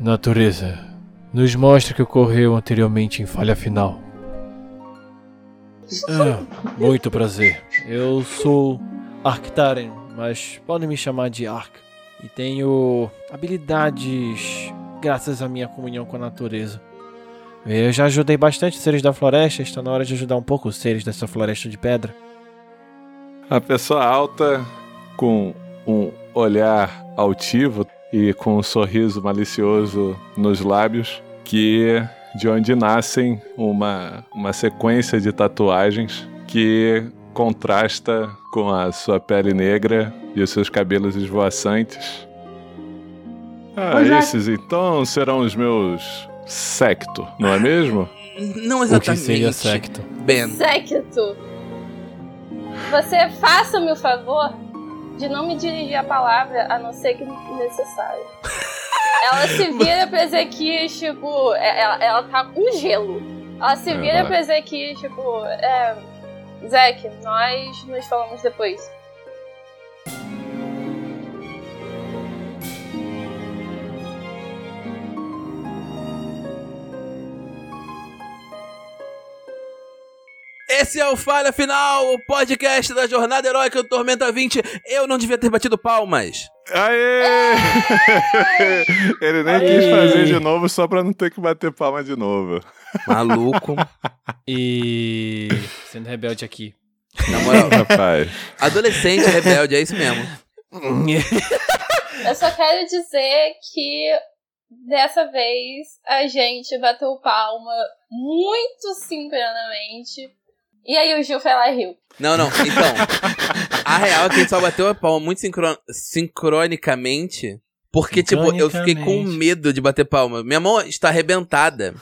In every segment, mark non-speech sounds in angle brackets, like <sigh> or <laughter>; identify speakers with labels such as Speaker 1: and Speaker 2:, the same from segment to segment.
Speaker 1: Natureza, nos mostra o que ocorreu anteriormente em falha final. Ah, muito prazer. Eu sou Arctaren, mas podem me chamar de Ark. E tenho habilidades graças à minha comunhão com a natureza. Eu já ajudei bastante os seres da floresta, está na hora de ajudar um pouco os seres dessa floresta de pedra.
Speaker 2: A pessoa alta, com um olhar altivo e com um sorriso malicioso nos lábios, que de onde nascem uma, uma sequência de tatuagens que contrasta com a sua pele negra e os seus cabelos esvoaçantes. Ah,
Speaker 3: Pois é.
Speaker 2: esses então serão os meus secto, não é mesmo?
Speaker 4: Não
Speaker 1: O
Speaker 4: exatamente.
Speaker 1: que seria secto?
Speaker 4: Ben.
Speaker 3: Secto. Você faça-me o favor de não me dirigir a palavra a não ser que necessário. Ela se vira pra Ezequias, tipo. é- Ela, ela tá com gelo. Ela se
Speaker 2: É,
Speaker 3: vira
Speaker 2: vai.
Speaker 3: pra Ezequias, tipo. É, Zeke, nós nos falamos depois.
Speaker 4: Esse é o Falha Final, o podcast da Jornada Heróica do Tormenta 20. Eu não devia ter batido palmas.
Speaker 2: Aê! <laughs> Ele nem quis
Speaker 1: Aê!
Speaker 2: fazer de novo só pra não ter que bater palma de novo.
Speaker 1: <laughs>
Speaker 4: Maluco.
Speaker 1: E. sendo rebelde aqui.
Speaker 4: Na moral,
Speaker 2: Rapaz.
Speaker 4: <laughs> adolescente rebelde, é isso mesmo.
Speaker 3: Eu só quero dizer que dessa vez a gente bateu palma muito sincronamente. E aí o Gil foi lá e riu.
Speaker 4: Não, não, então. A real é que a gente só bateu a palma muito sincron... sincronicamente. Porque, tipo, eu fiquei com
Speaker 1: Sincronicamente.
Speaker 4: medo de bater palma. Minha mão
Speaker 1: <laughs>
Speaker 4: está arrebentada.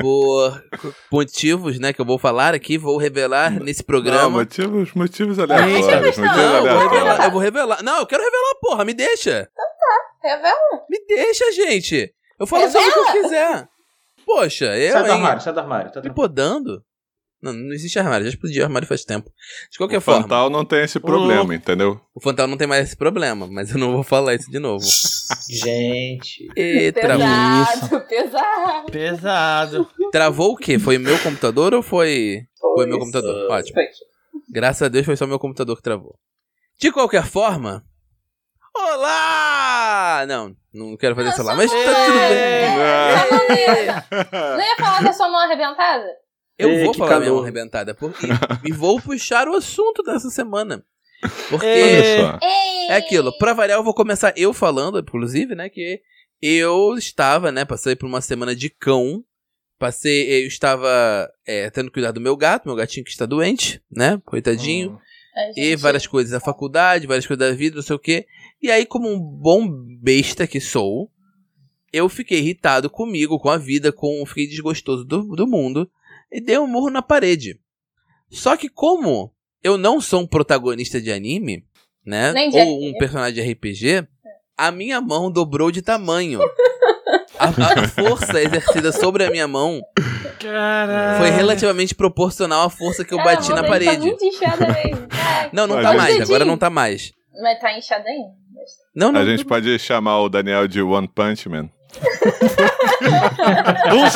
Speaker 4: por motivos, né, que eu vou falar aqui, vou revelar nesse
Speaker 2: Não,
Speaker 4: programa.
Speaker 2: motivos, motivos aleatórios.
Speaker 3: Motivos
Speaker 2: Motivos
Speaker 3: não.
Speaker 4: Não, é eu vou
Speaker 2: aleatórios.
Speaker 4: revelar, eu vou revelar. Não, eu quero revelar, porra, me deixa.
Speaker 3: Revela.
Speaker 4: Me deixa, gente. Eu falo só o que eu quiser. Poxa, eu,
Speaker 5: Sai do
Speaker 4: hein,
Speaker 5: armário, sai do armário. Sai do
Speaker 4: me
Speaker 5: armário.
Speaker 4: podando. Não, não existe armário, já explodiu o armário faz tempo. De qualquer
Speaker 2: o
Speaker 4: é forma,
Speaker 2: Fantal não tem esse problema, entendeu?
Speaker 4: o Fantal não tem mais esse problema, mas eu não vou falar isso de novo.
Speaker 5: Gente.
Speaker 4: E travou.
Speaker 3: pesado, pesado.
Speaker 6: Pesado.
Speaker 4: Travou o quê? Foi meu computador ou foi. Foi meu computador. Ótimo.
Speaker 3: Foi.
Speaker 4: Graças a Deus foi só meu computador que travou. De qualquer forma. Olá! Não, não quero fazer isso lá, mas tá tudo bem.
Speaker 3: Tá bom, beleza.
Speaker 4: <laughs>
Speaker 3: Não ia falar da sua mão arrebentada?
Speaker 4: Eu
Speaker 5: Ei,
Speaker 4: vou
Speaker 5: É, que
Speaker 4: falar minha
Speaker 5: calor.
Speaker 4: mão arrebentada porque, e vou puxar o assunto dessa semana. Porque
Speaker 2: Olha só.
Speaker 3: Ei!
Speaker 4: é aquilo, pra variar eu vou começar eu falando, inclusive, né, que eu estava, né, passei por uma semana de cão, passei, eu estava é, tendo que cuidar do meu gato, meu gatinho que está doente, né,
Speaker 5: Hum.
Speaker 4: coitadinho,
Speaker 1: Hum.
Speaker 3: A gente-
Speaker 4: e várias coisas da faculdade, várias coisas da vida, não sei o quê. E aí, como um bom besta que sou, eu fiquei irritado comigo, com a vida, com fiquei desgostoso do, do mundo e dei um murro na parede. Só que como eu não sou um protagonista de anime, né,
Speaker 3: Nem de
Speaker 4: ou um personagem de RPG, a minha mão dobrou de tamanho. A, a força exercida sobre a minha mão
Speaker 1: Caralho.
Speaker 4: foi relativamente proporcional à força que eu
Speaker 3: Ah. Cara, a
Speaker 4: bati
Speaker 3: mão
Speaker 4: na
Speaker 3: dele Tá
Speaker 4: parede.
Speaker 3: muito inchada
Speaker 4: <laughs>
Speaker 3: mesmo. cara.
Speaker 4: Não, não
Speaker 2: Mas
Speaker 4: tá
Speaker 2: é
Speaker 4: mais, agora
Speaker 3: verdinho.
Speaker 4: não tá mais.
Speaker 3: Mas tá inchada ainda.
Speaker 4: Não, não.
Speaker 2: A gente pode chamar o Daniel de One Punch Man.
Speaker 6: Um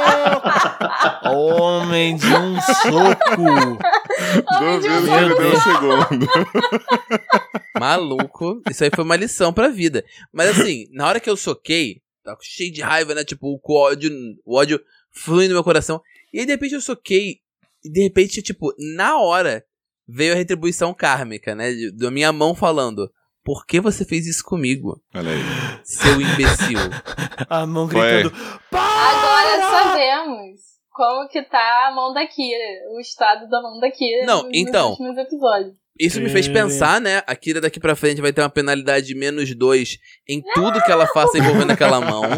Speaker 6: soco. Homem de um soco.
Speaker 3: Homem de um
Speaker 2: Duvido que
Speaker 3: só
Speaker 2: ele
Speaker 1: soco.
Speaker 2: deu um segundo.
Speaker 4: <laughs> Maluco. Isso aí foi uma lição pra vida. Mas assim, na hora que eu soquei, tava cheio de raiva, né? Tipo, o ódio, o ódio flui no meu coração. E aí, de repente, eu soquei. E de repente, tipo, na hora, veio a retribuição kármica, né? de- Da minha mão falando. Por que você fez isso comigo,
Speaker 2: Olha aí.
Speaker 4: seu imbecil?
Speaker 1: A mão
Speaker 2: Foi.
Speaker 1: gritando.
Speaker 3: Agora sabemos como que tá a mão da Kira, o estado da mão da Kira
Speaker 4: Não,
Speaker 3: nos
Speaker 4: então.
Speaker 3: últimos episódios.
Speaker 4: Isso me fez
Speaker 1: Caramba.
Speaker 4: pensar, né? A Kira daqui pra frente vai ter uma penalidade de menos dois em tudo que ela faça envolvendo aquela mão.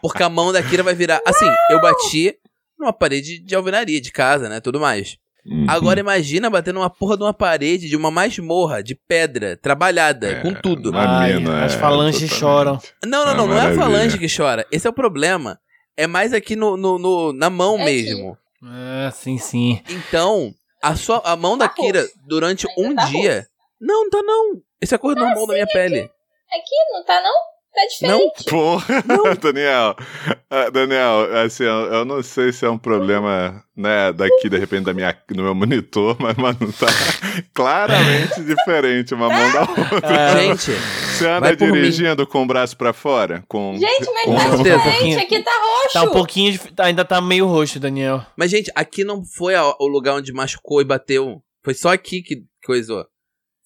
Speaker 4: Porque a mão da Kira vai virar. Assim, eu bati numa parede de alvenaria de casa, né? Tudo mais. Agora imagina bater numa porra de uma parede de uma masmorra de pedra, trabalhada,
Speaker 2: É,
Speaker 4: com tudo.
Speaker 2: mas- Uma
Speaker 1: Ai,
Speaker 2: mina,
Speaker 1: as
Speaker 2: é,
Speaker 1: falanges
Speaker 2: totalmente.
Speaker 1: choram.
Speaker 4: Não, não,
Speaker 2: Ah,
Speaker 4: não, não é a
Speaker 2: maravilha.
Speaker 4: falange que chora. Esse é o problema. É mais aqui no, no- no- na mão
Speaker 3: É aqui.
Speaker 4: mesmo.
Speaker 1: Ah, sim, sim.
Speaker 4: Então, a, sua, a mão da
Speaker 3: Tá
Speaker 4: Kira,
Speaker 3: roxo.
Speaker 4: durante
Speaker 3: Ainda
Speaker 4: um
Speaker 3: tá assim,
Speaker 4: dia. Não, não tá não. Isso é a cor normal da minha pele.
Speaker 3: Aqui, não tá não? Tá é diferente.
Speaker 2: Porra, <laughs> Daniel, ah, Daniel, assim, eu eu não sei se é um problema, né, daqui de repente da minha, do meu monitor, <laughs> mas, mano, tá claramente diferente uma mão da outra.
Speaker 4: <laughs>
Speaker 1: É.
Speaker 4: Gente,
Speaker 2: Você anda
Speaker 4: vai por mim.
Speaker 2: dirigindo com o braço pra fora? Com...
Speaker 3: Gente, mas
Speaker 2: Com
Speaker 3: tá
Speaker 4: certeza.
Speaker 3: diferente, aqui tá roxo.
Speaker 1: um Tá um pouquinho. dif- tá- Ainda tá meio roxo, Daniel.
Speaker 4: mas gente, aqui não foi a- o lugar onde machucou e bateu. um. Foi só aqui que coisou.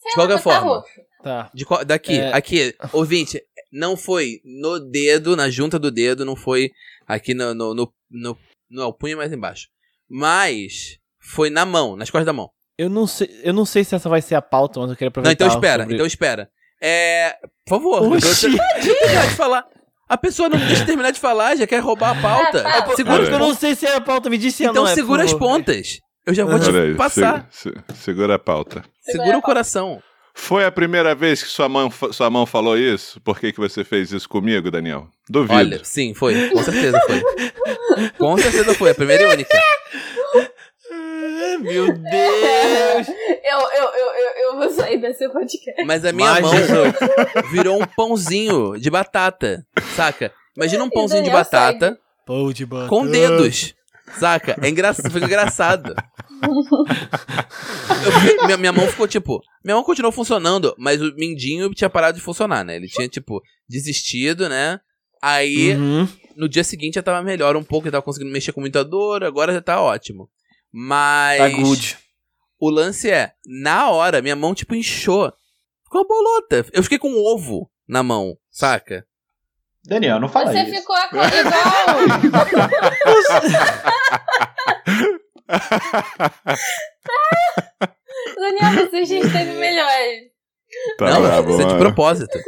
Speaker 3: Sei
Speaker 4: de
Speaker 3: lá,
Speaker 4: qualquer
Speaker 3: mas
Speaker 4: forma.
Speaker 3: Tá roxo.
Speaker 1: Tá.
Speaker 4: De qual- daqui,
Speaker 1: É.
Speaker 4: aqui, ouvinte, não foi no dedo, na junta do dedo, não foi aqui no, no, no, no, no ao punho mais embaixo. Mas foi na mão, nas costas da mão.
Speaker 1: Eu não sei, eu não sei se essa vai ser a pauta, mas eu queria
Speaker 4: Não,
Speaker 1: aproveitar.
Speaker 4: então espera,
Speaker 1: sobre-
Speaker 4: então espera. É. Por favor,
Speaker 1: Oxi.
Speaker 4: eu- deixa eu terminar de falar. A pessoa não deixa eu terminar de falar, já quer roubar a pauta.
Speaker 3: Ah, fala.
Speaker 4: segura
Speaker 1: É
Speaker 4: os
Speaker 1: porque eu
Speaker 4: pontos.
Speaker 1: não sei se é a pauta, me disse se
Speaker 4: Então
Speaker 1: não é, por
Speaker 4: segura as
Speaker 1: favor.
Speaker 4: pontas. Eu já vou te
Speaker 2: Peraí,
Speaker 4: passar.
Speaker 2: se- se- segura a pauta.
Speaker 3: Segura
Speaker 4: Segura
Speaker 3: a
Speaker 4: o coração.
Speaker 2: Foi a primeira vez que sua mão, fa- sua mão falou isso? Por que, que você fez isso comigo, Daniel? Duvido.
Speaker 4: Olha, sim, foi. Com certeza foi. Com certeza foi, a primeira e única.
Speaker 1: Ah, Meu Deus!
Speaker 3: Eu, eu, eu, eu, eu vou sair desse podcast.
Speaker 4: Mas a minha
Speaker 1: Mais
Speaker 4: mão
Speaker 1: 18.
Speaker 4: virou um pãozinho de batata, saca? Imagina um pãozinho de
Speaker 3: Daniel
Speaker 4: batata
Speaker 1: Pão de batata.
Speaker 4: com dedos, saca? É engraçado, fica engraçado. Eu fiquei- minha, minha mão ficou tipo. Minha mão continuou funcionando, mas o mindinho tinha parado de funcionar, né? Ele tinha, tipo, desistido, né? Aí
Speaker 1: Uhum.
Speaker 4: no dia seguinte já tava melhor um pouco, já tava conseguindo mexer com muita dor, agora já tá ótimo. Mas.
Speaker 1: Tá good.
Speaker 4: O lance é, na hora, minha mão, tipo, inchou. Ficou uma bolota. Eu fiquei com um ovo na mão, saca?
Speaker 5: Daniel, não fala
Speaker 3: Você
Speaker 5: isso.
Speaker 3: ficou
Speaker 1: <laughs>
Speaker 3: aco- igual. Daniel, você já esteve melhor.
Speaker 2: Tá
Speaker 4: não,
Speaker 2: bravo,
Speaker 4: isso é de
Speaker 2: mano.
Speaker 4: propósito.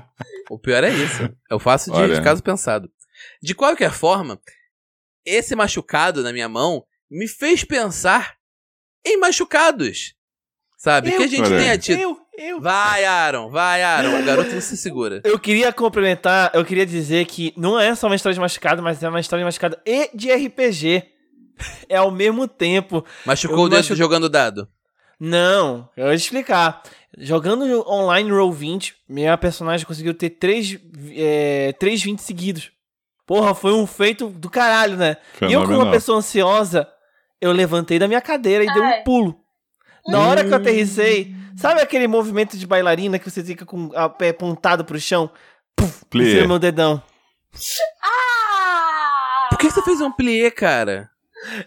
Speaker 1: Ah,
Speaker 4: O pior é isso. Eu faço de,
Speaker 2: Olha.
Speaker 4: de caso pensado. De qualquer forma, esse machucado na minha mão me fez pensar em machucados. Sabe?
Speaker 1: Eu-
Speaker 4: que a gente
Speaker 2: Olha.
Speaker 4: tenha tido.
Speaker 1: eu, eu.
Speaker 4: Vai, Aaron, vai, Aaron. O garoto não se segura.
Speaker 1: Eu queria complementar, eu queria dizer que não é só uma história de machucado, mas é uma história de machucado e de RPG. É ao mesmo tempo.
Speaker 4: Machucou
Speaker 1: Eu
Speaker 4: o dedo
Speaker 1: machu-
Speaker 4: jogando dado.
Speaker 1: Não, eu vou te explicar. Jogando no online Roll 20, minha personagem conseguiu ter 3, é, três 20 seguidos. Porra, foi um feito do caralho, né? E eu, como
Speaker 2: Fenomenal.
Speaker 1: uma pessoa ansiosa, eu levantei da minha cadeira e dei
Speaker 3: Ai.
Speaker 1: um pulo. Na hora que eu aterrissei, sabe aquele movimento de bailarina que você fica com o pé apontado pro chão?
Speaker 2: Plié.
Speaker 1: Esse é meu dedão.
Speaker 3: Ah!
Speaker 4: Por que você fez um plié, cara?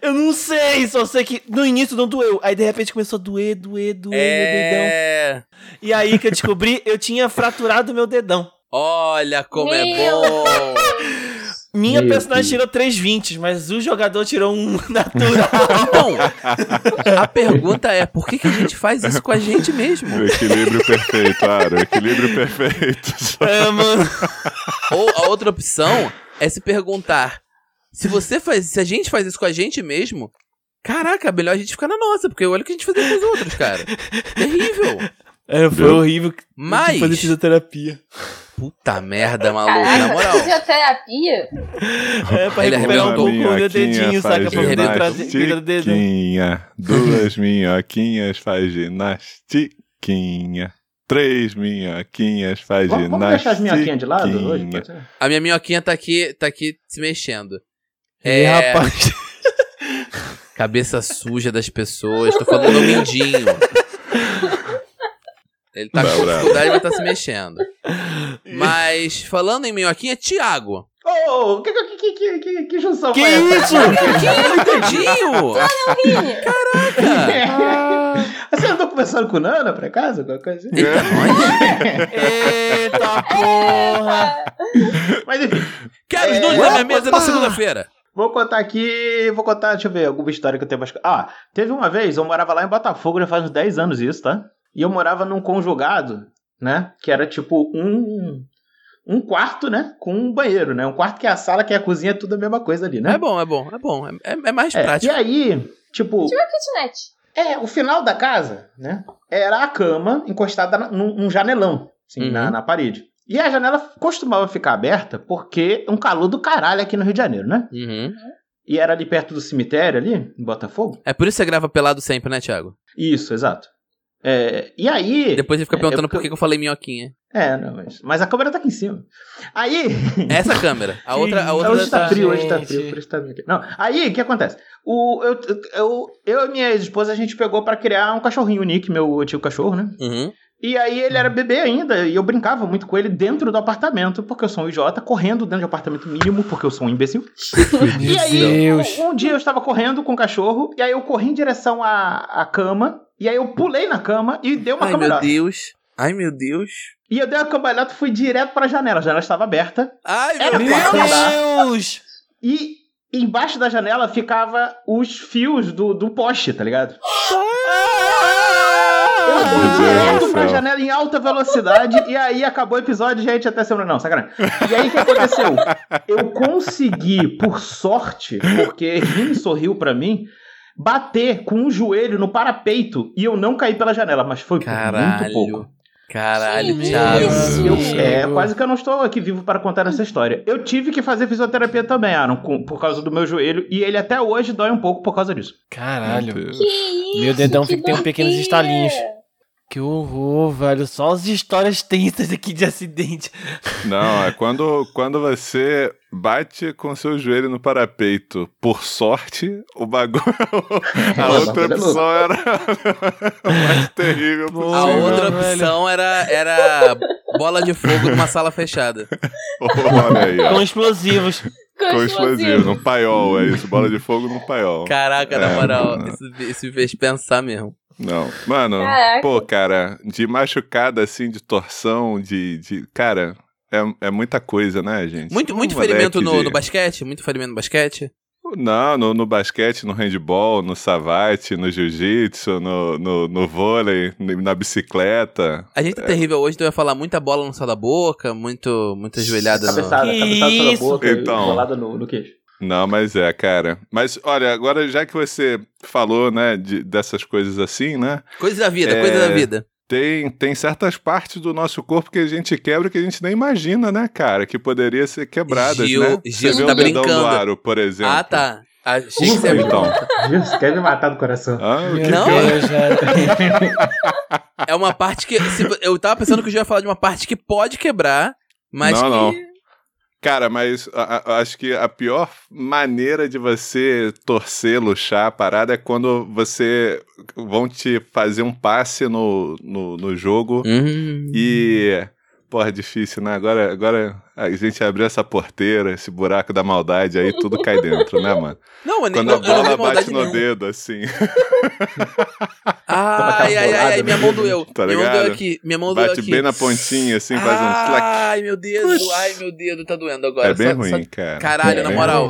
Speaker 1: Eu não sei, só sei que no início não doeu. Aí de repente começou a doer, doer, doer meu dedão.
Speaker 4: É.
Speaker 1: E aí que eu descobri, eu tinha fraturado meu dedão.
Speaker 4: Olha como é
Speaker 3: Meu
Speaker 4: bom!
Speaker 1: Minha
Speaker 5: Meu
Speaker 1: personagem
Speaker 5: Deus.
Speaker 1: tirou três 20, mas o jogador tirou um <laughs> natural.
Speaker 4: Então, a pergunta é, por que, que a gente faz isso com a gente mesmo?
Speaker 2: O equilíbrio perfeito, Aro. o Equilíbrio
Speaker 4: <laughs>
Speaker 2: perfeito.
Speaker 1: É, mano.
Speaker 4: Ou a outra opção é se perguntar, se você faz, se a gente faz isso com a gente mesmo, caraca, é melhor a gente ficar na nossa, porque olha o que a gente fazia com os outros, cara. Terrível.
Speaker 1: É, foi
Speaker 2: Deu.
Speaker 1: horrível. Tive que
Speaker 4: Mas,
Speaker 1: Fazer fisioterapia.
Speaker 4: puta merda, maluco, na
Speaker 3: Caraca,
Speaker 4: moral.
Speaker 3: fisioterapia?
Speaker 1: É, pra
Speaker 4: Ele
Speaker 1: recuperar um
Speaker 4: arrebentou.
Speaker 1: pouco o meu dedinho, saca? Pra poder
Speaker 4: ginástica.
Speaker 1: trazer cuidar do dedão.
Speaker 2: Ginastiquinha.
Speaker 5: <laughs>
Speaker 2: Duas minhoquinhas faz ginastiquinha. Três minhoquinhas faz
Speaker 5: Vamos,
Speaker 2: ginastiquinha.
Speaker 5: vamos deixar as minhoquinhas de lado hoje? pode ser?
Speaker 4: A minha minhoquinha tá aqui, tá aqui se mexendo.
Speaker 1: É,
Speaker 4: É,
Speaker 1: rapaz.
Speaker 4: Cabeça suja das pessoas. Tô falando do mindinho. Ele tá
Speaker 2: Tá
Speaker 4: com
Speaker 2: bravo.
Speaker 4: dificuldade, mas tá se mexendo. Mas, falando em minhoquinha, Thiago.
Speaker 5: Ô, ô, que, que, que, que, que, que junção
Speaker 1: Que
Speaker 5: foi essa?
Speaker 1: isso?
Speaker 5: <laughs>
Speaker 4: Mindinho!
Speaker 3: Sim.
Speaker 4: Cara,
Speaker 5: É. Você andou conversando com o Nana, por acaso? Alguma coisa assim?
Speaker 4: eita, nós.
Speaker 1: Eita porra.
Speaker 5: Mas enfim,
Speaker 4: Quero os números da minha mesa na segunda-feira.
Speaker 5: Vou contar aqui, vou contar, deixa eu ver, alguma história que eu tenho mais. Ah, teve uma vez, eu morava lá em Botafogo, já faz uns 10 anos isso, tá? E eu morava num conjugado, né? Que era tipo um. Um quarto, né? Com um banheiro, né? Um quarto que é a sala, que é a cozinha, tudo a mesma coisa ali, né?
Speaker 4: É bom, é bom, é bom. É, é mais
Speaker 5: É, e
Speaker 4: prático.
Speaker 5: aí, tipo,
Speaker 3: Tipo a kitnet.
Speaker 5: é, o final da casa, né? Era a cama encostada na- num, num janelão, assim,
Speaker 4: Uhum.
Speaker 5: na, na parede. E a janela costumava ficar aberta porque é um calor do caralho aqui no Rio de Janeiro, né?
Speaker 4: Uhum.
Speaker 5: E era ali perto do cemitério, ali, em Botafogo?
Speaker 4: É por isso que você grava pelado sempre, né, Thiago?
Speaker 5: Isso, exato. É, e aí.
Speaker 4: Depois você fica
Speaker 5: É,
Speaker 4: perguntando
Speaker 5: é porque
Speaker 4: por que que eu falei minhoquinha.
Speaker 5: É, não, mas, mas a câmera tá aqui em cima. Aí.
Speaker 4: É Essa câmera. A outra,
Speaker 5: <laughs>
Speaker 4: a outra
Speaker 5: hoje tá
Speaker 1: tá-
Speaker 5: frio, hoje tá
Speaker 1: gente.
Speaker 5: frio, por isso tá frio. Não, aí, o que acontece? O, eu, eu, eu e minha ex-esposa, a gente pegou pra criar um cachorrinho, o Nick, meu antigo cachorro, né?
Speaker 4: Uhum.
Speaker 5: E aí ele era bebê ainda, e eu brincava muito com ele dentro do apartamento, porque eu sou um idiota, correndo dentro de apartamento mínimo, porque eu sou um imbecil.
Speaker 1: Meu
Speaker 5: E aí,
Speaker 1: Deus.
Speaker 5: um, um dia eu estava correndo com o cachorro, e aí eu corri em direção à, à cama, e aí eu pulei na cama e dei uma
Speaker 4: Ai, meu
Speaker 5: cambalhota.
Speaker 4: Deus. Ai, meu Deus.
Speaker 5: E eu dei uma cambalhota e fui direto pra janela, a janela estava aberta,
Speaker 4: Ai, meu
Speaker 5: Era
Speaker 4: Deus.
Speaker 5: quarto andar.
Speaker 6: Deus!
Speaker 5: e embaixo da janela ficava os fios do, do poste, tá ligado? Eu
Speaker 2: Meu
Speaker 5: fui
Speaker 2: Deus
Speaker 5: direto
Speaker 2: do
Speaker 5: pra
Speaker 2: céu.
Speaker 5: janela em alta velocidade e aí acabou o episódio, gente, até semana. Não, sacanagem. E aí o que aconteceu? Eu consegui, por sorte, porque Vini sorriu pra mim, bater com o joelho no parapeito e eu não caí pela janela, mas
Speaker 2: É
Speaker 5: foi por muito
Speaker 4: Caralho.
Speaker 5: pouco.
Speaker 4: Caralho,
Speaker 3: Que
Speaker 4: Thiago.
Speaker 3: isso?
Speaker 5: Eu-
Speaker 1: Sim.
Speaker 5: é, quase que eu não estou aqui vivo para contar essa história. Eu tive que fazer fisioterapia também, Aaron, com- por causa do meu joelho, e ele até hoje dói um pouco por causa disso.
Speaker 1: Caralho.
Speaker 2: Meu Deus.
Speaker 3: Que isso?
Speaker 1: Meu dedão
Speaker 3: que
Speaker 1: fica- tem um pequenos
Speaker 3: doideira.
Speaker 1: estalinhos. Que horror, velho. Só as histórias tensas aqui de acidente.
Speaker 2: Não, é quando, quando você bate com seu joelho no parapeito. Por sorte, o bagulho. A
Speaker 5: <laughs> Nossa,
Speaker 2: outra
Speaker 5: tá louco.
Speaker 2: opção era <laughs> mais terrível
Speaker 1: Pô,
Speaker 4: A
Speaker 2: possível.
Speaker 4: outra
Speaker 1: Velho.
Speaker 4: opção era, era bola de fogo numa sala fechada.
Speaker 2: Olha aí,
Speaker 1: Com
Speaker 2: ó.
Speaker 4: <laughs>
Speaker 1: explosivos.
Speaker 2: Com explosivo, num paiol, é
Speaker 5: assim.
Speaker 2: isso. Bola de fogo num paiol.
Speaker 4: Caraca, na
Speaker 2: É,
Speaker 4: moral,
Speaker 2: mano.
Speaker 4: isso, isso me fez pensar mesmo.
Speaker 2: Não. Mano,
Speaker 3: Caraca.
Speaker 2: pô, cara, de machucada assim, de torção, de. de cara, é, é muita coisa, né, gente?
Speaker 4: Muito,
Speaker 2: Um
Speaker 4: muito ferimento
Speaker 2: moleque
Speaker 4: no,
Speaker 2: de-
Speaker 4: no basquete? Muito ferimento no basquete?
Speaker 2: Não, no, no basquete, no handball, no savate, no jiu-jitsu, no, no, no vôlei, na bicicleta.
Speaker 4: A gente tá terrível hoje, então eu ia falar muita bola no céu da boca, muito, muita joelhada no...
Speaker 5: Cabeçada,
Speaker 1: Que
Speaker 5: cabeçada pela
Speaker 1: isso?
Speaker 5: boca, e
Speaker 2: Então.
Speaker 5: bolada no, no queixo.
Speaker 2: Não, mas é, cara. Mas olha, agora já que você falou, né, de- dessas coisas assim, né?
Speaker 4: Coisa da vida,
Speaker 2: É.
Speaker 4: coisa da vida.
Speaker 2: Tem, tem certas partes do nosso corpo que a gente quebra que a gente nem imagina, né, cara? Que poderia ser quebradas,
Speaker 4: Gil-
Speaker 2: né?
Speaker 4: Gil
Speaker 2: você vê
Speaker 4: tá
Speaker 2: o dedão
Speaker 4: brincando.
Speaker 2: do aro, por exemplo.
Speaker 4: Ah, tá. Achei que
Speaker 5: Ufa,
Speaker 4: você ia-
Speaker 2: Então.
Speaker 5: Deus, quer me matar do coração.
Speaker 2: Ah, o que
Speaker 4: Não,
Speaker 2: que é?
Speaker 1: Deus, velho.
Speaker 4: É uma parte que. se- eu tava pensando que o Gil ia falar de uma parte que pode quebrar, mas
Speaker 2: Não,
Speaker 4: que.
Speaker 2: não. Cara, mas a- a- acho que a pior maneira de você torcer, luxar a parada é quando você vão te fazer um passe no, no, no jogo
Speaker 4: Hum.
Speaker 2: e. Porra, difícil, né? Agora, agora a gente abriu essa porteira, esse buraco da maldade aí, tudo cai dentro, né,
Speaker 4: <laughs>
Speaker 2: mano?
Speaker 4: Não, mas nem-
Speaker 2: Quando a
Speaker 4: eu não vi
Speaker 2: bola bate
Speaker 4: maldade
Speaker 2: no
Speaker 4: nenhuma.
Speaker 2: dedo, assim.
Speaker 4: Ai, ai, ai, ai, minha mão doeu.
Speaker 2: Tá
Speaker 4: minha mão
Speaker 2: ligado?
Speaker 4: doeu aqui. Minha mão doeu
Speaker 2: Bate
Speaker 4: aqui.
Speaker 2: bem na pontinha, assim, faz um clac.
Speaker 4: Ai, meu dedo. Ai, meu dedo tá doendo agora.
Speaker 2: É bem
Speaker 4: Só- só-
Speaker 2: ruim, cara.
Speaker 4: Caralho,
Speaker 2: É
Speaker 4: <laughs> na
Speaker 2: bem
Speaker 4: moral.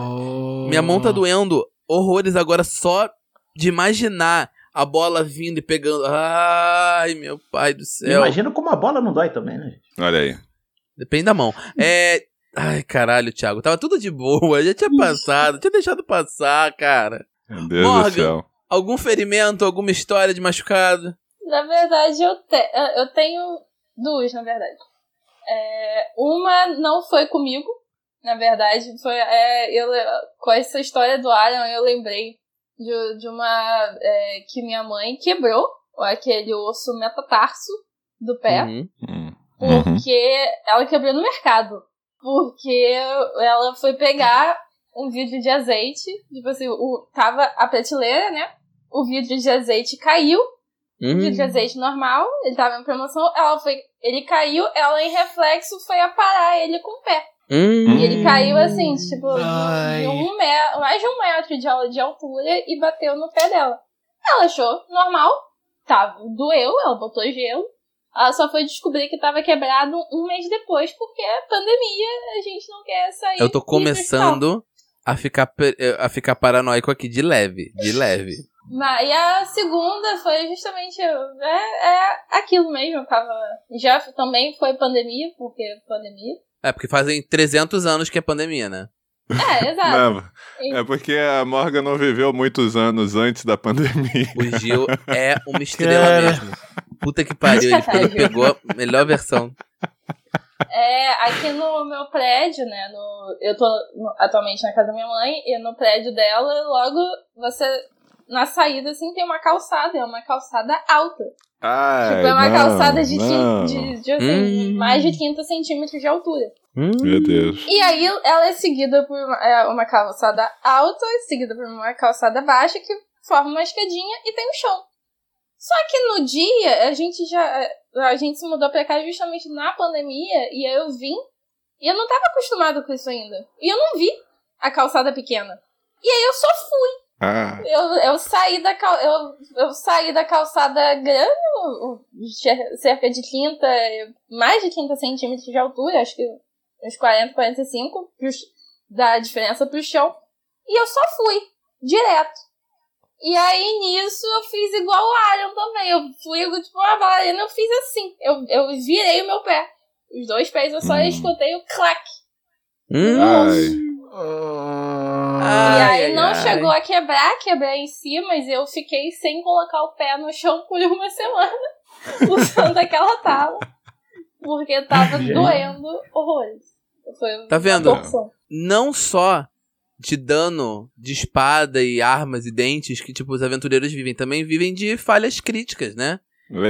Speaker 4: Minha mão tá doendo horrores agora só de imaginar a bola vindo e pegando. Ai, meu pai do céu.
Speaker 5: Imagina como a bola não dói também, né?
Speaker 2: ruim. Olha aí.
Speaker 4: Depende da mão. É. Ai, caralho, Thiago. Tava tudo de boa. Já tinha passado. Tinha deixado passar, cara.
Speaker 2: Meu Deus
Speaker 4: Morgan.
Speaker 2: do céu.
Speaker 4: Algum ferimento, alguma história de machucado?
Speaker 3: Na verdade, eu, te- eu tenho duas, na verdade. É, uma não foi comigo, na verdade. Foi, é, eu le- com essa história do Alan, eu lembrei de, de uma é, que minha mãe quebrou aquele osso metatarso do pé.
Speaker 4: Uhum.
Speaker 2: Hum. Uhum.
Speaker 3: Porque ela quebrou no mercado. Porque ela foi pegar um vidro de azeite. Tipo assim, o, tava a prateleira, né? O vidro de azeite caiu. O
Speaker 4: Uhum.
Speaker 3: vidro
Speaker 4: Hum.
Speaker 3: de azeite normal, ele tava em promoção. Ela foi. Ele caiu, ela em reflexo foi aparar ele com o pé.
Speaker 4: Hum.
Speaker 3: E ele caiu assim, tipo, de-
Speaker 1: Ai.
Speaker 3: de um metro, mais de um metro de, al- de altura e bateu no pé dela. Ela achou normal, tá, doeu, ela botou gelo. Ela só foi descobrir que tava quebrado um mês depois, porque é pandemia, a gente não quer sair.
Speaker 4: Eu tô
Speaker 3: e ir pro hospital.
Speaker 4: começando a ficar, per- eh, a ficar paranoico aqui, de leve, de leve.
Speaker 3: Mas, e a segunda foi justamente é, é aquilo mesmo, eu tava. Já f- também foi pandemia, porque pandemia.
Speaker 4: É, porque fazem 300 anos que é pandemia, né?
Speaker 2: <laughs>
Speaker 3: É, exato.
Speaker 2: Não, é porque a Morgan não viveu muitos anos antes da pandemia. <laughs>
Speaker 4: O Gil é uma estrela
Speaker 1: Cara.
Speaker 4: mesmo. Puta que pariu, ele, ele pegou a melhor versão.
Speaker 3: É, aqui no meu prédio, né? No, eu tô no- atualmente na casa da minha mãe, e no prédio dela, logo você. Na saída, assim, tem uma calçada, é uma calçada alta.
Speaker 2: Ai,
Speaker 3: tipo, é uma
Speaker 2: não,
Speaker 3: calçada de, quin-
Speaker 2: não.
Speaker 3: de- de, assim,
Speaker 4: Hum.
Speaker 3: mais de 30 centímetros de altura. Hum.
Speaker 2: Meu Deus.
Speaker 3: E aí ela é seguida por uma, é, uma calçada alta, é seguida por uma calçada baixa, que forma uma escadinha e tem um chão. Só que no dia, a gente já. é, A gente se mudou pra cá justamente na pandemia, e aí eu vim, e eu não tava acostumada com isso ainda. E eu não vi a calçada pequena. E aí eu só fui.
Speaker 2: Ah,
Speaker 3: Eu, eu, saí da cal, eu, eu saí da calçada grande, o- o- cer- cerca de 30, mais de 30 centímetros de altura, acho que uns 40, 45, pros- da diferença pro chão. E eu só fui, direto. E aí nisso eu fiz igual o Arion também. Eu fui tipo uma bailarina, eu fiz assim. Eu, eu virei o meu pé. Os dois pés eu só
Speaker 2: Hum.
Speaker 3: escutei o claque.
Speaker 4: Hum.
Speaker 2: ai.
Speaker 4: Ai,
Speaker 3: e aí
Speaker 4: ai,
Speaker 3: não
Speaker 4: ai.
Speaker 3: chegou a quebrar, quebrar em si, mas eu fiquei sem colocar o pé no chão por uma semana, <laughs> usando aquela tala, porque tava
Speaker 5: Gente.
Speaker 3: doendo horrores. Foi
Speaker 4: Tá
Speaker 3: uma
Speaker 4: vendo?
Speaker 3: torção.
Speaker 4: não só de dano de espada e armas e dentes que, tipo, os aventureiros vivem, também vivem de falhas críticas, né?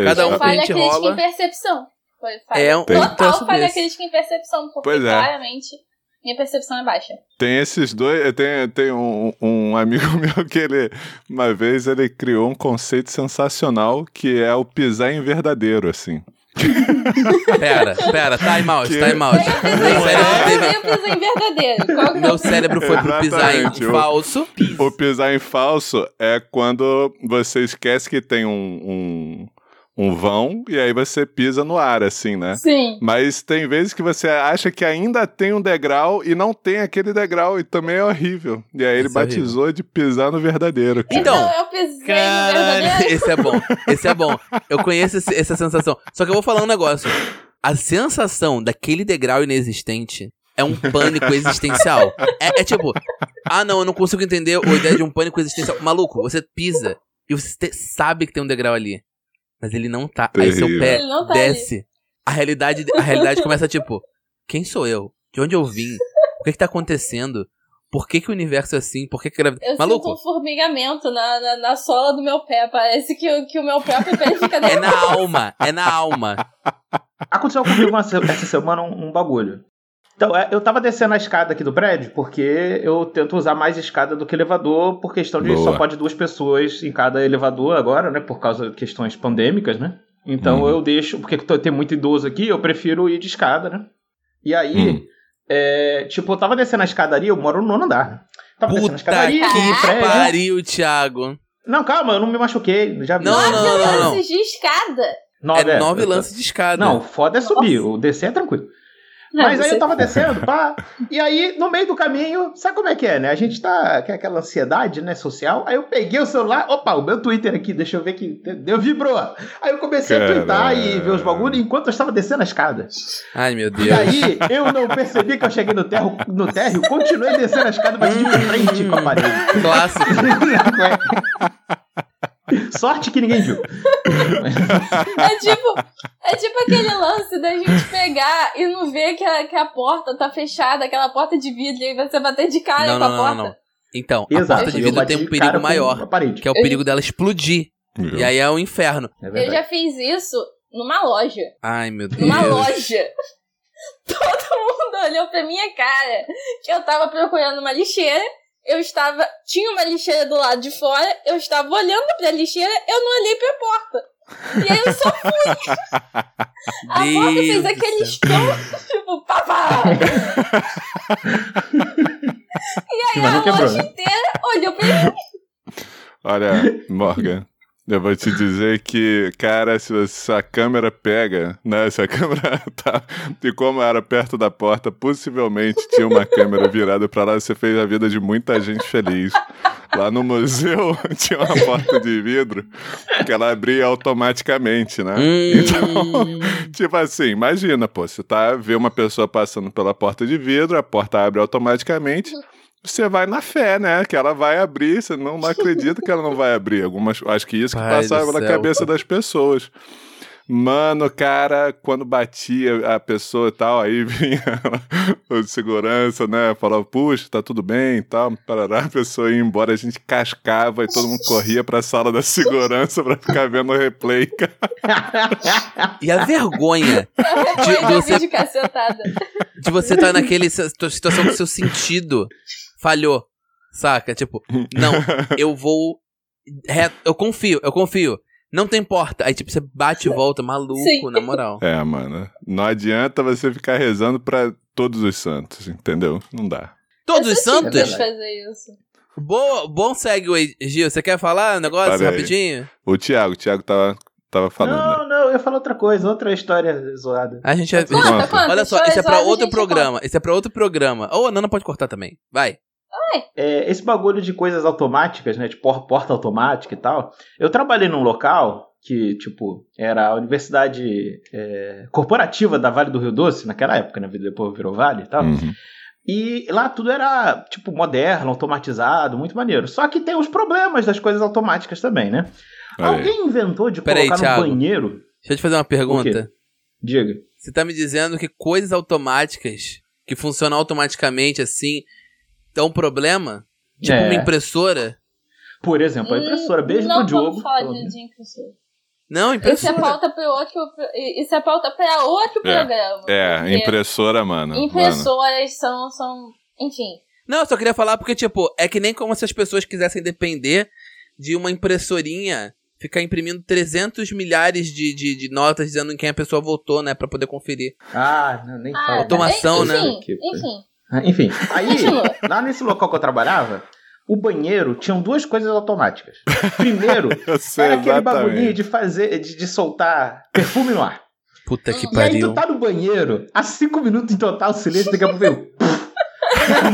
Speaker 4: Cada um
Speaker 3: Foi
Speaker 4: que a
Speaker 3: falha
Speaker 4: gente
Speaker 3: crítica
Speaker 4: rola.
Speaker 3: em percepção. Foi falha.
Speaker 4: É um-
Speaker 2: Tem.
Speaker 4: Tem um
Speaker 3: Total
Speaker 4: troço
Speaker 3: falha
Speaker 4: desse.
Speaker 3: crítica em percepção, porque
Speaker 2: Pois é.
Speaker 3: claramente minha percepção é baixa.
Speaker 2: Tem esses dois. eh, Tem, tem um, um amigo <laughs> meu que ele. Uma vez ele criou um conceito sensacional que é o pisar em verdadeiro, assim.
Speaker 4: Pera, pera, time out,
Speaker 2: Que-
Speaker 4: time
Speaker 3: Eu
Speaker 4: out.
Speaker 3: fiz
Speaker 4: Meu
Speaker 3: em
Speaker 4: cérebro,
Speaker 3: falso, eu fiz um em verdadeiro. Qual que
Speaker 4: teve- meu cérebro foi pro pisar
Speaker 2: Exatamente,
Speaker 4: em
Speaker 2: o-
Speaker 4: falso.
Speaker 2: O pisar em falso é quando você esquece que tem um, um, um vão e aí você pisa no ar, assim, né?
Speaker 3: Sim.
Speaker 2: Mas tem vezes que você acha que ainda tem um degrau e não tem aquele degrau e também é horrível. E aí ele
Speaker 4: Isso é horrível.
Speaker 2: batizou de pisar no verdadeiro. cara.
Speaker 4: Então,
Speaker 3: eu pisei
Speaker 6: Caralho.
Speaker 3: no é verdadeiro.
Speaker 4: <laughs> Esse é bom, esse é bom. Eu conheço esse- essa sensação. Só que eu vou falar um negócio. A sensação daquele degrau inexistente é um pânico existencial. É, é tipo, ah não, eu não consigo entender a ideia de um pânico existencial. Maluco, você pisa e você te- sabe que tem um degrau ali. Mas ele não tá. Aí seu
Speaker 2: Terrível.
Speaker 4: pé
Speaker 3: Ele não tá ali.
Speaker 4: desce. A realidade, a realidade começa tipo, quem sou eu? De onde eu vim? O que que tá acontecendo? Por que que o universo é assim? Por que que... gra-
Speaker 3: Eu
Speaker 4: Maluco,
Speaker 3: sinto um formigamento na, na, na sola do meu pé. Parece que, o- que o meu próprio pé fica
Speaker 4: <laughs> é
Speaker 3: dentro.
Speaker 4: na alma, é na alma.
Speaker 5: Aconteceu comigo uma se- essa semana um, um bagulho. Então, é, eu tava descendo a escada aqui do prédio, porque eu tento usar mais escada do que elevador, por questão de
Speaker 2: Boa.
Speaker 5: só pode duas pessoas em cada elevador agora, né? Por causa de questões pandêmicas, né? Então
Speaker 2: Uhum.
Speaker 5: eu deixo, porque tô- tem muito idoso aqui, eu prefiro ir de escada, né? E aí,
Speaker 2: Uhum.
Speaker 5: é, tipo, eu tava descendo a escadaria, eu moro no nono andar. né? Tava descendo a
Speaker 4: Puta
Speaker 5: escadaria,
Speaker 4: que
Speaker 5: prédio.
Speaker 4: pariu, Thiago.
Speaker 5: Não, calma, eu não me machuquei, já vi.
Speaker 4: Não, não, não, não, não.
Speaker 3: Lances de escada.
Speaker 5: Nove,
Speaker 4: é nove
Speaker 5: eu tô-
Speaker 4: lances de escada.
Speaker 5: Não, o foda é subir, o descer é tranquilo. Mas
Speaker 3: Não,
Speaker 5: aí
Speaker 3: você- tá-
Speaker 5: eu tava descendo, pá. E aí, no meio do caminho, sabe como é que é, né? A gente tá com aquela ansiedade, né, social. Aí eu peguei o celular, opa, o meu Twitter aqui, deixa eu ver que deu, vibrou. Aí eu comecei a twittar
Speaker 2: Caralho.
Speaker 5: e ver os bagulhos enquanto eu estava descendo a escada.
Speaker 4: Ai, meu
Speaker 5: E
Speaker 4: Deus.
Speaker 5: aí, eu não percebi que eu cheguei no térreo, no térreo continuei descendo a escada, bati de frente com a parede. <laughs>
Speaker 4: Clássico.
Speaker 5: Sorte que ninguém viu.
Speaker 3: É tipo, é tipo aquele lance da gente pegar e não ver que a, que a porta tá fechada, aquela porta de vidro, e aí você bater de cara
Speaker 4: Não,
Speaker 3: com
Speaker 4: não,
Speaker 3: a
Speaker 4: não,
Speaker 3: porta.
Speaker 4: não, não. Então, a
Speaker 5: Exato.
Speaker 4: porta de
Speaker 5: eu
Speaker 4: vidro
Speaker 5: bati
Speaker 4: tem um
Speaker 5: de cara
Speaker 4: perigo
Speaker 5: com a
Speaker 4: maior,
Speaker 5: parede.
Speaker 4: que é o
Speaker 3: Eu-
Speaker 4: perigo dela explodir. E aí é o inferno.
Speaker 5: É
Speaker 3: Eu
Speaker 5: verdade.
Speaker 3: já fiz isso numa loja.
Speaker 4: Ai, meu Deus.
Speaker 3: Numa loja. <laughs> Todo mundo olhou pra minha cara. Que eu tava procurando uma lixeira. Eu estava. Tinha uma lixeira do lado de fora. Eu estava olhando pra lixeira. Eu não olhei pra porta. E aí eu só fui. A porta fez
Speaker 4: do
Speaker 3: aquele
Speaker 4: céu.
Speaker 3: estompo. Tipo, papá! E aí
Speaker 5: Mas
Speaker 3: a
Speaker 5: não quebrou,
Speaker 3: loja
Speaker 5: né?
Speaker 3: inteira olhou pra mim.
Speaker 2: Olha, Morgan, eu vou te dizer que, cara, se, você- se a câmera pega, né? Se a <laughs> câmera tá. E como era perto da porta, possivelmente tinha uma câmera virada pra lá, você fez a vida de muita gente feliz. Lá no museu <laughs> tinha uma porta de vidro que ela abria automaticamente, né?
Speaker 5: Então-
Speaker 4: Hum.
Speaker 2: <laughs> Tipo assim, imagina, pô, você tá vê uma pessoa passando pela porta de vidro, a porta abre automaticamente. Você vai na fé, né? Que ela vai abrir, você não acredita que ela não vai abrir. Algumas, acho que isso que
Speaker 4: Pai do
Speaker 2: passava na
Speaker 4: céu.
Speaker 2: cabeça das pessoas. Mano, cara, quando batia a pessoa e tal, aí <laughs> vinha o de segurança, né? Falava, puxa, tá tudo bem e tal. Parará, a pessoa ia embora, a gente cascava e todo mundo corria pra sala da segurança pra ficar vendo o replay, cara.
Speaker 4: E a vergonha
Speaker 3: Foi
Speaker 4: de
Speaker 3: de
Speaker 4: você-
Speaker 3: vídeo cacetada.
Speaker 4: de você estar naquele si- situação que seu sentido falhou, saca? Tipo,
Speaker 2: <laughs>
Speaker 4: não, eu vou reto, eu confio, eu confio. Não tem porta. Aí, tipo, você bate e volta, maluco,
Speaker 3: Sim. <laughs>
Speaker 4: na moral.
Speaker 2: É, mano. Não adianta você ficar rezando pra todos os santos, entendeu? Não dá.
Speaker 4: Todos
Speaker 3: Eu
Speaker 4: os
Speaker 3: sou assim típica
Speaker 4: santos?
Speaker 3: de fazer isso.
Speaker 4: Boa, bom segue, Gil. Você quer falar um negócio
Speaker 2: Fala aí.
Speaker 4: rapidinho?
Speaker 2: O Thiago, o Thiago tava,
Speaker 4: <laughs>
Speaker 2: tava falando. né?
Speaker 4: né?
Speaker 5: Não, não, eu ia falar outra coisa, outra história zoada.
Speaker 4: A gente já.
Speaker 2: Conta,
Speaker 3: Conta, conta.
Speaker 4: Olha só,
Speaker 3: histórias
Speaker 4: isso é pra
Speaker 3: horas a
Speaker 4: outro
Speaker 3: gente
Speaker 4: programa. Isso é pra outro programa. Ou a Nana pode cortar também. Vai.
Speaker 5: É, esse bagulho de coisas automáticas, né? De por- porta automática e tal. Eu trabalhei num local que, tipo, era a universidade é, corporativa da Vale do Rio Doce, naquela época, né? Depois virou Vale e tal.
Speaker 4: Hum.
Speaker 2: Uhum.
Speaker 5: E lá tudo era, tipo, moderno, automatizado, muito maneiro. Só que tem os problemas das coisas automáticas também, né?
Speaker 2: Olha aí.
Speaker 5: Alguém inventou de
Speaker 4: Peraí,
Speaker 5: colocar no
Speaker 4: Thiago.
Speaker 5: banheiro?
Speaker 4: Deixa eu te fazer uma pergunta.
Speaker 5: Diga.
Speaker 4: Você tá me dizendo que coisas automáticas que funcionam automaticamente assim dão problema? Tipo
Speaker 5: É.
Speaker 4: uma impressora?
Speaker 5: Por exemplo, a impressora. Beijo
Speaker 3: Hum, não
Speaker 5: pro Diogo.
Speaker 3: Não vamos falar de impressora. Isso
Speaker 4: Não,
Speaker 3: é
Speaker 4: impressora.
Speaker 3: pauta para outro, isso é pauta para outro
Speaker 2: É,
Speaker 3: programa.
Speaker 2: É, impressora, mano. Mano.
Speaker 3: Impressoras são, são, enfim.
Speaker 5: é-
Speaker 4: Não, eu só queria falar porque, tipo, é que nem como se as pessoas quisessem depender de uma impressorinha ficar imprimindo 300 milhares de, de, de notas dizendo em quem a pessoa votou, né, Pra poder conferir.
Speaker 5: Ah, não, nem
Speaker 3: tá
Speaker 5: fala.
Speaker 4: automação,
Speaker 3: enfim,
Speaker 4: né?
Speaker 5: Que coisa.
Speaker 3: Enfim,
Speaker 5: Enfim, aí,
Speaker 3: Continua.
Speaker 5: lá nesse local que eu trabalhava, o banheiro tinham duas coisas automáticas.
Speaker 2: <laughs>
Speaker 5: Primeiro,
Speaker 2: Eu sei
Speaker 5: era aquele bagulhinho
Speaker 2: exatamente.
Speaker 5: de fazer, de, de soltar perfume no ar.
Speaker 4: Puta que
Speaker 3: E
Speaker 5: E aí
Speaker 4: pariu.
Speaker 5: tu tá no banheiro, há cinco minutos em total silêncio, daqui a pouco veio.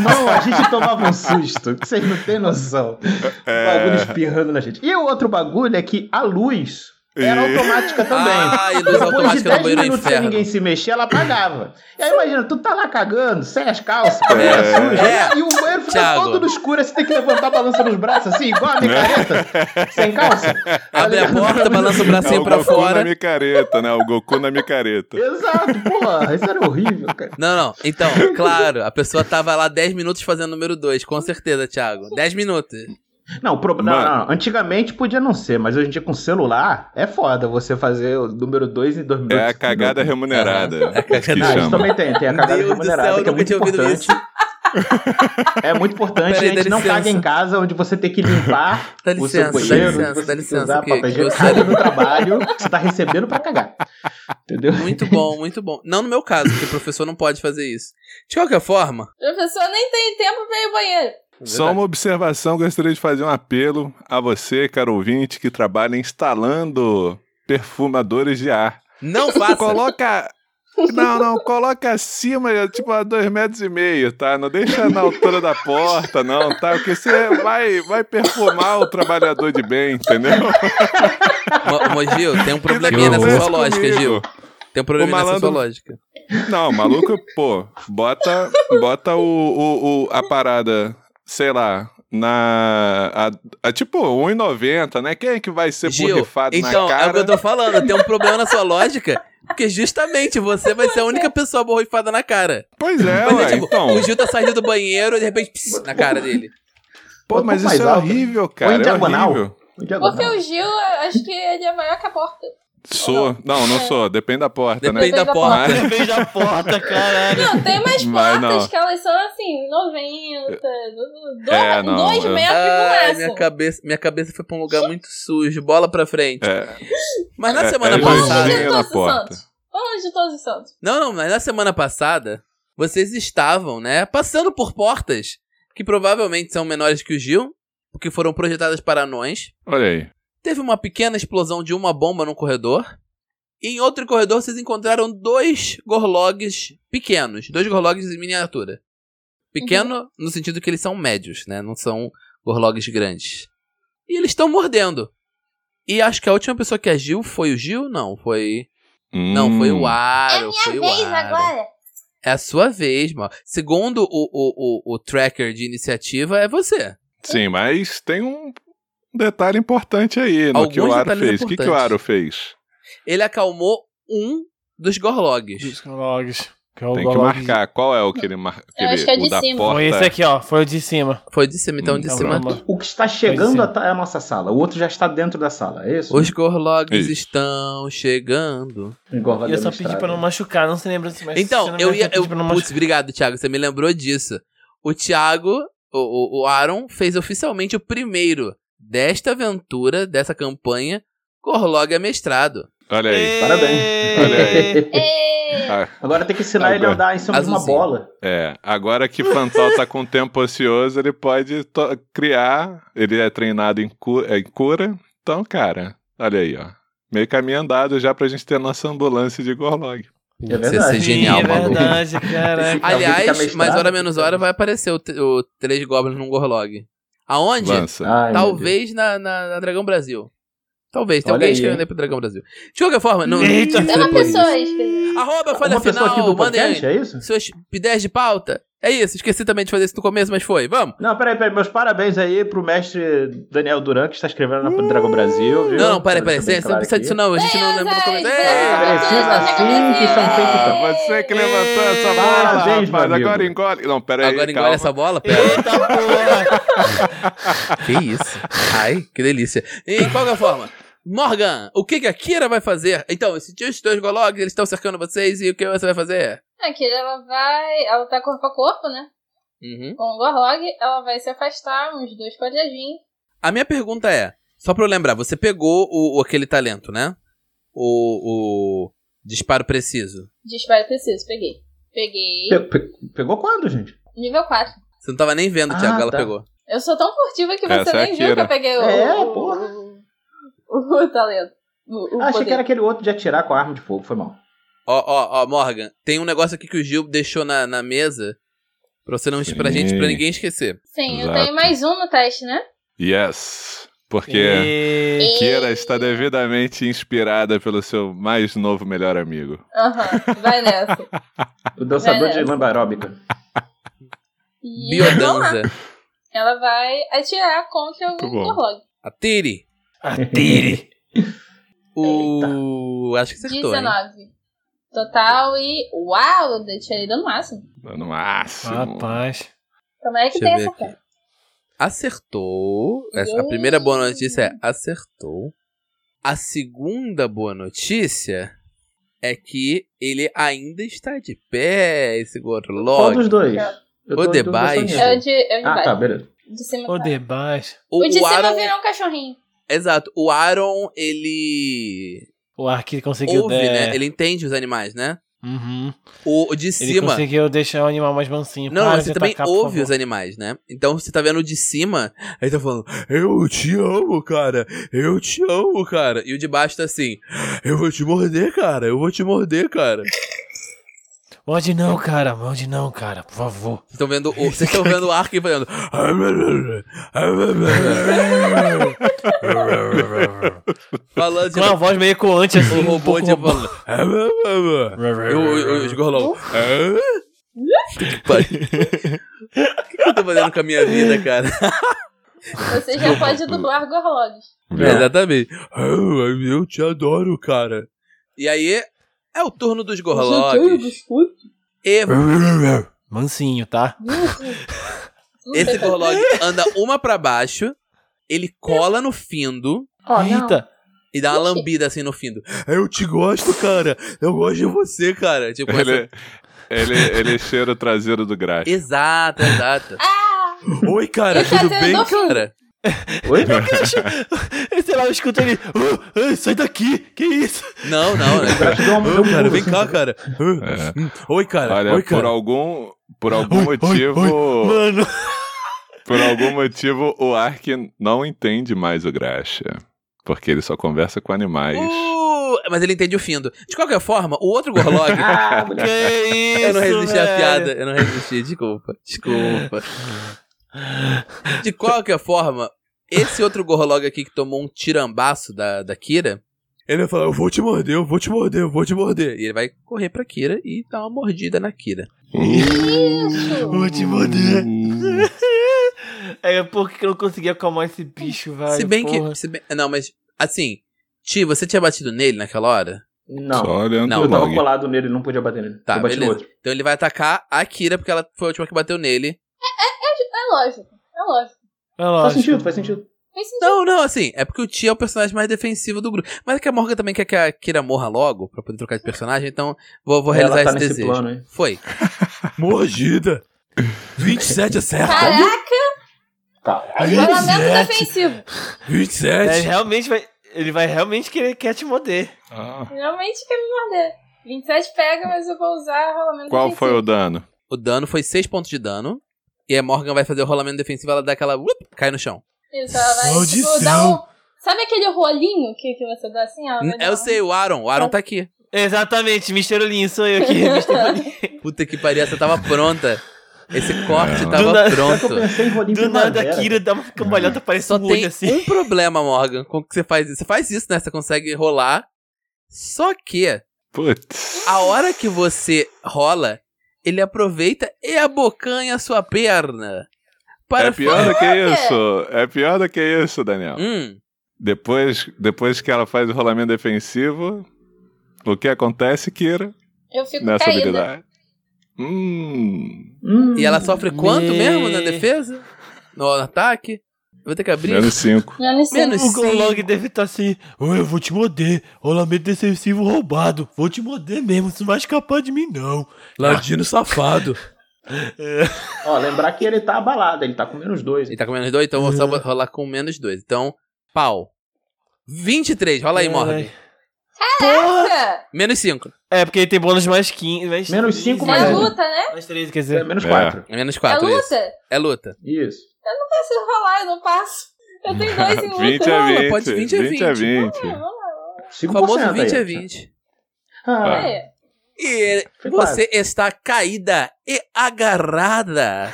Speaker 5: Não, a gente tomava um susto, que vocês não têm noção. O bagulho
Speaker 2: É,
Speaker 5: espirrando na gente. E o outro bagulho é que a luz era
Speaker 2: E-
Speaker 5: automática também.
Speaker 4: Ah, e luz
Speaker 5: Depois de
Speaker 4: automática
Speaker 5: 10
Speaker 4: no banheiro do
Speaker 5: minutos sem
Speaker 4: inferno.
Speaker 5: ninguém se mexer, ela apagava. E aí imagina, tu tá lá cagando, sem as calças,
Speaker 2: É.
Speaker 5: cabelo sujo,
Speaker 4: É.
Speaker 5: e o banheiro fica
Speaker 4: Thiago.
Speaker 5: todo no escuro, aí você tem que levantar a balança nos braços, assim, igual a
Speaker 2: Né?
Speaker 5: micareta, sem calça.
Speaker 4: <laughs> Abre a porta, balança o
Speaker 2: é
Speaker 4: bracinho
Speaker 2: o
Speaker 4: Tá pra
Speaker 2: Goku na
Speaker 4: fora.
Speaker 2: micareta, né? O Goku na micareta.
Speaker 5: Exato, porra, isso era horrível, cara.
Speaker 4: Não, não.
Speaker 5: <laughs>
Speaker 4: Então, claro, a pessoa tava lá 10 minutos fazendo número 2, com certeza, Thiago. 10 minutos.
Speaker 5: Não, o problema.
Speaker 2: Mano.
Speaker 5: Não, não, Antigamente podia não ser, mas hoje em dia com celular é foda você fazer o número 2 em 2 minutos.
Speaker 2: É a cagada remunerada.
Speaker 4: É a cagada-
Speaker 2: que
Speaker 5: Ah, isso
Speaker 2: chama.
Speaker 5: também tem, tem a cagada
Speaker 4: Meu Deus do céu,
Speaker 5: remunerada, que
Speaker 4: nunca
Speaker 5: é muito
Speaker 4: tinha ouvido
Speaker 5: importante. É muito importante,
Speaker 4: Peraí,
Speaker 5: gente,
Speaker 4: dá
Speaker 5: não
Speaker 4: licença.
Speaker 5: caga em casa, onde você tem que limpar
Speaker 4: Dá
Speaker 5: o seu
Speaker 4: licença, dá licença,
Speaker 5: banheiro, você
Speaker 4: dá
Speaker 5: tem que
Speaker 4: licença.
Speaker 5: usar
Speaker 4: Que,
Speaker 5: papel
Speaker 4: que eu
Speaker 5: higiênico no trabalho, que você tá recebendo pra cagar. Entendeu?
Speaker 4: Muito bom, muito bom. Não no meu caso, porque o professor não pode fazer isso. De qualquer forma,
Speaker 3: o professor nem tem tempo para ir ao banheiro.
Speaker 4: É
Speaker 5: é
Speaker 2: Só uma observação, gostaria de fazer um apelo a você, caro ouvinte, que trabalha instalando perfumadores de ar.
Speaker 4: não faça.
Speaker 2: Coloca. Não, não, coloca acima, tipo, a dois metros e meio, tá? Não deixa na altura da porta, não, tá? Porque você vai, vai perfumar o trabalhador de bem, entendeu?
Speaker 4: Mo- Mo, Gil, tem um probleminha
Speaker 2: Isso
Speaker 4: nessa
Speaker 2: acontece
Speaker 4: sua lógica,
Speaker 2: comigo.
Speaker 4: Gil. Tem um probleminha
Speaker 2: O
Speaker 4: nessa
Speaker 2: malandro-
Speaker 4: sua lógica.
Speaker 2: Não, maluco, pô, bota, bota o, o- o- a parada, sei lá, na. A, a, tipo, 1,90, né? Quem é que vai ser
Speaker 4: Gil,
Speaker 2: borrifado
Speaker 4: então,
Speaker 2: na
Speaker 4: é o que
Speaker 2: cara?
Speaker 4: eu tô falando. Tem um problema na sua lógica, porque justamente você vai ser a única pessoa borrifada na cara.
Speaker 2: Pois é,
Speaker 4: Mas
Speaker 2: ué,
Speaker 4: é tipo,
Speaker 2: então.
Speaker 4: o Gil tá saindo do banheiro e de repente, pss, na cara dele.
Speaker 2: Pô, mas
Speaker 5: Bota um
Speaker 2: isso é
Speaker 5: mais alto.
Speaker 2: horrível,
Speaker 5: Ou
Speaker 2: cara.
Speaker 5: em
Speaker 2: É
Speaker 5: diagonal.
Speaker 2: horrível.
Speaker 5: Diagonal.
Speaker 3: Porque o Gil, eu acho que ele é maior que a porta.
Speaker 2: Sou. Não, não sou. Depende da porta, né?
Speaker 4: Depende da
Speaker 3: É. da
Speaker 4: porta.
Speaker 2: Mas-
Speaker 6: Vejo a porta, caralho.
Speaker 3: Não, tem umas
Speaker 2: <laughs> Mas não.
Speaker 3: portas que elas são assim, 90, do-
Speaker 2: <laughs>
Speaker 3: do-
Speaker 2: É, não,
Speaker 3: dois
Speaker 2: é.
Speaker 3: metros
Speaker 4: Ai,
Speaker 3: e
Speaker 4: minha
Speaker 3: começa.
Speaker 4: cabeça, minha cabeça foi pra um lugar muito sujo. Bola pra frente.
Speaker 2: É,
Speaker 4: Mas na
Speaker 2: é,
Speaker 4: semana
Speaker 2: é
Speaker 4: passada.
Speaker 2: luzinha na
Speaker 3: Nossa,
Speaker 2: porta.
Speaker 3: Santos. Falando de todos os santos.
Speaker 4: Não, não, mas na semana passada, vocês estavam, né, passando por portas que provavelmente são menores que o Gil, porque foram projetadas para anões.
Speaker 2: Olha aí.
Speaker 4: Teve uma pequena explosão de uma bomba num corredor. E em outro corredor vocês encontraram dois gorlogs pequenos, dois gorlogs em miniatura. Pequeno no sentido que eles são médios, né? Não são gorlogs grandes. E eles estão mordendo. E acho que a última pessoa que agiu foi o Gil? Não, foi. Não, foi
Speaker 2: Hum,
Speaker 4: o
Speaker 3: É
Speaker 4: Aro. foi o Aro. <laughs> É a sua vez, mal. Segundo o, o, o, o tracker de iniciativa, é você.
Speaker 2: Sim, mas tem um detalhe importante aí no que o
Speaker 4: Alguns
Speaker 2: Aro
Speaker 4: detalhes
Speaker 2: fez. O que, que o
Speaker 4: importantes.
Speaker 2: Aro fez?
Speaker 4: Ele acalmou um dos gorlogs.
Speaker 1: Dos Gologs. Que é o
Speaker 2: Tem que
Speaker 1: Golog-
Speaker 2: marcar. Qual é o que ele marca?
Speaker 3: Eu acho que é de
Speaker 2: o da
Speaker 3: cima.
Speaker 2: porta.
Speaker 1: Foi esse aqui, ó. Foi o de cima.
Speaker 4: Foi de cima, então, de
Speaker 1: Então,
Speaker 4: cima.
Speaker 1: vamos lá.
Speaker 5: O que está chegando
Speaker 1: Pois é.
Speaker 5: até a nossa sala. O outro já está dentro da sala, é isso?
Speaker 4: Os gorlogs
Speaker 2: Isso.
Speaker 4: estão chegando.
Speaker 5: Igual vai
Speaker 1: E eu só
Speaker 5: demonstrar,
Speaker 1: pedi pra não
Speaker 5: né?
Speaker 1: machucar, não se lembra se mas se
Speaker 4: Então,
Speaker 1: não
Speaker 4: eu
Speaker 1: me
Speaker 4: ia.
Speaker 1: lembro,
Speaker 4: Eu,
Speaker 1: pedi pra não
Speaker 4: putz,
Speaker 1: machucar.
Speaker 4: obrigado, Thiago. Você me lembrou disso. O Thiago, o, o, o Aaron, fez oficialmente o primeiro desta aventura, dessa campanha, Gorlog amestrado.
Speaker 2: Olha aí.
Speaker 5: Parabéns.
Speaker 2: Olha aí.
Speaker 1: É.
Speaker 3: Ei,
Speaker 2: Ah,
Speaker 5: Agora tem que ensinar ele a
Speaker 2: Agora.
Speaker 5: andar em cima de uma
Speaker 4: Azulzinho.
Speaker 5: bola.
Speaker 2: É, agora que Fantal tá com tempo ocioso, ele pode to- criar. Ele é treinado em, cu- é, em cura. Então, cara, olha aí, ó. Meio caminho andado já pra gente ter nossa ambulância de Gorlog.
Speaker 5: É
Speaker 4: Você
Speaker 5: verdade.
Speaker 4: é genial,
Speaker 1: Sim, é
Speaker 4: maluco.
Speaker 1: verdade, caraca.
Speaker 5: Talvez fique
Speaker 4: Aliás,
Speaker 5: é amestrado.
Speaker 4: mais hora menos hora vai aparecer o, t- o Três Goblins num Gorlog. Aonde?
Speaker 2: Lança.
Speaker 5: Ai, meu Deus.
Speaker 4: Talvez na, na- na Dragão Brasil. Talvez, tem
Speaker 5: Olha
Speaker 4: alguém
Speaker 5: aí,
Speaker 4: escrevendo
Speaker 5: hein?
Speaker 4: pro Dragão Brasil. De qualquer forma, não.
Speaker 1: Eita,
Speaker 3: é uma
Speaker 4: Depois disso.
Speaker 3: pessoa esquisita.
Speaker 4: Arroba falha
Speaker 5: Uma pessoa aqui
Speaker 4: final,
Speaker 5: do
Speaker 4: mandem
Speaker 5: podcast, é isso?
Speaker 4: suas ideias de pauta. É isso, esqueci também de fazer isso no começo, mas foi. Vamos!
Speaker 5: Não, peraí, peraí. Meus parabéns aí pro mestre Daniel Duran, que está escrevendo na Dragon Brasil. Viu?
Speaker 4: Não, não, peraí, peraí.
Speaker 5: Deixa
Speaker 4: Você
Speaker 5: bem
Speaker 4: você não
Speaker 5: claro
Speaker 4: precisa
Speaker 5: aqui.
Speaker 4: disso, não. A gente não lembra do começo. É,
Speaker 3: Deus,
Speaker 4: Ei!
Speaker 3: Deus.
Speaker 5: É, Precisa assim que são feitos
Speaker 2: Ah,
Speaker 5: também.
Speaker 2: Você que levantou essa bola,
Speaker 5: Parabéns,
Speaker 2: rapaz.
Speaker 5: meu amigo.
Speaker 2: Agora engole. Não, peraí.
Speaker 4: Agora engole
Speaker 2: calma.
Speaker 4: essa bola? Pera.
Speaker 1: Eita porra!
Speaker 4: que isso? Ai, que delícia. E, de qualquer forma, Morgan, o que, que a Kira vai fazer? Então, esses os dois Gologs, eles estão cercando vocês e o que você vai fazer?
Speaker 3: Aqui ela vai. Ela tá corpo a corpo, né?
Speaker 4: Uhum.
Speaker 3: Com o Gorlog, ela vai se afastar uns dois quadradinhos.
Speaker 4: A minha pergunta é, só pra eu lembrar, você pegou o, o- aquele talento, né? O, o disparo preciso.
Speaker 3: Disparo preciso, peguei. Peguei.
Speaker 5: Pe- pe- Pegou quando, gente?
Speaker 3: Nível 4.
Speaker 4: Você não tava nem vendo,
Speaker 5: Ah,
Speaker 4: Thiago, ela
Speaker 5: tá.
Speaker 4: pegou.
Speaker 3: Eu sou tão furtiva que
Speaker 2: Essa
Speaker 3: você
Speaker 2: é a
Speaker 3: nem viu que
Speaker 2: Kira.
Speaker 3: eu peguei o.
Speaker 5: É,
Speaker 3: o-
Speaker 5: porra.
Speaker 3: O, o talento. O, o
Speaker 5: Ah, achei
Speaker 3: poder.
Speaker 5: que era aquele outro de atirar com a arma de fogo, foi mal.
Speaker 4: Ó, ó, ó, Morgan, tem um negócio aqui que o Gil deixou na, na mesa pra você não pra
Speaker 2: Sim.
Speaker 4: gente, pra ninguém esquecer.
Speaker 3: Sim, eu
Speaker 2: Exato.
Speaker 3: tenho mais um no teste, né?
Speaker 2: Yes. Porque
Speaker 1: E...
Speaker 2: Kira está devidamente inspirada pelo seu mais novo melhor amigo.
Speaker 3: Aham, vai
Speaker 4: <laughs>
Speaker 3: nessa.
Speaker 5: O dançador de
Speaker 3: Beleza.
Speaker 5: lamba aeróbica.
Speaker 3: E vamos lá.
Speaker 5: <laughs>
Speaker 4: Biodanza.
Speaker 3: Ela vai atirar contra o
Speaker 2: Muito bom.
Speaker 3: Gorlog.
Speaker 4: Atire.
Speaker 1: Atire!
Speaker 4: O. Acho que acertou. hein?
Speaker 3: 19. Total e. Uau! eu Tirei dano máximo.
Speaker 2: No
Speaker 4: é
Speaker 2: máximo.
Speaker 1: Rapaz.
Speaker 3: Como é que
Speaker 4: Deixa eu
Speaker 3: tem
Speaker 4: ver
Speaker 3: essa
Speaker 4: aqui.
Speaker 3: cara?
Speaker 4: Acertou. Essa- A
Speaker 3: Yay.
Speaker 4: primeira boa notícia é acertou. A segunda boa notícia é que ele ainda está de pé, esse
Speaker 5: Qual dos
Speaker 4: Gorlog.
Speaker 5: dois?
Speaker 3: É.
Speaker 5: Eu
Speaker 4: O
Speaker 5: tô em dúvida
Speaker 4: Debais.
Speaker 5: sobre isso.
Speaker 3: É o de, é o de
Speaker 5: Ah, tá,
Speaker 3: baixo.
Speaker 5: beleza.
Speaker 3: De cima.
Speaker 1: O debaixo.
Speaker 4: O,
Speaker 3: O de
Speaker 4: o
Speaker 3: cima
Speaker 4: Aaron.
Speaker 3: virou um cachorrinho.
Speaker 4: Exato. O Aaron, ele.
Speaker 1: O Ark conseguiu...
Speaker 4: Ouve,
Speaker 1: é,
Speaker 4: né? Ele entende os animais, né?
Speaker 1: Uhum.
Speaker 4: O, o de
Speaker 1: Ele
Speaker 4: cima.
Speaker 1: conseguiu deixar o animal mais mansinho.
Speaker 4: Não,
Speaker 1: Para
Speaker 4: você
Speaker 1: de
Speaker 4: também
Speaker 1: atacar, por
Speaker 4: ouve os
Speaker 1: favor.
Speaker 4: animais, né? Então você tá vendo de cima, aí tá falando, eu te amo, cara, eu te amo, cara. E o de baixo tá assim, eu vou te morder, cara, eu vou te morder, cara.
Speaker 1: Morde não, cara. Morde não, cara. Por favor.
Speaker 4: Vocês estão vendo, o- vocês estão vendo o Ark falando. falando de
Speaker 1: Com uma voz meio ecoante, assim.
Speaker 4: <laughs> o
Speaker 1: um
Speaker 4: robô
Speaker 1: pouco
Speaker 4: de falando. Eu, eu,
Speaker 1: <laughs>
Speaker 4: eu esgolou.
Speaker 2: É?
Speaker 4: Que pariu. O que que eu tô fazendo com a minha vida, cara?
Speaker 3: Você já pode dublar Gorlogs.
Speaker 4: É, exatamente. Oh, eu te adoro, cara. E aí, é o turno dos Gorlogs. E
Speaker 1: Mansinho, tá?
Speaker 4: esse Gorlog anda uma pra baixo, ele cola no findo
Speaker 3: Ó, não.
Speaker 1: Eita. <laughs>
Speaker 4: e dá uma lambida assim no findo. Eu te gosto, cara. Eu gosto de você, cara. Tipo, essa-
Speaker 2: Ele, é- ele, ele cheira o traseiro do graxa.
Speaker 4: Exato, exato. Oi,
Speaker 3: Ah!
Speaker 4: cara,
Speaker 3: Ele tá
Speaker 4: tudo
Speaker 3: sendo
Speaker 4: bem,
Speaker 3: do fim.
Speaker 4: cara?
Speaker 5: Oi?
Speaker 1: Sei lá, eu escuto ele. "Ah, ah, sai daqui. Que isso?
Speaker 4: Não, não, né?
Speaker 5: Acho que é um- é um
Speaker 4: Ô, cara,
Speaker 5: pulo,
Speaker 4: vem
Speaker 5: assim.
Speaker 4: cá, cara.
Speaker 2: É.
Speaker 4: Hum, Oi, cara.
Speaker 2: Olha,
Speaker 4: Oi,
Speaker 2: por
Speaker 4: cara.
Speaker 2: algum, por
Speaker 1: Oi,
Speaker 2: algum
Speaker 1: oi,
Speaker 2: motivo,
Speaker 1: Mano.
Speaker 4: <laughs>
Speaker 2: por algum motivo, o Ark não entende mais o graxa, porque ele só conversa com animais.
Speaker 4: Uh, mas ele entende o findo. De qualquer forma, o outro Gorlog
Speaker 3: <laughs>
Speaker 5: Ah,
Speaker 4: <laughs>
Speaker 5: mulher.
Speaker 1: Que isso,
Speaker 4: Eu não resisti à
Speaker 1: velho?
Speaker 4: piada, eu não resisti, desculpa, desculpa. De qualquer forma, esse outro Gorlog aqui que tomou um tirambaço da, da Kira, ele vai falar, eu vou te morder, eu vou te morder, eu vou te morder. E ele vai correr pra Kira e dar uma mordida na Kira.
Speaker 2: Uh.
Speaker 1: Vou te morder. É porque eu não consegui acalmar esse bicho, velho.
Speaker 4: se bem
Speaker 1: porra.
Speaker 4: que... se bem- não, mas, assim, Ti, você tinha batido nele naquela hora?
Speaker 5: Não.
Speaker 2: Só olhando
Speaker 4: Não,
Speaker 2: o
Speaker 5: eu tava
Speaker 2: dog.
Speaker 5: colado nele, não podia bater nele.
Speaker 4: Tá,
Speaker 5: eu bati no
Speaker 4: beleza.
Speaker 5: outro.
Speaker 4: Então ele vai atacar a Kira, porque ela foi a última que bateu nele.
Speaker 3: É lógico, é lógico.
Speaker 1: É
Speaker 5: Faz
Speaker 1: lógico.
Speaker 5: sentido, faz sentido.
Speaker 3: Faz sentido.
Speaker 4: Não, não, assim, é porque o Ti é o personagem mais defensivo do grupo. Mas é que a Morgan também quer que a Kira morra logo, pra poder trocar de personagem, então vou, vou realizar
Speaker 5: É. Ela tá
Speaker 4: esse
Speaker 5: nesse
Speaker 4: desejo.
Speaker 5: plano, hein?
Speaker 4: Foi.
Speaker 7: Morgida! 27 acerta!
Speaker 3: Caraca,
Speaker 5: Tá.
Speaker 7: 27!
Speaker 3: parlamento defensivo.
Speaker 7: 27!
Speaker 1: É,
Speaker 5: É.
Speaker 6: Ele realmente vai. Ele vai realmente querer quer te morder.
Speaker 2: Ah.
Speaker 3: Realmente quer me morder. 27 pega, mas eu vou usar rolamento
Speaker 2: Qual foi o dano?
Speaker 4: O dano foi 6 pontos de dano. E a Morgan vai fazer o rolamento defensivo, ela dá aquela. Uip, cai no chão.
Speaker 3: Isso, ela vai tipo,
Speaker 7: Maldição.
Speaker 3: dar um... Sabe aquele rolinho que, que você dá assim? Ela vai
Speaker 4: N-
Speaker 3: dar
Speaker 4: Eu
Speaker 3: um-
Speaker 4: sei, o Aaron. O Aaron tá aqui.
Speaker 6: Exatamente, Mr. Olin, sou
Speaker 1: <laughs>
Speaker 6: eu aqui. Mr. Olin.
Speaker 4: Puta que pariu, essa tava pronta. Esse corte tava
Speaker 6: Do nada-
Speaker 5: Eu
Speaker 4: pronto.
Speaker 5: pensei em rolinho
Speaker 6: Do nada
Speaker 5: primavera.
Speaker 6: a
Speaker 4: né?
Speaker 6: Kira dá uma cambalhota, parece
Speaker 4: Só
Speaker 6: um
Speaker 4: tem
Speaker 6: olho assim.
Speaker 4: um problema, Morgan, com que você faz isso. Você faz isso, né? Você consegue rolar. Só que
Speaker 2: Putz.
Speaker 4: a hora que você rola, ele aproveita e abocanha a sua perna. Para
Speaker 2: É pior
Speaker 4: fora.
Speaker 2: do que isso. É pior do que isso, Daniel.
Speaker 4: <laughs> Hum,
Speaker 2: Depois, depois que ela faz o rolamento defensivo, o que acontece, Kira,
Speaker 3: Eu fico
Speaker 2: nessa
Speaker 3: caída.
Speaker 2: habilidade? Hum.
Speaker 5: Hum,
Speaker 4: e ela sofre quanto
Speaker 6: Me-
Speaker 4: mesmo na defesa? No ataque? Vou ter que abrir.
Speaker 2: Menos 5.
Speaker 3: Menos cinco.
Speaker 4: Menos
Speaker 6: O Golog
Speaker 4: cinco.
Speaker 6: deve estar assim. "Ô, eu vou te morder. Rolamento defensivo roubado. Vou te morder mesmo. Você não vai escapar de mim, não.
Speaker 7: <laughs> Ladino safado!
Speaker 5: Ó, lembrar que ele tá abalado, ele tá com menos dois.
Speaker 4: Ele tá com menos 2, então eu vou só
Speaker 7: Hum.
Speaker 4: bo- rolar com menos 2. Então, pau. 23, rola aí, Morgan.
Speaker 3: Caraca,
Speaker 4: Menos 5.
Speaker 6: É, porque ele tem bônus mais 15. Mais
Speaker 5: Menos cinco,
Speaker 3: É
Speaker 5: mais
Speaker 3: a
Speaker 5: um.
Speaker 3: luta, né?
Speaker 6: Mais 13, quer
Speaker 5: É
Speaker 6: dizer.
Speaker 5: menos
Speaker 2: É.
Speaker 5: quatro.
Speaker 4: É menos
Speaker 3: É
Speaker 4: 4, isso.
Speaker 3: luta.
Speaker 4: É luta.
Speaker 5: Isso.
Speaker 3: Se eu rolar, eu não passo. Eu tenho
Speaker 2: <laughs>
Speaker 3: dois em um. luta.
Speaker 2: 20 a
Speaker 4: Rola,
Speaker 2: 20.
Speaker 4: pode 20 a
Speaker 2: 20 a 20.
Speaker 3: Ah, vamos lá.
Speaker 4: O
Speaker 5: 5%
Speaker 4: famoso 20
Speaker 5: aí.
Speaker 4: a 20.
Speaker 5: Ah,
Speaker 2: Vai.
Speaker 3: Aí.
Speaker 4: E
Speaker 5: Foi
Speaker 4: você está caída e agarrada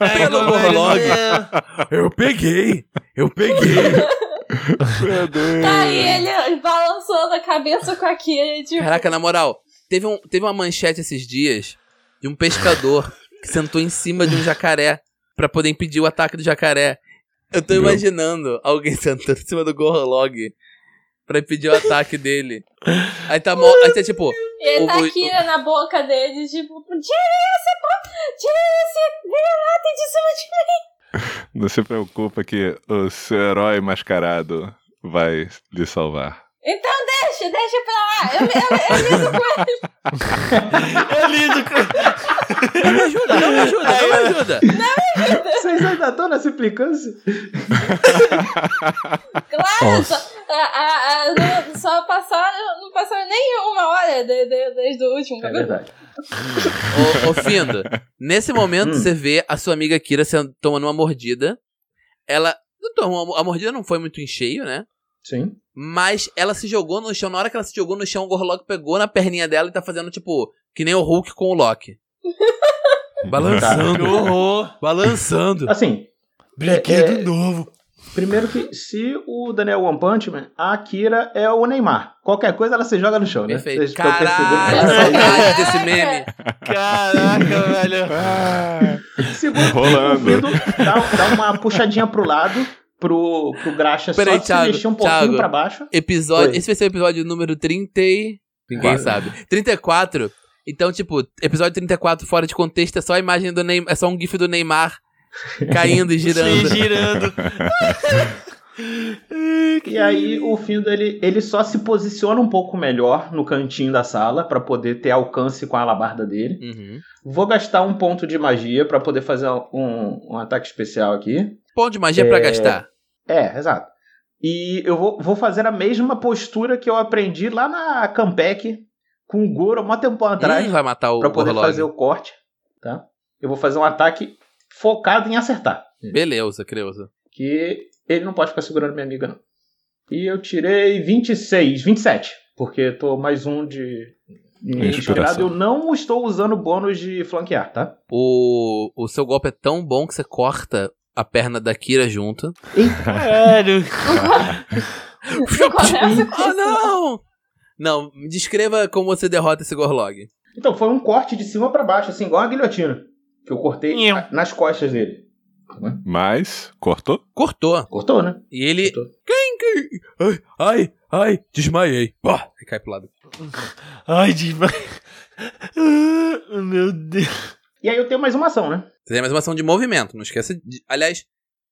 Speaker 5: É,
Speaker 6: <laughs>
Speaker 4: pelo Gorlog.
Speaker 7: Eu peguei! Eu peguei!
Speaker 2: Meu Deus.
Speaker 3: Tá aí ele balançando a cabeça com a Kira, tipo...
Speaker 4: Caraca, na moral, teve, um, teve uma manchete esses dias de um pescador que sentou em cima de um jacaré pra poder impedir o ataque do jacaré. Eu tô
Speaker 2: Meu.
Speaker 4: imaginando alguém <laughs> sentando em cima do Gorlog pra impedir o ataque dele. Aí tá mó. Aí tá tipo,
Speaker 3: E ele tá
Speaker 4: O- o-
Speaker 3: aqui na boca dele, tipo, tira esse pô, tira esse granata de cima de mim.
Speaker 2: Não se preocupa que o seu herói mascarado vai lhe salvar.
Speaker 3: Então deixa, deixa pra lá. Eu, eu,
Speaker 6: Eu
Speaker 3: eu lido com ele.
Speaker 6: lido com.
Speaker 4: não me ajuda, não me ajuda, não me ajuda.
Speaker 5: Vocês ainda estão nessa implicância?
Speaker 3: Claro, só, a- a- a- não- só passaram, não passaram nem uma hora de- de- desde o último, tá
Speaker 5: É
Speaker 3: vendo?
Speaker 5: verdade.
Speaker 4: Ô, ô Findo, nesse momento
Speaker 5: Hum.
Speaker 4: você vê a sua amiga Kira sendo- tomando uma mordida. Ela. não tomou- A mordida não foi muito em cheio, né?
Speaker 5: Sim.
Speaker 4: Mas ela se jogou no chão. Na hora que ela se jogou no chão, o Gorlok pegou na perninha dela e tá fazendo, tipo, que nem o Hulk com o Loki.
Speaker 7: Balançando!
Speaker 6: Horror.
Speaker 7: Balançando!
Speaker 5: Assim,
Speaker 7: Brinquedo
Speaker 5: É.
Speaker 7: novo!
Speaker 5: primeiro que se o Daniel One Punch Man, a Akira é o Neymar. Qualquer coisa ela se joga no chão, né?
Speaker 4: Perfeito.
Speaker 5: Vocês estão percebendo?
Speaker 4: Caralho, saudade desse meme.
Speaker 6: Caraca, velho.
Speaker 2: Ah,
Speaker 5: Segundo,
Speaker 2: Rolando.
Speaker 5: o Findo dá, dá uma puxadinha pro lado, pro, pro graxa
Speaker 4: Peraí,
Speaker 5: só
Speaker 4: Thiago,
Speaker 5: se mexer um pouquinho
Speaker 4: Thiago.
Speaker 5: pra baixo.
Speaker 4: Episódio.
Speaker 5: Oi.
Speaker 4: Esse vai ser o episódio número 30. e- Ninguém
Speaker 5: Quatro.
Speaker 4: sabe. 34. Então, tipo, episódio 34 fora de contexto é só a imagem do Neymar. É só um GIF do Neymar
Speaker 5: <laughs>
Speaker 4: caindo e
Speaker 6: Se
Speaker 4: girando.
Speaker 6: girando.
Speaker 5: E aí o Findo, ele, ele só se posiciona um pouco melhor no cantinho da sala pra poder ter alcance com a alabarda dele.
Speaker 4: Uhum.
Speaker 5: Vou gastar um ponto de magia pra poder fazer um, um ataque especial aqui.
Speaker 4: Ponto de magia pra
Speaker 5: É.
Speaker 4: gastar.
Speaker 5: É, exato. E eu vou, vou fazer a mesma postura que eu aprendi lá na Campec com o Goro há mó tempo atrás,
Speaker 4: Hum, vai matar o
Speaker 5: Pra poder
Speaker 4: Gorlog.
Speaker 5: fazer o corte, tá? Eu vou fazer um ataque focado em acertar,
Speaker 4: Beleza, Creuza.
Speaker 5: que ele não pode ficar segurando minha amiga não. E eu tirei 26, 27, porque eu tô mais um de de inspirado,
Speaker 2: Inspiração.
Speaker 5: eu não estou usando bônus de flanquear, tá?
Speaker 4: O, o seu golpe é tão bom que você corta a perna da Kira junto.
Speaker 3: <laughs>
Speaker 6: Caralho.
Speaker 3: Não começa com
Speaker 4: Ah,
Speaker 3: isso.
Speaker 4: não! Não, me descreva como você derrota esse Gorlog.
Speaker 5: Então, foi um corte de cima pra baixo, assim, igual uma guilhotina. Que eu cortei
Speaker 6: Nham.
Speaker 5: a- nas costas dele.
Speaker 2: Mas, cortou?
Speaker 4: Cortou.
Speaker 5: Cortou, né?
Speaker 4: E ele
Speaker 5: Cortou.
Speaker 4: clim,
Speaker 7: que. Ai, ai, ai, desmaiei. Pá, e cai pro lado.
Speaker 6: Ai, Diva. Ah, <laughs> Meu Deus.
Speaker 5: E aí eu tenho mais uma ação, né?
Speaker 4: Você tem é mais uma ação de movimento, não esqueça. De... Aliás,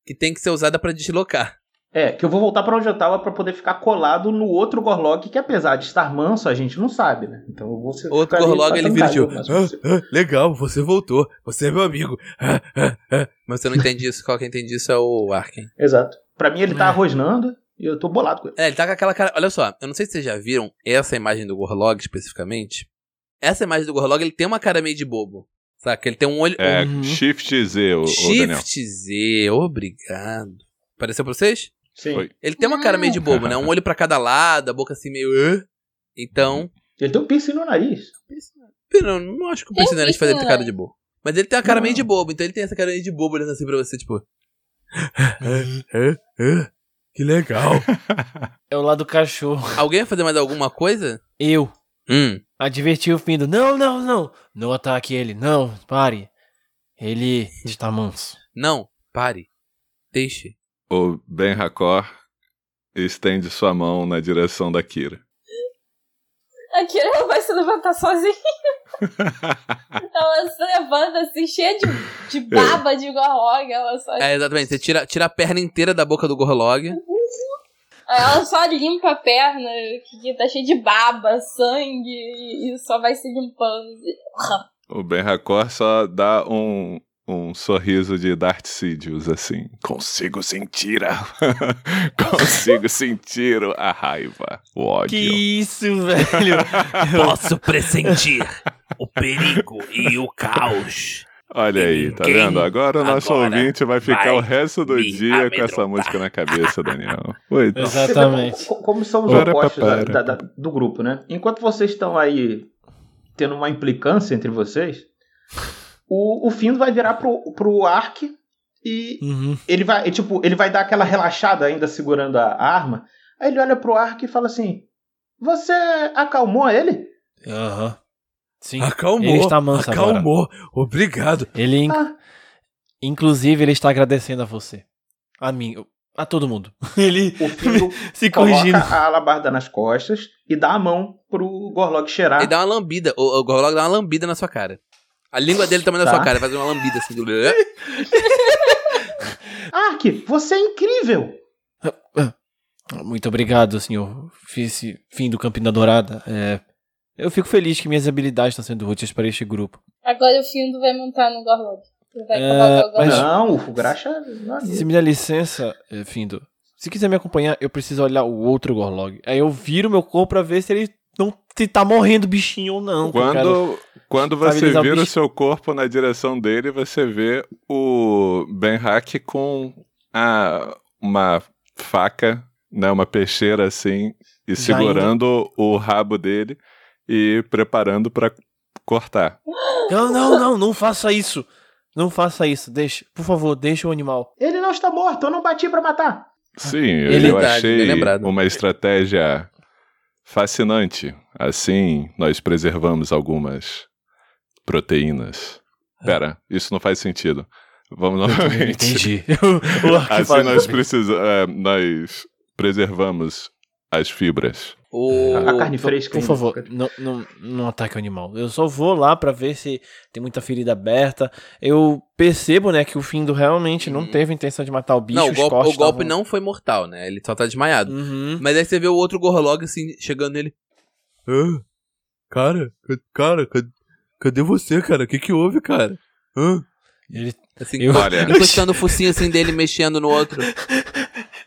Speaker 4: que tem que ser usada pra deslocar.
Speaker 5: É, que eu vou voltar pra onde eu tava pra poder ficar colado no outro Gorlog, que apesar de estar manso, a gente não sabe, né? Então eu vou ser.
Speaker 4: Outro
Speaker 5: ficar ali
Speaker 4: Gorlog, ele vira de
Speaker 5: atacado, mas
Speaker 7: Ah, ah, <laughs> legal, você voltou. Você é meu amigo. Ah, ah, ah.
Speaker 4: <laughs> Mas você não entende isso. Qual que entende isso é o Arken.
Speaker 5: Exato. Pra mim ele tá rosnando e eu tô bolado com ele.
Speaker 4: É, ele tá com aquela cara. Olha só, eu não sei se vocês já viram essa imagem do Gorlog especificamente. Essa imagem do Gorlog, ele tem uma cara meio de bobo. Saca? Ele tem um olho. um
Speaker 2: É,
Speaker 6: Uhum.
Speaker 2: Shift Z, o, o Daniel.
Speaker 4: Shift Z, obrigado. Apareceu pra vocês?
Speaker 5: Sim.
Speaker 2: Foi.
Speaker 4: Ele tem uma cara meio de
Speaker 2: <laughs>
Speaker 4: bobo, né? Um olho pra cada lado, a boca assim meio. "Hã?" Então.
Speaker 5: Ele tem um piercing no nariz.
Speaker 4: Pera, eu não acho que o
Speaker 3: Tem
Speaker 4: Percy Nellis faz ele ter
Speaker 3: pintinho,
Speaker 4: cara de bobo. Mas ele tem uma cara meio de bobo, então ele tem essa cara meio de bobo olhando assim pra você, tipo.
Speaker 7: Ah, ah, que
Speaker 2: <laughs>
Speaker 7: legal.
Speaker 1: É o lado do cachorro.
Speaker 4: Alguém vai fazer mais alguma coisa?
Speaker 1: Eu.
Speaker 4: Hum.
Speaker 1: Adverti o Findo. Não, não, não. Não ataque ele. Não, pare. Ele está manso.
Speaker 4: Não, pare. Deixe.
Speaker 2: O Ben Hakor estende sua mão na direção da Kira.
Speaker 3: A Kira ela vai se levantar sozinha. ela se levanta assim, cheia de, de baba de gorlog. Ela só,
Speaker 4: É, exatamente. Você tira, tira a perna inteira da boca
Speaker 7: <laughs>
Speaker 4: do Gorlog.
Speaker 3: Aí ela só limpa a perna, que tá cheia de baba, sangue, e, e só vai se limpando.
Speaker 2: O Ben Hakor só dá um, um sorriso de Darth Sidious, assim. Consigo sentir a... <laughs> Consigo sentir a raiva, o ódio.
Speaker 1: Que
Speaker 2: <laughs>
Speaker 1: isso, velho.
Speaker 7: Posso pressentir o perigo e o caos.
Speaker 2: Olha aí, tá vendo? Agora o nosso
Speaker 7: agora
Speaker 2: ouvinte vai ficar
Speaker 7: vai
Speaker 2: o resto do
Speaker 7: me
Speaker 2: dia com essa
Speaker 7: amedrontar.
Speaker 2: música na cabeça, Daniel. Oi, então.
Speaker 1: Exatamente.
Speaker 5: Co- Como são os
Speaker 2: Ora,
Speaker 5: opostos da-
Speaker 2: papara.
Speaker 5: da- da- do grupo, né? Enquanto vocês estão aí tendo uma implicância entre vocês, o, o Findo vai virar pro, pro Ark e
Speaker 6: Uhum.
Speaker 5: ele vai, e, tipo, ele vai dar aquela relaxada ainda segurando a arma. Aí ele olha pro Ark e fala assim: Você acalmou ele?
Speaker 1: Aham. Ah. Sim.
Speaker 7: Acalmou.
Speaker 1: Ele está manso agora.
Speaker 7: acalmou. Obrigado.
Speaker 1: Ele, in-
Speaker 5: Ah,
Speaker 1: inclusive, ele está agradecendo a você. A mim. A todo mundo. <laughs> Ele
Speaker 5: o Findo
Speaker 6: Se
Speaker 5: coloca
Speaker 6: corrigindo.
Speaker 5: a alabarda nas costas e dá a mão pro Gorlog cheirar.
Speaker 4: Ele dá uma lambida. O, o Gorlog dá uma lambida na sua cara. A língua dele também na
Speaker 5: Tá.
Speaker 4: sua cara. Faz uma lambida assim.
Speaker 7: <laughs>
Speaker 4: Do...
Speaker 5: Ark, você é incrível!
Speaker 1: Muito obrigado, senhor. Vice- Fim do Campina Dourada. É, Eu fico feliz que minhas habilidades estão sendo úteis para este grupo.
Speaker 3: Agora o Findo vai montar no gorlog. Ele vai
Speaker 1: É,
Speaker 3: cavalgar o gorlog.
Speaker 1: mas-
Speaker 5: Não, o Fugracha. não é
Speaker 1: Se me dá licença, é, Findo, se quiser me acompanhar, eu preciso olhar o outro Gorlog. Aí eu viro meu corpo pra ver se ele não se tá morrendo bichinho ou não. que eu quero-
Speaker 2: Quando, quando você
Speaker 1: estabilizar o
Speaker 2: vira o
Speaker 1: bicho.
Speaker 2: seu corpo na direção dele, você vê o Ben Hack com a, uma faca, né, uma peixeira assim, e
Speaker 1: Já
Speaker 2: segurando o rabo dele e preparando pra cortar.
Speaker 1: Não, não, não, não faça isso. Não faça isso. Deixa, por favor, deixa o
Speaker 5: <laughs>
Speaker 1: animal.
Speaker 5: Ele não está morto, eu não bati pra matar.
Speaker 2: Sim, eu,
Speaker 1: Ele-
Speaker 2: eu
Speaker 4: Verdade, bem
Speaker 2: achei
Speaker 4: lembrado.
Speaker 2: uma estratégia fascinante. Assim, nós preservamos algumas proteínas.
Speaker 1: É.
Speaker 2: Pera, isso não faz sentido. Vamos novamente.
Speaker 1: <laughs> Entendi. o Ark
Speaker 2: Assim
Speaker 1: fala
Speaker 2: nós
Speaker 1: também.
Speaker 2: precisamos. nós preservamos as fibras.
Speaker 4: O...
Speaker 5: A carne fresca.
Speaker 1: Por
Speaker 5: ainda.
Speaker 1: favor, não, não, não ataque o animal. Eu só vou lá pra ver se tem muita ferida aberta. Eu percebo, né, que o Findo realmente não teve intenção de matar o bicho.
Speaker 4: Não, o
Speaker 1: os
Speaker 4: golpe,
Speaker 7: tá
Speaker 1: cortes
Speaker 4: o golpe
Speaker 1: estavam-
Speaker 4: não foi mortal, né? Ele só tá desmaiado.
Speaker 1: Uhum.
Speaker 4: Mas aí você vê o outro Gorlog assim, chegando nele.
Speaker 7: Ah, cara, ca- cara, ca- cadê você, cara? O que que houve, cara? Ah,
Speaker 1: Ele-
Speaker 4: Assim,
Speaker 1: Eu-
Speaker 2: Olha,
Speaker 4: encostando o focinho assim dele, mexendo no outro.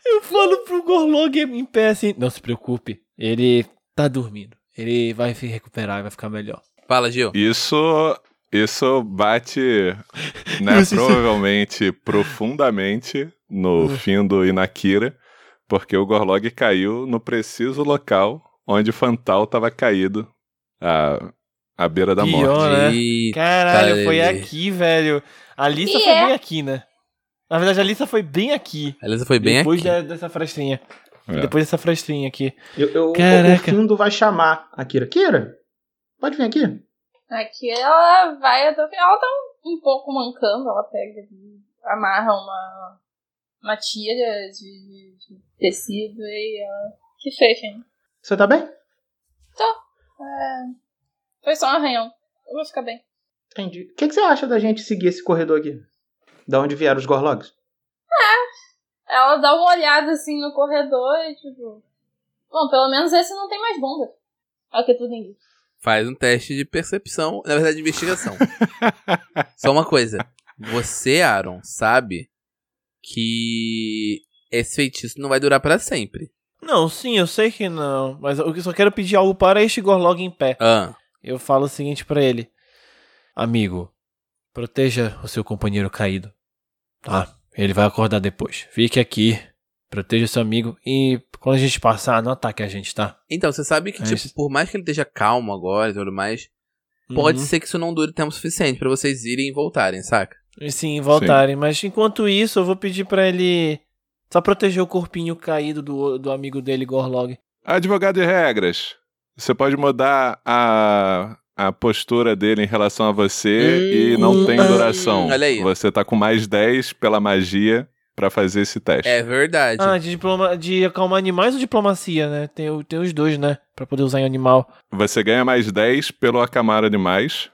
Speaker 1: Eu falo pro Gorlog em pé assim. Não se preocupe, ele tá dormindo. Ele vai se recuperar e vai ficar melhor.
Speaker 4: Fala, Gil.
Speaker 2: isso, isso bate né,
Speaker 6: Isso-
Speaker 2: provavelmente profundamente no Findo e na Kira, porque o Gorlog caiu no preciso local onde o Fantal estava caído à, à beira da morte.
Speaker 1: Pior, né?
Speaker 4: Eita,
Speaker 1: Caralho, foi
Speaker 4: ele-
Speaker 1: aqui, velho. A Lissa
Speaker 3: E
Speaker 1: foi
Speaker 3: é.
Speaker 1: bem aqui, né? Na verdade, a Lissa foi bem aqui.
Speaker 4: A Elisa foi bem
Speaker 1: depois
Speaker 4: aqui.
Speaker 1: da- dessa frestrinha.
Speaker 2: É.
Speaker 1: Depois dessa frestrinha aqui.
Speaker 5: Eu, eu, o
Speaker 1: Caraca.
Speaker 5: Findo vai chamar a Kira. Kira, pode vir aqui?
Speaker 3: Aqui ela vai até o final, ela tá um, um pouco mancando, ela pega, e amarra uma, uma tira de, de- de tecido e ela se fez, hein?
Speaker 5: Você tá bem?
Speaker 3: Foi só um arranhão. Eu vou ficar bem.
Speaker 5: Entendi. O que, que você acha da gente seguir esse corredor aqui? Da onde vieram os Gorlogs?
Speaker 3: Ela dá uma olhada assim no corredor e tipo. Bom, pelo menos esse não tem mais bomba. É o que tudo indica.
Speaker 4: Faz um teste de percepção, na verdade,
Speaker 1: <laughs>
Speaker 4: de investigação. Só uma coisa. Você, Aaron, sabe que esse feitiço não vai durar pra sempre.
Speaker 1: Não, sim, eu sei que não. Mas eu só quero pedir algo para este Gorlog em pé.
Speaker 4: Ah,
Speaker 1: Eu falo o seguinte pra ele: Amigo, proteja o seu companheiro caído. Tá? Ele vai acordar depois. Fique aqui, proteja seu amigo e quando a gente passar, não ataque a gente, tá?
Speaker 4: então, você sabe que,
Speaker 1: É
Speaker 4: tipo,
Speaker 1: isso.
Speaker 4: por mais que ele esteja calmo agora e tudo mais, pode
Speaker 1: Uhum.
Speaker 4: ser que isso não dure tempo suficiente pra vocês irem e voltarem, saca?
Speaker 1: E sim, voltarem. Mas enquanto isso, eu vou pedir pra ele só proteger o corpinho caído do, do amigo dele, Gorlog.
Speaker 2: Advogado de regras. Você pode mudar a, a postura dele em relação a você
Speaker 4: Hum,
Speaker 2: e não tem
Speaker 4: hum,
Speaker 2: duração.
Speaker 4: olha aí.
Speaker 2: Você tá com mais 10 pela magia pra fazer esse teste.
Speaker 4: É verdade.
Speaker 1: Ah, de, diploma, de acalmar animais ou diplomacia, né? Tem, o- tem os dois, né? Pra poder usar em animal.
Speaker 2: Você ganha mais 10 pelo acamar animais.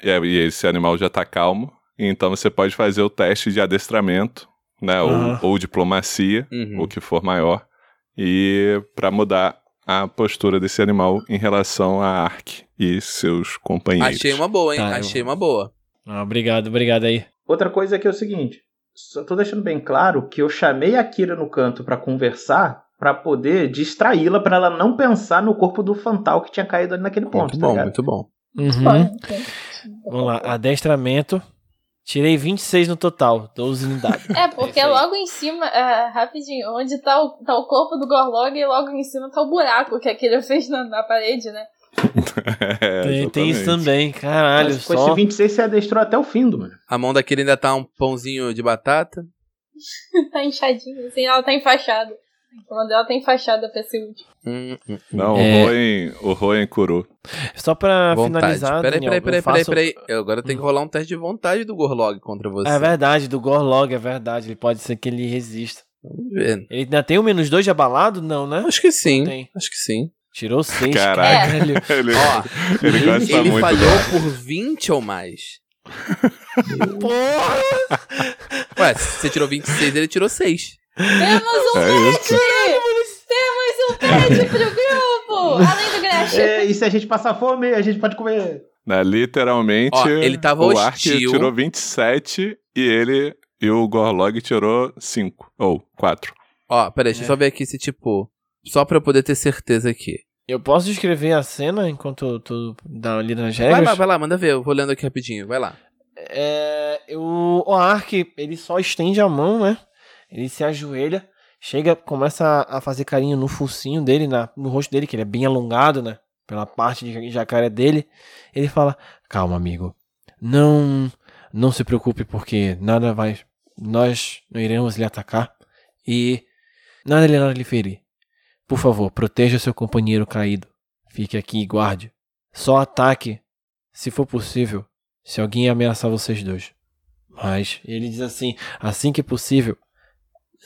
Speaker 2: E, e esse animal já tá calmo. Então você pode fazer o teste de adestramento, né? ou-
Speaker 1: Aham.
Speaker 2: Ou, diplomacia,
Speaker 4: Uhum.
Speaker 2: o que for maior. E pra mudar a postura desse animal em relação a Ark e seus companheiros.
Speaker 4: Achei uma boa, hein?
Speaker 1: Tá, eu-
Speaker 4: Achei uma boa.
Speaker 1: Ah, obrigado, obrigado aí.
Speaker 5: Outra coisa é que é o seguinte, só tô deixando bem claro que eu chamei a Kira no canto pra conversar, pra poder distraí-la pra ela não pensar no corpo do Fantal que tinha caído ali naquele ponto,
Speaker 4: muito
Speaker 5: tá
Speaker 4: bom,
Speaker 5: ligado?
Speaker 4: muito bom.
Speaker 1: Uhum.
Speaker 3: Pode, então.
Speaker 1: Vamos lá, adestramento. Tirei 26 no total, 12 no
Speaker 4: <laughs>
Speaker 1: dado.
Speaker 3: É, porque
Speaker 1: isso aí.
Speaker 3: logo em cima, é, rapidinho, onde tá o, tá o corpo do Gorlog e logo em cima tá o buraco que aquele fez na, na parede, né?
Speaker 2: É,
Speaker 1: tem, tem isso
Speaker 2: exatamente.
Speaker 1: também, caralho,
Speaker 5: Mas com esse
Speaker 1: só.
Speaker 5: 26 você adestrou até o fim do mano.
Speaker 4: A mão daquele ainda tá um pãozinho de batata.
Speaker 3: <laughs> tá inchadinho, assim, ela tá enfaixada. O nome dela tá enfaixada pra esse último.
Speaker 4: Hum, hum.
Speaker 2: Não,
Speaker 1: É.
Speaker 2: o Roen, o Roen curou.
Speaker 1: Só pra
Speaker 4: vontade.
Speaker 1: finalizar,
Speaker 4: peraí,
Speaker 1: Tá Daniel,
Speaker 4: peraí, peraí,
Speaker 1: eu faço...
Speaker 4: peraí, peraí. Eu agora tenho que rolar um teste de vontade do Gorlog contra você.
Speaker 1: É verdade, do Gorlog, é verdade. Ele pode ser que ele resista.
Speaker 4: Vamos ver.
Speaker 1: Ele ainda tem o menos 2 de abalado? Não, né?
Speaker 4: Acho que sim.
Speaker 1: Tem.
Speaker 4: Acho que sim.
Speaker 1: Tirou 6,
Speaker 2: Caraca.
Speaker 1: caralho.
Speaker 2: <laughs> Ele,
Speaker 4: Ó,
Speaker 2: ele gosta
Speaker 4: ele
Speaker 2: é muito
Speaker 4: falhou
Speaker 2: dela.
Speaker 4: por 20 ou mais.
Speaker 1: <laughs> Porra!
Speaker 4: Ué, se você tirou 26, ele tirou 6.
Speaker 3: Temos um
Speaker 2: É isso.
Speaker 3: pet pro grupo! Além do Graxa.
Speaker 5: É, e se a gente passar fome, a gente pode comer.
Speaker 2: Né, literalmente,
Speaker 4: Ó, ele tava
Speaker 2: o Ark
Speaker 4: hostil.
Speaker 2: tirou 27 e ele e o Gorlog tirou 5 ou 4.
Speaker 4: Ó, peraí, deixa eu
Speaker 1: É.
Speaker 4: só ver aqui se, tipo, só pra eu poder ter certeza aqui.
Speaker 1: Eu posso descrever a cena enquanto tu dá ali nas regras?
Speaker 4: Vai lá, vai lá, manda ver. Eu vou lendo aqui rapidinho, vai lá.
Speaker 1: É, o, o Ark, ele só estende a mão, né? Ele se ajoelha, chega, começa a, a fazer carinho no focinho dele, na, no rosto dele, que ele é bem alongado, né? Pela parte de jacaré dele. Ele fala: Calma, amigo. Não, não se preocupe, porque nada vai. Nós não iremos lhe atacar e nada irá lhe ferir. Por favor, proteja seu companheiro caído. Fique aqui e guarde. Só ataque, se for possível, se alguém ameaçar vocês dois. Mas ele diz assim: assim que possível,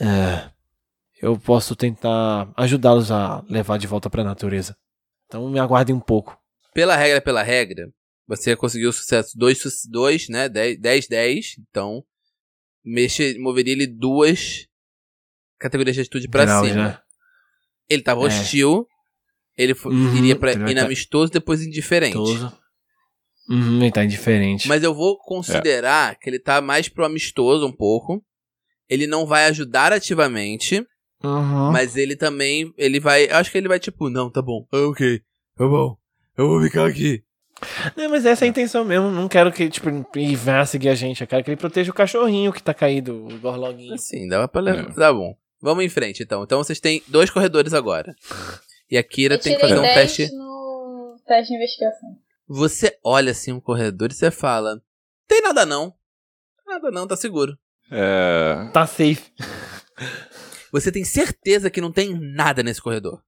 Speaker 1: é, eu posso tentar ajudá-los a levar de volta pra natureza. Então me aguardem um pouco.
Speaker 4: Pela regra, pela regra, você conseguiu o sucesso 2, 2, né? 10, 10, 10. Então, mexe, moveria ele duas categorias de atitude pra
Speaker 1: Graus,
Speaker 4: cima.
Speaker 1: né?
Speaker 4: Ele tava
Speaker 1: É.
Speaker 4: hostil, ele fo-
Speaker 1: Uhum,
Speaker 4: iria pra
Speaker 1: ele vai tá-
Speaker 4: inamistoso, depois indiferente.
Speaker 1: Toso. Uhum, ele tá indiferente.
Speaker 4: Mas eu vou
Speaker 1: É.
Speaker 4: considerar que ele tá mais pro amistoso um pouco. Ele não vai ajudar ativamente,
Speaker 1: Uhum.
Speaker 4: mas ele também, ele vai, eu acho que ele vai tipo, não, tá bom.
Speaker 7: Ah, Ok, tá bom. Eu vou ficar aqui.
Speaker 1: Não, mas essa é a intenção mesmo. Não quero que tipo, ele vá seguir a gente. Eu quero que ele proteja o cachorrinho que tá caído, o Gorloguinho.
Speaker 4: Assim, dá pra levar, tá bom. Vamos em frente então. Então vocês têm dois corredores agora. E a Kira
Speaker 3: Eu
Speaker 4: tem
Speaker 3: tirei
Speaker 4: que fazer um
Speaker 3: 10
Speaker 4: teste.
Speaker 3: no teste de investigação.
Speaker 4: Você olha assim um corredor e você fala: "Tem nada não. Nada não, tá seguro".
Speaker 2: É,
Speaker 1: Tá safe.
Speaker 4: Você tem certeza que não tem nada nesse corredor.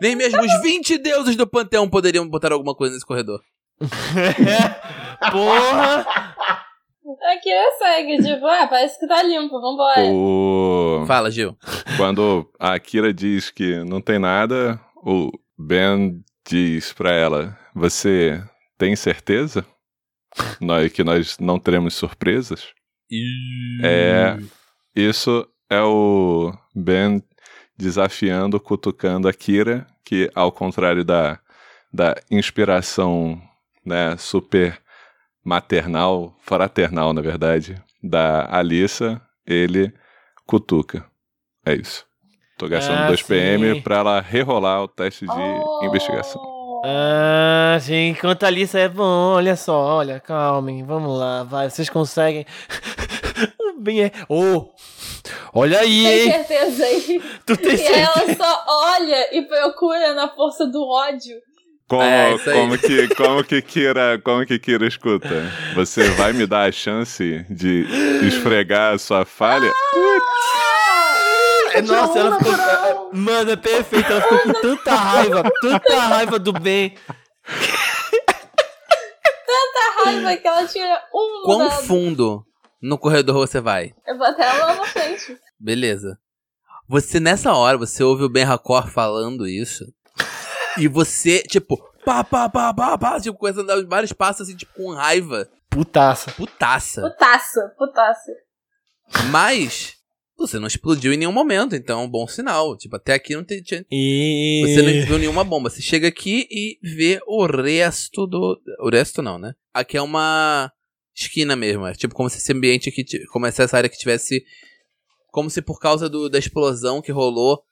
Speaker 4: Nem mesmo os 20 deuses do panteão poderiam botar alguma coisa nesse corredor.
Speaker 1: Porra!
Speaker 3: Aqui é sangue, tipo, ah, parece que tá limpo, vambora.
Speaker 2: O...
Speaker 4: Fala, Gil.
Speaker 2: Quando a Akira diz que não tem nada, o Ben diz pra ela: Você
Speaker 1: <laughs>
Speaker 2: tem certeza? Nós- que nós não teremos surpresas? É. Isso é o Ben desafiando, cutucando a Kira, que ao contrário da, da inspiração né, super maternal, fraternal, na verdade, da Alissa, ele cutuca. É isso. Tô gastando
Speaker 1: Ah,
Speaker 2: 2 PM
Speaker 1: sim.
Speaker 2: pra ela rerolar o teste de
Speaker 3: Oh.
Speaker 2: investigação.
Speaker 1: Ah, gente, enquanto a Alissa é bom, olha só, olha, calmem, vamos lá, vai, vocês conseguem. <laughs> O bem é. Ô! olha aí,
Speaker 3: Tem
Speaker 1: hein?
Speaker 3: certeza aí.
Speaker 1: Tu tem
Speaker 3: E
Speaker 1: certeza?
Speaker 3: ela só olha e procura na força do ódio.
Speaker 2: Como,
Speaker 4: É, isso aí.
Speaker 2: como que como que Kira, como que Kira escuta? Você vai me dar a chance de esfregar a sua falha?
Speaker 1: É, Nossa, ela ficou. Mano, é perfeito. Ela ficou
Speaker 3: <laughs>
Speaker 1: com tanta raiva, tanta raiva do bem.
Speaker 3: A raiva que ela tira um
Speaker 4: Quão
Speaker 3: dado.
Speaker 4: fundo no corredor você vai?
Speaker 3: Eu vou até lá na frente.
Speaker 4: Beleza. Você, nessa hora, você ouve o Ben Hakor falando isso. e você, tipo, pá, pá, pá, pá, pá, tipo, começando a dar vários passos, assim, tipo, com raiva.
Speaker 1: Putaça.
Speaker 4: Putaça.
Speaker 3: Putaça, putaça.
Speaker 4: Mas, você não explodiu em nenhum momento, então, bom sinal. Tipo, até aqui não te- tinha
Speaker 1: E.
Speaker 4: Você não viu nenhuma bomba. Você chega aqui e vê o resto do. O resto não, né? Aqui é uma esquina mesmo. É tipo como se esse ambiente aqui. ti- Como se essa área que tivesse. Como se por causa do- da explosão que rolou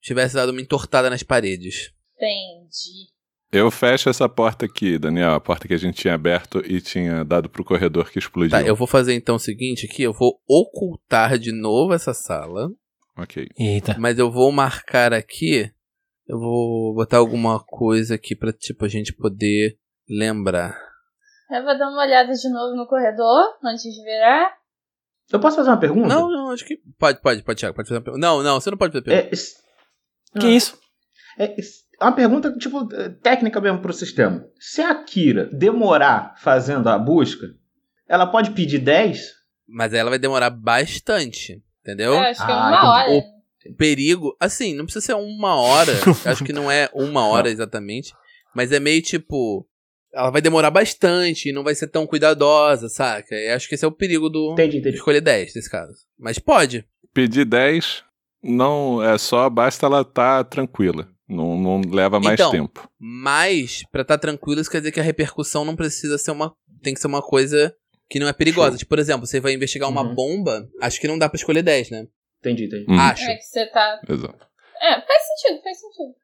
Speaker 4: tivesse dado uma entortada nas paredes.
Speaker 3: Entendi.
Speaker 2: Eu fecho essa porta aqui, Daniel, a porta que a gente tinha aberto e tinha dado pro corredor que explodiu.
Speaker 4: Tá, eu vou fazer então o seguinte aqui. Eu vou ocultar de novo essa sala.
Speaker 2: OK.
Speaker 1: Eita.
Speaker 4: Mas eu vou marcar aqui. Eu vou botar alguma coisa aqui pra, tipo, a gente poder lembrar.
Speaker 3: Eu vou dar uma olhada de novo no corredor antes de virar.
Speaker 5: Eu posso fazer uma pergunta?
Speaker 4: Não, não, acho que. Pode, pode, pode, Thiago, pode fazer uma pergunta. Não, não, você não pode fazer pergunta.
Speaker 5: É, es-
Speaker 1: Que
Speaker 3: Ah.
Speaker 1: isso?
Speaker 5: é es- é uma pergunta, tipo, eh, técnica mesmo pro sistema. Se a Kira demorar fazendo a busca, ela pode pedir 10?
Speaker 4: Mas ela vai demorar bastante, entendeu?
Speaker 3: Eu acho que é
Speaker 5: Ah,
Speaker 3: uma hora.
Speaker 5: entendi.
Speaker 4: O perigo, assim, não precisa ser uma hora. acho que não é uma hora exatamente. Mas é meio tipo. Ela vai demorar bastante e não vai ser tão cuidadosa, saca? Eu acho que esse é o perigo do.
Speaker 5: Entendi, entendi.
Speaker 4: Escolher 10 nesse caso. Mas pode.
Speaker 2: Pedir 10 não é só basta ela estar tranquila. Não, não leva mais
Speaker 4: Então,
Speaker 2: tempo.
Speaker 4: Mas, pra estar tranquilo, isso quer dizer que a repercussão não precisa ser uma. Tem que ser uma coisa que não é perigosa. Tipo, por exemplo, você vai investigar uma
Speaker 5: Uhum.
Speaker 4: bomba, acho que não dá pra escolher 10, né?
Speaker 5: Entendi, entendi.
Speaker 2: Hum,
Speaker 4: Acho.
Speaker 3: É que você tá.
Speaker 2: Uhum, Exato.
Speaker 3: É, faz sentido, faz sentido.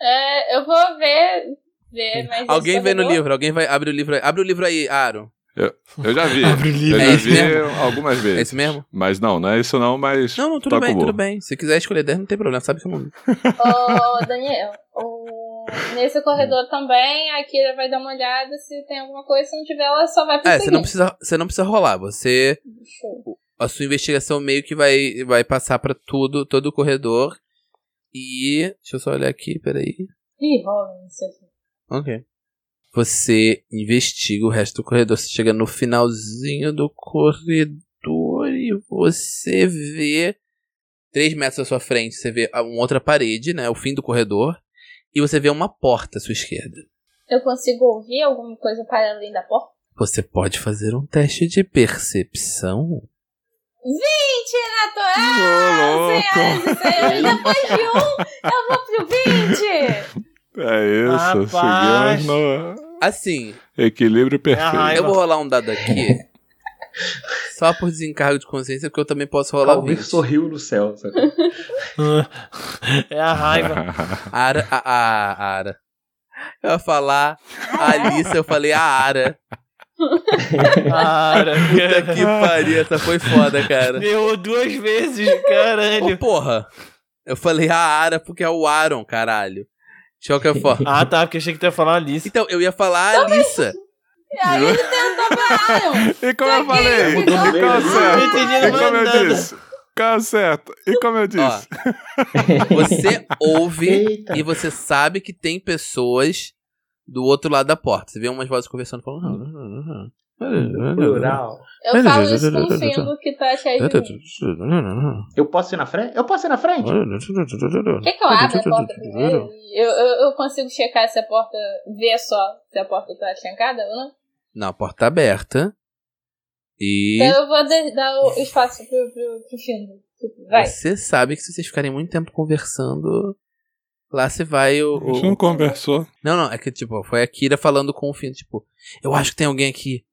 Speaker 3: É, eu vou ver. ver mais esse
Speaker 4: Alguém vê no
Speaker 3: corredor.
Speaker 4: livro, alguém vai. Abre o livro aí. Abre o livro aí, Aro.
Speaker 2: Eu já
Speaker 4: <laughs>
Speaker 2: vi.
Speaker 6: Abre o livro.
Speaker 2: Eu
Speaker 4: É
Speaker 2: já
Speaker 4: isso
Speaker 2: vi
Speaker 4: mesmo?
Speaker 2: algumas vezes.
Speaker 4: É isso mesmo?
Speaker 2: Mas não, não é isso não, mas
Speaker 4: Não, não, tudo
Speaker 2: Toca o
Speaker 4: bem,
Speaker 2: bolo.
Speaker 4: tudo bem. Se quiser escolher 10, não tem problema, sabe que é um eu não.
Speaker 3: Ô, Daniel, o- nesse corredor também, a Kira vai dar uma olhada se tem alguma coisa. Se não tiver, ela só vai pro
Speaker 4: É, você
Speaker 3: seguinte.
Speaker 4: não precisa, você não precisa rolar. Você.
Speaker 3: Show.
Speaker 4: A sua investigação meio que vai, vai passar pra tudo, todo o corredor. E. Deixa eu só olhar aqui, peraí.
Speaker 3: Ih, Robin, isso aqui.
Speaker 4: Ok. Você investiga o resto do corredor. Você chega no finalzinho do corredor e você vê. 3 metros à sua frente, você vê a- uma outra parede, né? O fim do corredor. E você vê uma porta à sua esquerda.
Speaker 3: Eu consigo ouvir alguma coisa para além da porta?
Speaker 4: Você pode fazer um teste de percepção.
Speaker 3: Gente,
Speaker 2: Ô, louco.
Speaker 3: natural, Ah, senhoras e senhores, depois de um, eu vou pro 20!
Speaker 2: É isso,
Speaker 1: Rapaz.
Speaker 2: seguimos no
Speaker 4: Assim,
Speaker 5: É
Speaker 2: equilíbrio perfeito.
Speaker 1: Ah,
Speaker 4: eu vou rolar um dado aqui. só por desencargo de consciência, porque eu também posso rolar
Speaker 5: Calvin
Speaker 4: 20.
Speaker 5: sorriu no céu. sabe?
Speaker 1: É a raiva.
Speaker 4: Ara, a, a, a Ara. Eu ia falar a Alice, eu falei a Ara.
Speaker 1: Cara.
Speaker 4: Puta que pariu, essa foi foda, cara.
Speaker 1: Errou duas vezes, caralho.
Speaker 4: Ô, porra. Eu falei a Ara porque é o Aaron, caralho. De qualquer forma.
Speaker 1: Ah, tá, porque eu achei que tu ia falar uma lista.
Speaker 4: Então, eu ia falar a Alissa.
Speaker 3: E aí ele tentou parar.
Speaker 2: e como eu falei,
Speaker 3: Mudou
Speaker 5: no meio
Speaker 2: qual é o
Speaker 5: da
Speaker 1: Eu não
Speaker 2: certo?
Speaker 5: tá
Speaker 1: entendi
Speaker 2: E como
Speaker 1: mais
Speaker 2: eu
Speaker 1: nada.
Speaker 2: disse, qual é o certo? E como eu
Speaker 4: Ó,
Speaker 2: disse,
Speaker 4: você ouve
Speaker 5: Eita.
Speaker 4: e você sabe que tem pessoas do outro lado da porta. Você vê umas vozes conversando falando.
Speaker 5: Plural.
Speaker 3: Eu falo isso com o Findo que tá cheio de mim.
Speaker 5: Eu posso ir na frente? Eu posso ir na frente?
Speaker 3: Quer que eu abra a porta primeiro? Eu, eu, eu consigo checar se a porta. ver só se a porta tá trancada ou não?
Speaker 4: Não, a porta tá aberta. E
Speaker 3: Então eu vou de- dar o espaço pro, pro, pro Findo. Tipo, vai.
Speaker 4: você sabe que se vocês ficarem muito tempo conversando, lá se vai o.
Speaker 2: A
Speaker 4: o-
Speaker 2: gente não conversou.
Speaker 4: Não, não, é que tipo, foi a Kira falando com o Finn, tipo, eu acho que tem alguém aqui.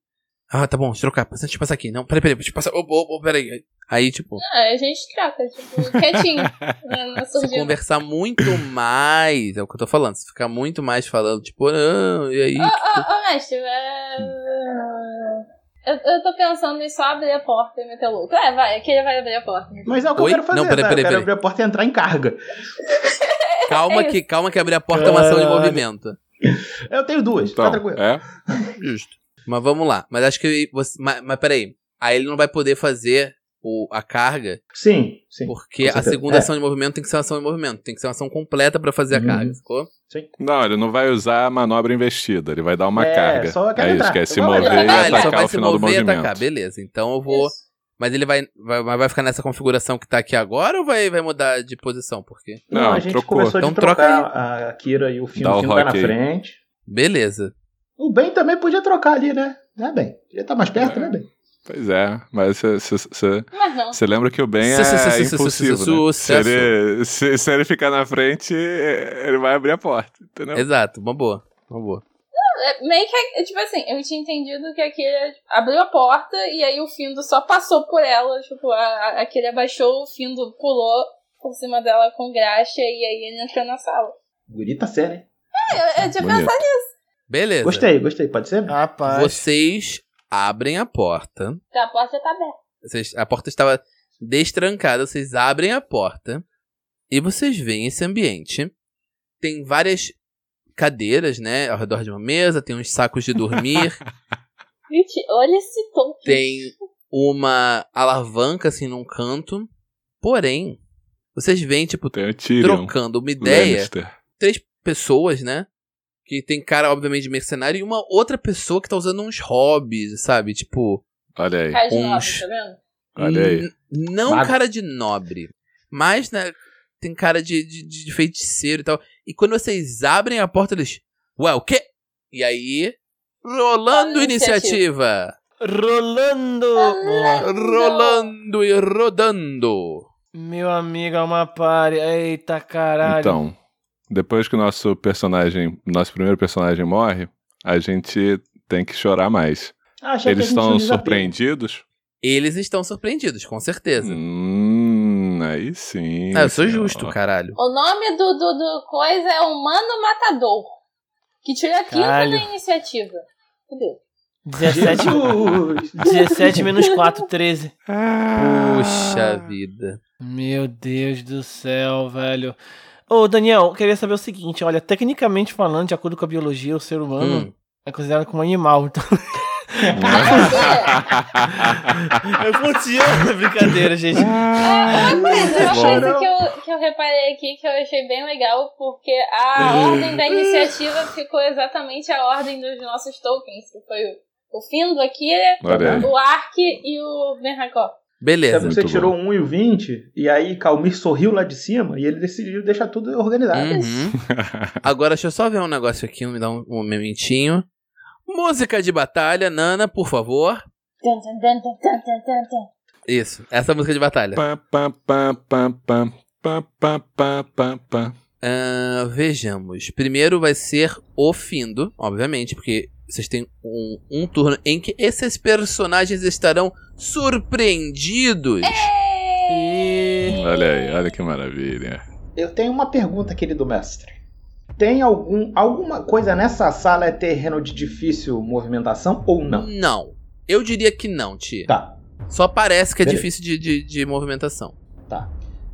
Speaker 4: Ah, tá bom, deixa eu trocar, deixa eu passar aqui. Não, peraí, peraí, deixa eu passar. Ô, ô, ô, peraí. Aí, tipo,
Speaker 3: Ah, a gente troca, tipo,
Speaker 4: <laughs>
Speaker 3: quietinho. na, na
Speaker 4: se
Speaker 3: surdina.
Speaker 4: conversar muito mais, é o que eu tô falando, se ficar muito mais falando, tipo, não, e aí.
Speaker 3: Ô, ô, ô, mestre, é... eu, eu tô pensando em só abrir a porta e meter o louco. É, vai, que ele vai abrir a porta.
Speaker 5: Mas é o que
Speaker 4: Oi?
Speaker 5: eu quero fazer,
Speaker 4: Não, peraí,
Speaker 5: tá?
Speaker 4: peraí,
Speaker 5: eu quero
Speaker 4: peraí.
Speaker 5: abrir a porta e entrar em carga.
Speaker 4: Calma
Speaker 3: é
Speaker 4: que, calma que abrir a porta é uma ação de
Speaker 1: Caralho.
Speaker 4: movimento.
Speaker 5: Eu tenho duas,
Speaker 2: Então,
Speaker 5: tá tranquilo.
Speaker 2: é.
Speaker 4: Justo. Mas vamos lá. Mas acho que você. Mas, mas peraí. Aí ele não vai poder fazer o, a carga,
Speaker 5: Sim, sim.
Speaker 4: porque
Speaker 5: Com
Speaker 4: a
Speaker 5: certeza.
Speaker 4: segunda
Speaker 5: É.
Speaker 4: ação de movimento tem que ser uma ação de movimento. Tem que ser uma ação completa pra fazer a
Speaker 5: Uhum.
Speaker 4: carga, ficou?
Speaker 2: Não, ele não vai usar a manobra investida, ele vai dar uma
Speaker 5: É,
Speaker 2: carga.
Speaker 5: só quero
Speaker 2: é isso,
Speaker 5: entrar.
Speaker 2: que é se
Speaker 5: Eu vou
Speaker 2: mover
Speaker 5: olhar.
Speaker 2: e
Speaker 5: Ah, ele só
Speaker 2: atacar o final do
Speaker 4: e
Speaker 2: movimento.
Speaker 4: atacar. Beleza. Então eu vou.
Speaker 3: Isso.
Speaker 4: Mas ele vai, vai. mas Vai ficar nessa configuração que tá aqui agora ou vai, vai mudar de posição? Porque.
Speaker 5: Não,
Speaker 2: Não,
Speaker 5: a gente
Speaker 2: trocou.
Speaker 5: começou
Speaker 4: Então
Speaker 5: de
Speaker 4: troca
Speaker 5: trocar a Kira e o filme,
Speaker 2: Dá
Speaker 5: o
Speaker 2: o
Speaker 5: filme tá na
Speaker 2: rock aí.
Speaker 5: frente.
Speaker 4: Beleza.
Speaker 5: O Ben também podia trocar ali, né? Né, Ben? Ele tá mais perto, né, Ben?
Speaker 2: Pois é, mas você
Speaker 3: Mas não.
Speaker 2: lembra que o Ben
Speaker 4: Su- su- su-
Speaker 2: é
Speaker 4: su- su- su-
Speaker 2: impulsivo, né? Se
Speaker 4: sucesso.
Speaker 2: ele, se, se ele ficar na frente, ele vai abrir a porta, entendeu?
Speaker 4: Exato. Uma boa. Uma boa.
Speaker 3: É, Meio que, é, tipo assim, eu tinha entendido que a Kira abriu a porta e aí o Findo só passou por ela. Tipo, a, a- a Kira baixou, o Findo pulou por cima dela com graxa e aí ele entrou na sala.
Speaker 5: Bonita série, tá hein?
Speaker 3: Eu, eu tinha
Speaker 2: Bonito.
Speaker 3: pensado nisso.
Speaker 4: Beleza.
Speaker 5: Gostei, gostei. Pode ser?
Speaker 1: Rapaz.
Speaker 4: Vocês abrem a porta.
Speaker 3: A porta já tá aberta.
Speaker 4: Vocês- a porta estava destrancada, vocês abrem a porta e vocês veem esse ambiente. Tem várias cadeiras, né, ao redor de uma mesa, tem uns sacos de dormir,
Speaker 3: Gente, olha esse tom.
Speaker 4: tem uma alavanca assim num canto. Porém, vocês veem tipo
Speaker 2: Tem o Tyrion,
Speaker 4: trocando uma ideia
Speaker 2: Lannister.
Speaker 4: três pessoas, né? Que tem cara, obviamente, de mercenário, e uma outra pessoa que tá usando uns hobbies, sabe? Tipo,
Speaker 2: Olha aí,
Speaker 3: Cai de
Speaker 4: uns-
Speaker 3: novo, tá vendo?
Speaker 2: olha aí.
Speaker 4: N- Não
Speaker 5: Mago.
Speaker 4: cara de nobre, mas né, tem cara de, de, de feiticeiro e tal. E quando vocês abrem a porta, eles. Ué, o quê? E aí. Rolando
Speaker 3: Rolando
Speaker 4: iniciativa!
Speaker 1: Rolando! Boa.
Speaker 4: Rolando e rodando!
Speaker 1: Meu amigo, é uma pare. Eita caralho.
Speaker 2: Então, depois que o nosso personagem, nosso primeiro personagem morre, a gente tem que chorar mais.
Speaker 5: Ah, achei que
Speaker 2: Eles
Speaker 5: a gente
Speaker 2: estão
Speaker 5: não desabia.
Speaker 2: surpreendidos?
Speaker 4: Eles estão surpreendidos, com certeza.
Speaker 2: Hum, aí sim.
Speaker 4: ah, eu sou
Speaker 2: senhor.
Speaker 4: justo, caralho.
Speaker 3: O nome do, do, do coisa é Humano Matador. Que tirou a quinta
Speaker 1: Caralho.
Speaker 3: da iniciativa. Entendeu?
Speaker 1: 17, <laughs>
Speaker 5: Jesus!
Speaker 1: 17 menos 4, 13.
Speaker 2: Ah.
Speaker 4: Puxa vida.
Speaker 1: Meu Deus do céu, velho. Ô, Daniel, eu queria saber o seguinte: olha, tecnicamente falando, de acordo com a biologia, o ser humano
Speaker 4: Hum.
Speaker 1: é considerado como animal. <laughs> Então, eu <laughs> curti a É brincadeira, gente.
Speaker 3: Mas uma
Speaker 2: bom.
Speaker 3: coisa que assim, eu, que eu reparei aqui que eu achei bem legal, porque a ordem da iniciativa ficou exatamente a ordem dos nossos tokens, que foi o, o Findo, a Kira,
Speaker 2: <laughs> Olha aí.
Speaker 3: o Ark e o Bernacó.
Speaker 5: Sabe,
Speaker 4: Beleza.
Speaker 5: Você
Speaker 2: Muito
Speaker 5: tirou um e o 20, e aí Calmir sorriu lá de cima, e ele decidiu deixar tudo organizado. <laughs>
Speaker 4: Uhum. Agora deixa eu só ver um negócio aqui, me dá um, um momentinho. Música de batalha, Nana, por favor.
Speaker 3: Tan, tan, tan, tan, tan, tan, tan, tan.
Speaker 4: Isso, essa é a música de batalha.
Speaker 2: Pá, pá, pá, pá, pá, pá, pá, pá, pá, pá.
Speaker 4: Ahn, Ah, vejamos. Primeiro vai ser o Findo, obviamente, porque vocês têm um, um turno em que esses personagens estarão surpreendidos.
Speaker 1: E...
Speaker 2: Olha aí, olha que maravilha.
Speaker 5: Eu tenho uma pergunta, querido mestre. Tem algum, alguma coisa nessa sala é terreno de difícil movimentação ou não?
Speaker 4: Não. Eu diria que não, Tia.
Speaker 5: Tá,
Speaker 4: Só parece que é
Speaker 5: Beleza.
Speaker 4: difícil de, de, de movimentação.
Speaker 5: tá.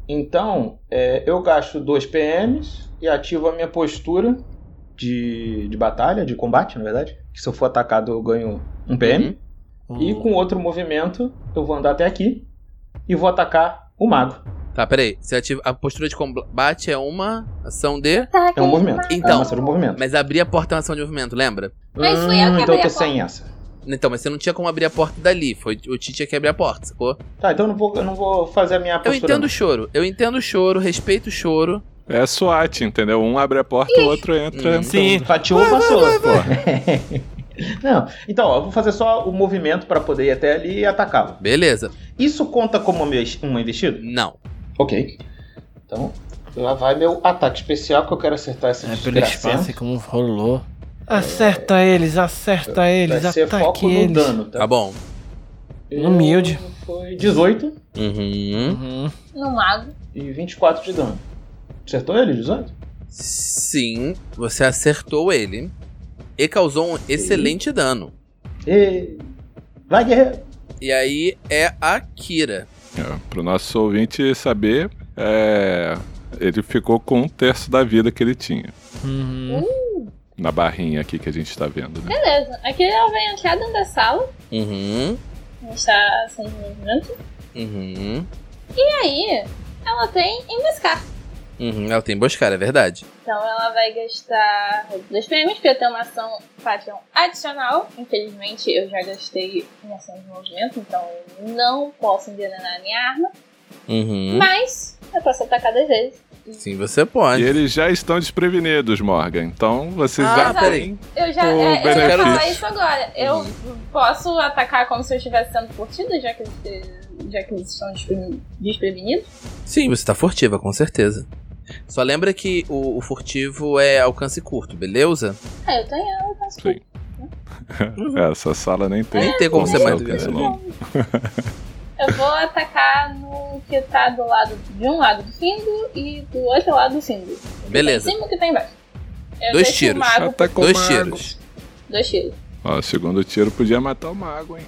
Speaker 5: Então, é, eu gasto 2 PMs e ativo a minha postura de, de batalha, de combate, na verdade. Que se eu for atacado, eu ganho 1 PM.
Speaker 4: Uhum.
Speaker 5: Ah. E com outro movimento, eu vou andar até aqui e vou atacar o mago.
Speaker 4: Tá, peraí. Você ativa... A postura de combate é uma ação de.
Speaker 3: Tá
Speaker 5: É um movimento.
Speaker 4: Então.
Speaker 5: É uma ação de movimento.
Speaker 4: Mas abrir a porta é uma ação de movimento, lembra?
Speaker 3: Mas fui eu que abri
Speaker 5: então eu
Speaker 3: a porta.
Speaker 5: tô sem essa.
Speaker 4: Então, mas você não tinha como abrir a porta dali. Foi o Tite que abrir a porta, sacou?
Speaker 5: Tá, então eu não vou, eu não vou fazer a minha
Speaker 4: Eu
Speaker 5: postura.
Speaker 4: entendo
Speaker 5: não.
Speaker 4: o choro. Eu entendo o choro, respeito o choro.
Speaker 2: É SWAT, entendeu? Um abre a porta, o outro entra. então
Speaker 4: Hum.
Speaker 1: Sim,
Speaker 5: Fatiou, passou. pô. <laughs> não, então, ó, eu vou fazer só o movimento pra poder ir até ali e atacá-lo.
Speaker 4: Beleza.
Speaker 5: Isso conta como uma inves- um uma investida?
Speaker 4: Não.
Speaker 5: Ok. Então, lá vai meu ataque especial que eu quero acertar esse
Speaker 1: É pelo espaço como rolou. Acerta eles, acerta eles,
Speaker 5: Vai ser
Speaker 1: ataque
Speaker 5: foco no
Speaker 1: eles.
Speaker 5: dano, tá?
Speaker 4: Tá bom.
Speaker 1: Humilde.
Speaker 5: Foi 18
Speaker 4: Uhum.
Speaker 1: Uhum.
Speaker 3: No mago.
Speaker 5: e 24 de dano. Acertou ele, 18?
Speaker 4: Sim, você acertou ele. E causou um excelente dano.
Speaker 5: E... Vai, guerreiro!
Speaker 4: E aí é a Kira.
Speaker 2: É, pro nosso ouvinte saber, é, ele ficou com um terço da vida que ele tinha.
Speaker 1: Uhum.
Speaker 2: Na barrinha aqui que a gente tá vendo, né?
Speaker 3: Beleza. Aqui ela vai entrar dentro da sala.
Speaker 4: Uhum.
Speaker 3: Deixar sem movimento.
Speaker 4: Uhum.
Speaker 3: E assim, aí, ela tem emboscar.
Speaker 4: Uhum. Ela tem emboscada, é verdade.
Speaker 3: Então ela vai gastar dois prêmios, porque eu tenho uma ação Patreon adicional. Infelizmente eu já gastei minha ação de movimento, então eu não posso envenenar a minha arma.
Speaker 4: Uhum.
Speaker 3: Mas eu posso atacar duas vezes.
Speaker 4: Sim, você
Speaker 2: E
Speaker 4: pode.
Speaker 2: eles já estão desprevenidos, Morgan. Então vocês
Speaker 4: Ah,
Speaker 2: já
Speaker 4: peraí.
Speaker 2: têm.
Speaker 3: Eu já,
Speaker 2: O
Speaker 3: é, eu já ia falar
Speaker 2: benefício.
Speaker 3: isso agora. Eu posso atacar como se eu estivesse sendo curtida, já que, já que eles estão despre- desprevenidos.
Speaker 4: Sim, você tá furtiva, com certeza. Só lembra que o, o furtivo é alcance curto, beleza?
Speaker 3: Ah, eu tenho ela, eu posso
Speaker 2: Sim. É, Essa sala nem tem.
Speaker 4: Nem tem como
Speaker 2: Nossa,
Speaker 4: ser mais
Speaker 2: eu
Speaker 4: do que
Speaker 2: quero
Speaker 4: isso.
Speaker 2: logo.
Speaker 3: <laughs> Eu vou atacar no que tá do lado de um lado do Findo e do outro lado do Findo.
Speaker 4: Beleza.
Speaker 3: Em cima que tá embaixo. Eu
Speaker 4: Dois
Speaker 3: deixo o
Speaker 4: tiros.
Speaker 3: mago-
Speaker 2: Ah, tá com
Speaker 4: Dois
Speaker 2: mago.
Speaker 4: tiros.
Speaker 3: Dois tiros.
Speaker 2: Ó, o segundo tiro podia matar o mago, hein?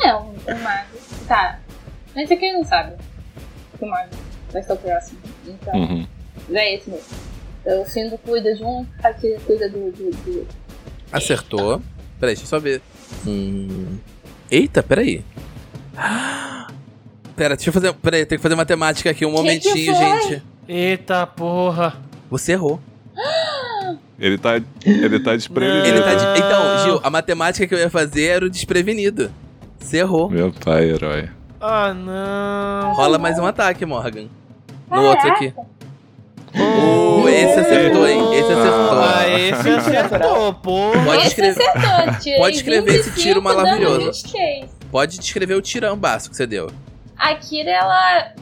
Speaker 3: É, o, o mago. Tá. Mas aqui não sabe. Que o mago vai ser o próximo. Então,
Speaker 2: Uhum.
Speaker 3: é esse mesmo. Então, o Findo cuida de um, aqui cuida do. do, do-
Speaker 4: Acertou. Peraí, deixa eu só ver. Hum. Eita, peraí. <gasps> Pera, deixa eu fazer. Peraí, tem que fazer matemática aqui um momentinho,
Speaker 3: foi?
Speaker 4: gente.
Speaker 1: Eita porra.
Speaker 4: Você errou.
Speaker 2: Ele tá, ele tá desprevenido.
Speaker 4: Ele tá.
Speaker 1: Ah.
Speaker 4: De... Então, Gil, a matemática que eu ia fazer era o desprevenido. Você errou.
Speaker 2: Meu pai, herói.
Speaker 1: Ah não.
Speaker 4: Rola mais um ataque, Morgan. No outro aqui. Oh, esse
Speaker 2: Meu
Speaker 4: acertou, hein? Esse acertou.
Speaker 1: Ah,
Speaker 4: <laughs>
Speaker 1: esse acertou, porra.
Speaker 4: Pode
Speaker 3: Esse
Speaker 4: escrever,
Speaker 3: acertou, tirei
Speaker 4: Pode escrever esse
Speaker 3: 25,
Speaker 4: tiro maravilhoso.
Speaker 3: dando 23.
Speaker 4: pode descrever o tirambaço que você deu.
Speaker 3: A Kira, ela,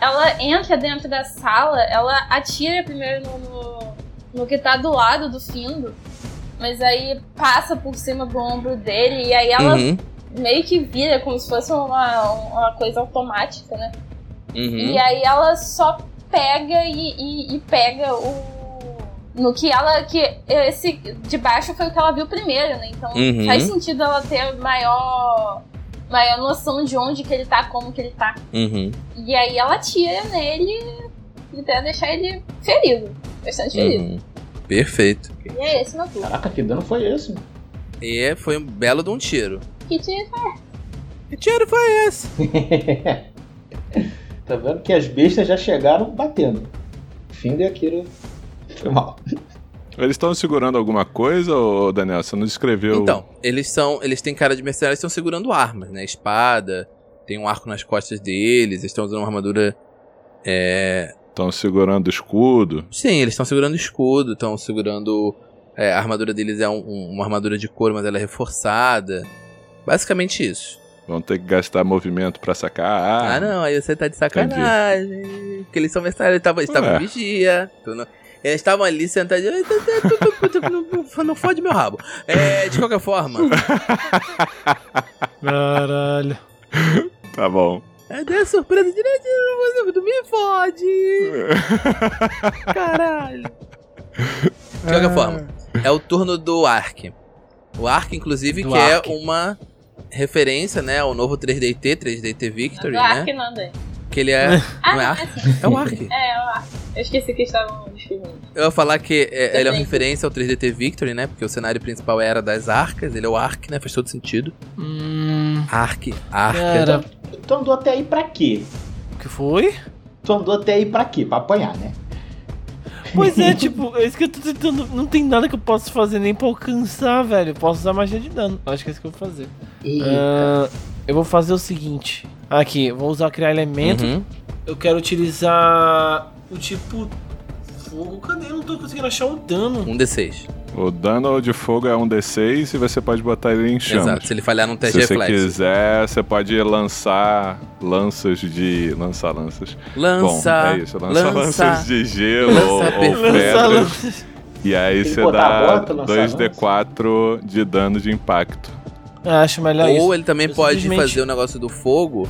Speaker 3: ela entra dentro da sala, ela atira primeiro no, no, no que tá do lado do Findo, mas aí passa por cima do ombro dele e aí ela
Speaker 4: Uhum.
Speaker 3: meio que vira como se fosse uma, uma coisa automática, né?
Speaker 4: Uhum.
Speaker 3: E aí ela só pega e, e- e pega o. No que ela. que Esse de baixo foi o que ela viu primeiro, né? Então
Speaker 4: Uhum.
Speaker 3: faz sentido ela ter maior. maior noção de onde que ele tá, como que ele tá.
Speaker 4: Uhum.
Speaker 3: E aí ela atira nele e tenta deixar ele ferido. Bastante ferido.
Speaker 4: Uhum. Perfeito.
Speaker 3: E é esse meu turno.
Speaker 5: Caraca, que dano foi esse? mano?
Speaker 4: E foi um belo de um tiro.
Speaker 3: Que tiro
Speaker 4: Que tiro foi esse?
Speaker 5: <laughs> Tá vendo que as bestas já chegaram batendo. Fim de Akira. Foi mal.
Speaker 2: Eles estão segurando alguma coisa, ô Daniel? Você não descreveu.
Speaker 4: Então, eles são. Eles têm cara de mercenários estão segurando armas, né? Espada, tem um arco nas costas deles, eles estão usando uma armadura. É.
Speaker 2: Estão segurando escudo.
Speaker 4: Sim, eles estão segurando escudo, estão segurando. é, a armadura deles é um- um- uma armadura de couro, mas ela é reforçada. Basicamente isso.
Speaker 2: Vão ter que gastar movimento pra sacar a
Speaker 4: Ah,
Speaker 2: arma.
Speaker 4: não, aí você tá de sacanagem. Porque eles são mercenários, eles tavam- eles estavam
Speaker 2: Ué.
Speaker 4: em vigia. tu não- Eles estavam ali tá, sentadinhos. Não- Não fode meu rabo. É, de qualquer forma.
Speaker 1: Caralho.
Speaker 2: Tá bom.
Speaker 4: É deu surpresa direitinho, não me fode! Caralho! De qualquer forma, é o turno do Ark. O Ark, inclusive,
Speaker 1: Do
Speaker 4: que
Speaker 1: Ark.
Speaker 4: é uma referência, né, ao novo 3DT, 3DT Victory,
Speaker 3: do ar que
Speaker 4: né?
Speaker 3: não andei.
Speaker 4: Que ele é.
Speaker 3: Ah,
Speaker 4: Não é
Speaker 3: não,
Speaker 4: Ark?
Speaker 3: é assim.
Speaker 4: É o Ark.
Speaker 3: É, o ar. Eu esqueci que estavam discriminando.
Speaker 4: Eu ia falar que é, ele é uma
Speaker 3: Também.
Speaker 4: referência ao 3DT Victory, né? Porque o cenário principal era das arcas, ele é o Ark, né? Faz todo sentido.
Speaker 1: Hum,
Speaker 4: Ark, arca.
Speaker 1: cara,
Speaker 5: Tu Tu andou até aí pra quê?
Speaker 1: O que foi?
Speaker 5: Tu andou até aí pra quê? Pra apanhar, né?
Speaker 1: Pois é, tipo, é isso que eu tô tentando. Não tem nada que eu possa fazer nem pra alcançar, velho. Eu posso usar magia de dano. Acho que é isso que eu vou fazer.
Speaker 5: Ih,
Speaker 1: Ah, eu vou fazer o seguinte. Aqui, vou usar criar elemento.
Speaker 4: Uhum.
Speaker 1: Eu quero utilizar o tipo fogo. Cadê? Eu não tô conseguindo achar um dano.
Speaker 4: Um D6.
Speaker 2: O dano de fogo é um D6 e você pode botar ele em chamas.
Speaker 4: Exato. Se ele falhar num
Speaker 2: Se
Speaker 4: teste de
Speaker 2: você
Speaker 4: reflexo.
Speaker 2: quiser, você pode lançar lanças de. lançar lanças.
Speaker 4: Lança.
Speaker 2: Bom, é isso. Lança,
Speaker 4: lança.
Speaker 2: lanças de gelo
Speaker 4: lança,
Speaker 2: ou, ou
Speaker 4: perfil.
Speaker 2: pedras. E aí
Speaker 5: Tem que
Speaker 2: você
Speaker 5: botar a
Speaker 2: dá
Speaker 5: bota, lançar
Speaker 2: 2d4 de dano de impacto.
Speaker 1: Ah, acho melhor isso.
Speaker 4: Ou ele também
Speaker 1: Eu
Speaker 4: pode
Speaker 1: simplesmente-
Speaker 4: fazer o negócio do fogo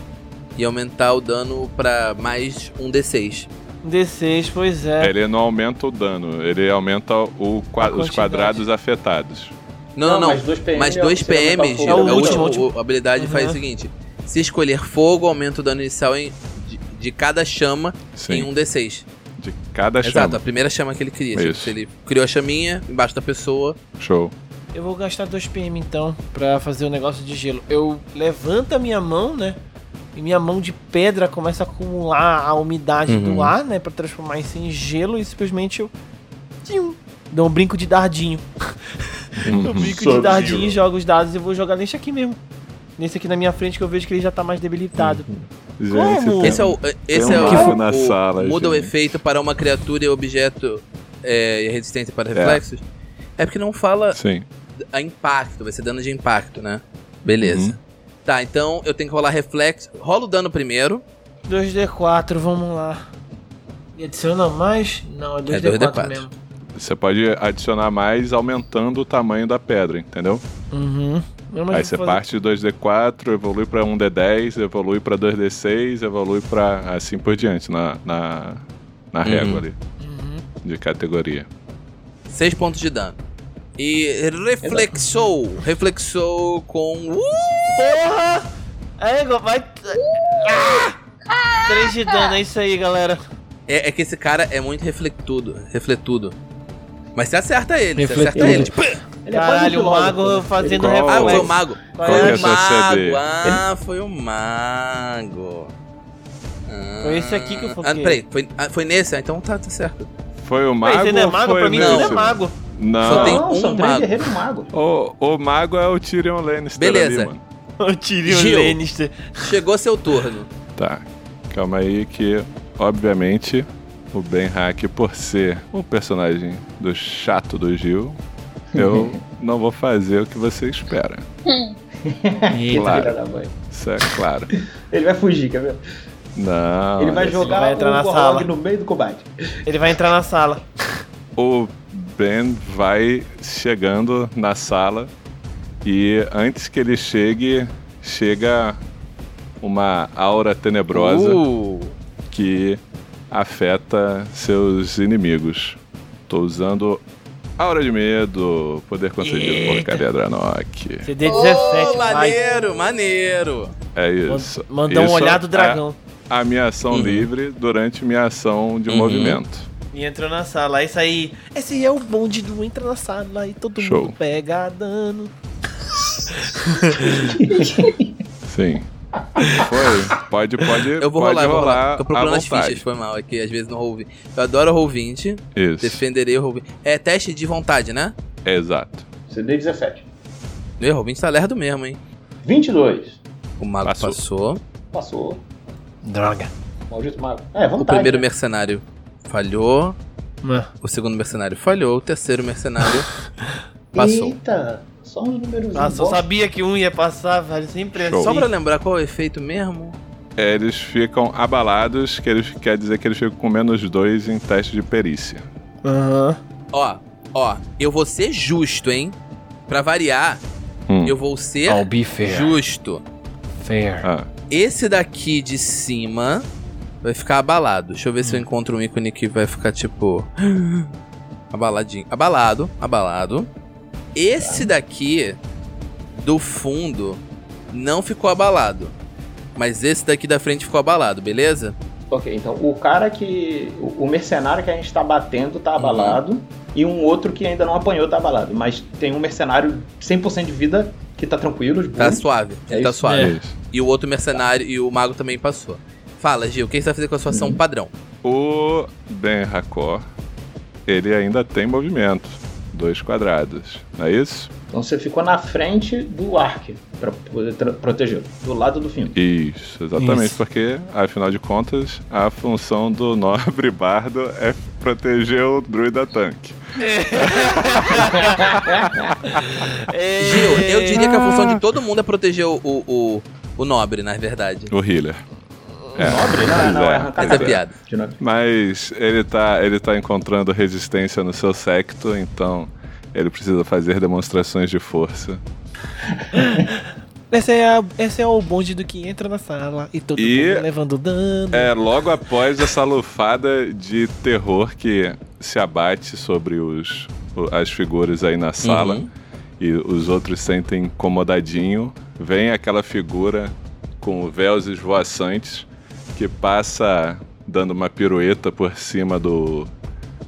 Speaker 4: e aumentar o dano pra mais um D6.
Speaker 1: Um D6, pois é.
Speaker 2: Ele não aumenta o dano, ele aumenta o qua-
Speaker 1: A
Speaker 2: os
Speaker 1: quantidade.
Speaker 2: quadrados afetados.
Speaker 4: Não, não, não.
Speaker 5: dois PMs.
Speaker 4: Mas dois PMs,
Speaker 1: É o
Speaker 4: a
Speaker 1: último,
Speaker 4: última,
Speaker 1: último.
Speaker 4: o- a habilidade
Speaker 1: Uhum.
Speaker 4: faz o seguinte: se escolher fogo, aumenta o dano inicial em- de, de cada chama em
Speaker 2: Sim,
Speaker 4: um D6.
Speaker 2: de cada
Speaker 4: Exato, a
Speaker 2: chama.
Speaker 4: primeira chama que ele cria. Tipo,
Speaker 2: Isso.
Speaker 4: se ele criou a chaminha embaixo da pessoa.
Speaker 2: Show.
Speaker 1: Eu vou gastar 2 PM então pra fazer o negócio de gelo. Eu levanto a minha mão, né? E minha mão de pedra começa a acumular a umidade do
Speaker 4: Uhum.
Speaker 1: ar, né? Pra transformar isso em gelo e simplesmente eu. Tchim, dou um brinco de dardinho. Eu
Speaker 2: Uhum.
Speaker 1: brinco de
Speaker 5: Sub-Zero.
Speaker 1: dardinho, jogo os dados e vou jogar nesse aqui mesmo. Nesse aqui na minha frente que eu vejo que ele já tá mais debilitado.
Speaker 2: Gente,
Speaker 1: Como?
Speaker 2: tem-
Speaker 4: Esse é o. Esse
Speaker 2: um
Speaker 4: é
Speaker 2: mago
Speaker 4: o,
Speaker 2: na
Speaker 4: o-
Speaker 2: sala,
Speaker 4: Muda o
Speaker 2: gente.
Speaker 4: efeito para uma criatura e objeto é, e resistência para reflexos. É. porque não fala
Speaker 2: Sim.
Speaker 4: a impacto, vai ser dano de impacto, né?
Speaker 2: Uhum.
Speaker 4: Beleza. Tá, então eu tenho que rolar reflexo. Rola o dano primeiro.
Speaker 1: 2D4, vamos lá. E adiciona mais? Não, é 2D4,
Speaker 4: 2D4.
Speaker 1: mesmo.
Speaker 2: Você pode adicionar mais aumentando o tamanho da pedra, entendeu?
Speaker 1: Uhum. Não, mas
Speaker 2: Aí
Speaker 1: vou
Speaker 2: você
Speaker 1: fazer-
Speaker 2: parte de 2d4, evolui pra 1d10, evolui pra 2d6, evolui pra assim por diante na, na, na régua ali
Speaker 1: Uhum.
Speaker 2: de categoria.
Speaker 4: 6 pontos de dano. E reflexou. Reflexou com. Uh!
Speaker 1: Porra! Aí, go- vai. Ah! 3 de dano, é isso aí, galera.
Speaker 4: É, é que esse cara é muito reflectudo. Refletudo. Mas você acerta ele, você
Speaker 1: Refletudo.
Speaker 4: acerta ele. Tipo,
Speaker 5: Ele é quase
Speaker 1: Caralho,
Speaker 5: um
Speaker 1: o mago
Speaker 5: filósofo, né?
Speaker 1: fazendo
Speaker 2: Ele-
Speaker 4: ah, foi o
Speaker 1: reflexo.
Speaker 4: mago.
Speaker 1: Qual
Speaker 2: Qual
Speaker 1: é?
Speaker 2: que
Speaker 4: Foi
Speaker 2: é
Speaker 4: o
Speaker 2: a sua CD?
Speaker 4: mago. Ah, foi o mago. Ah.
Speaker 1: Foi esse aqui que eu foquei.
Speaker 4: Ah, peraí, foi, ah, foi nesse? Ah, então tá, tá certo.
Speaker 2: Foi o
Speaker 1: Mas
Speaker 2: mago
Speaker 1: ele não é
Speaker 2: ou
Speaker 1: mago?
Speaker 2: foi
Speaker 1: Pra mim,
Speaker 2: nesse?
Speaker 1: ele não é mago. <laughs>
Speaker 2: Não.
Speaker 4: Só tem
Speaker 5: Não,
Speaker 4: um
Speaker 5: são três
Speaker 4: mago.
Speaker 5: guerreiros mago.
Speaker 2: O, o mago é o Tyrion Lannister
Speaker 4: Beleza.
Speaker 2: ali, mano.
Speaker 1: O Tyrion
Speaker 4: Gil.
Speaker 1: Lannister.
Speaker 4: Chegou seu turno.
Speaker 2: Tá, calma aí que, obviamente, o Ben Hack, por ser o personagem do chato do
Speaker 5: <laughs>
Speaker 2: Gil, eu não vou fazer o que você espera. Claro.
Speaker 5: Filha da mãe.
Speaker 2: Isso é claro.
Speaker 5: Ele vai fugir, quer ver?
Speaker 2: Não.
Speaker 5: ele vai
Speaker 2: olha só.
Speaker 5: jogar
Speaker 1: vai entrar
Speaker 5: o
Speaker 1: na
Speaker 5: Gorlog
Speaker 1: sala.
Speaker 5: no meio
Speaker 1: <laughs>
Speaker 5: do combate.
Speaker 1: Ele vai entrar na sala.
Speaker 2: O Ben vai chegando na sala e antes que ele chegue, chega uma aura tenebrosa.
Speaker 4: Uh,
Speaker 2: que afeta seus inimigos. Tô usando Aura de Medo, poder concedido por
Speaker 1: Eita.
Speaker 2: Caledranok.
Speaker 1: CD
Speaker 4: Ô,
Speaker 1: 17, vai.
Speaker 4: maneiro, maneiro.
Speaker 2: É
Speaker 1: Man-
Speaker 2: isso.
Speaker 1: Mandar um
Speaker 2: Isso
Speaker 1: olhar do dragão.
Speaker 2: É a minha ação
Speaker 4: Uhum.
Speaker 2: livre durante minha ação de
Speaker 4: Uhum.
Speaker 2: movimento.
Speaker 1: E entrou na sala. Aí sai. Esse é o bonde do entra na sala e todo
Speaker 2: Show.
Speaker 1: mundo pega dano.
Speaker 2: Sim. Foi. Pode, pode,
Speaker 4: Eu vou
Speaker 2: pode
Speaker 4: rolar, eu vou rolar. Tô
Speaker 2: à
Speaker 4: procurando as
Speaker 2: vontade.
Speaker 4: fichas, foi mal, é que às vezes não roll 20. Eu adoro roll 20,
Speaker 2: Isso.
Speaker 4: defenderei o roll 20. É teste de vontade, né?
Speaker 2: Exato.
Speaker 5: CD 17.
Speaker 4: Meu roll 20 tá lerdo mesmo, hein?
Speaker 5: 22.
Speaker 4: O mago
Speaker 2: Passou.
Speaker 4: passou.
Speaker 5: Passou.
Speaker 1: Droga.
Speaker 5: Maldito mago. É,
Speaker 4: O
Speaker 5: vamos
Speaker 4: primeiro mercenário falhou.
Speaker 1: Mano,
Speaker 4: O segundo mercenário falhou. O terceiro mercenário passou.
Speaker 5: Eita, só uns números.
Speaker 1: nossa, eu sabia que um ia passar, velho. Sempre é
Speaker 2: Show.
Speaker 4: Só
Speaker 1: assim.
Speaker 4: pra lembrar qual é o efeito mesmo.
Speaker 2: É, Eles ficam abalados, que eles, quer dizer que eles ficam com menos dois em teste de perícia.
Speaker 1: Aham.
Speaker 4: Ó, ó, eu vou ser justo, hein? Pra variar,
Speaker 2: Hum. é.
Speaker 4: eu vou ser
Speaker 1: I'll be fair.
Speaker 4: justo.
Speaker 1: Fair.
Speaker 2: Ah,
Speaker 4: Esse daqui de cima vai ficar abalado. Deixa eu ver se eu
Speaker 2: Hum.
Speaker 4: encontro um ícone que vai ficar tipo. <gasps> Abaladinho. Abalado, abalado. Esse daqui do fundo não ficou abalado. Mas esse daqui da frente ficou abalado, beleza?
Speaker 5: Ok, então o cara que. O o mercenário que a gente tá batendo tá abalado. E um outro que ainda não apanhou tá abalado. Mas tem um mercenário 100% de vida que tá tranquilo, de boa.
Speaker 2: Hum?
Speaker 4: Tá suave.
Speaker 5: É
Speaker 4: tá
Speaker 5: isso
Speaker 4: suave.
Speaker 1: É.
Speaker 2: Isso.
Speaker 4: E o outro mercenário e o mago também passou. Fala, Gil, o que você vai fazer com a sua ação padrão?
Speaker 2: O Ben Hakor, ele ainda tem movimento. Dois quadrados, não é isso?
Speaker 5: Então você ficou na frente do Ark pra poder tra- protegê-lo, do lado do fim.
Speaker 2: Isso, exatamente,
Speaker 6: Isso.
Speaker 2: porque, afinal de contas, a função do nobre bardo é proteger o druida tanque.
Speaker 4: Gil, eu diria que a função de todo mundo é proteger o, o, o, o nobre, na verdade.
Speaker 2: O healer. É,
Speaker 5: Nobre? Não, não, é arrancar
Speaker 2: pois
Speaker 4: Essa é a
Speaker 5: Tá.
Speaker 4: piada.
Speaker 5: De novo.
Speaker 2: Mas ele tá, ele tá encontrando resistência no seu secto, então ele precisa fazer demonstrações de força.
Speaker 1: Essa é, a, esse é o bonde do que entra na sala e todo
Speaker 2: E-
Speaker 1: mundo levando dano.
Speaker 2: É, logo após essa lufada de terror que se abate sobre os, o- as figuras aí na sala
Speaker 4: Uhum.
Speaker 2: e os outros sentem incomodadinho, vem aquela figura com véus esvoaçantes que passa dando uma pirueta por cima do,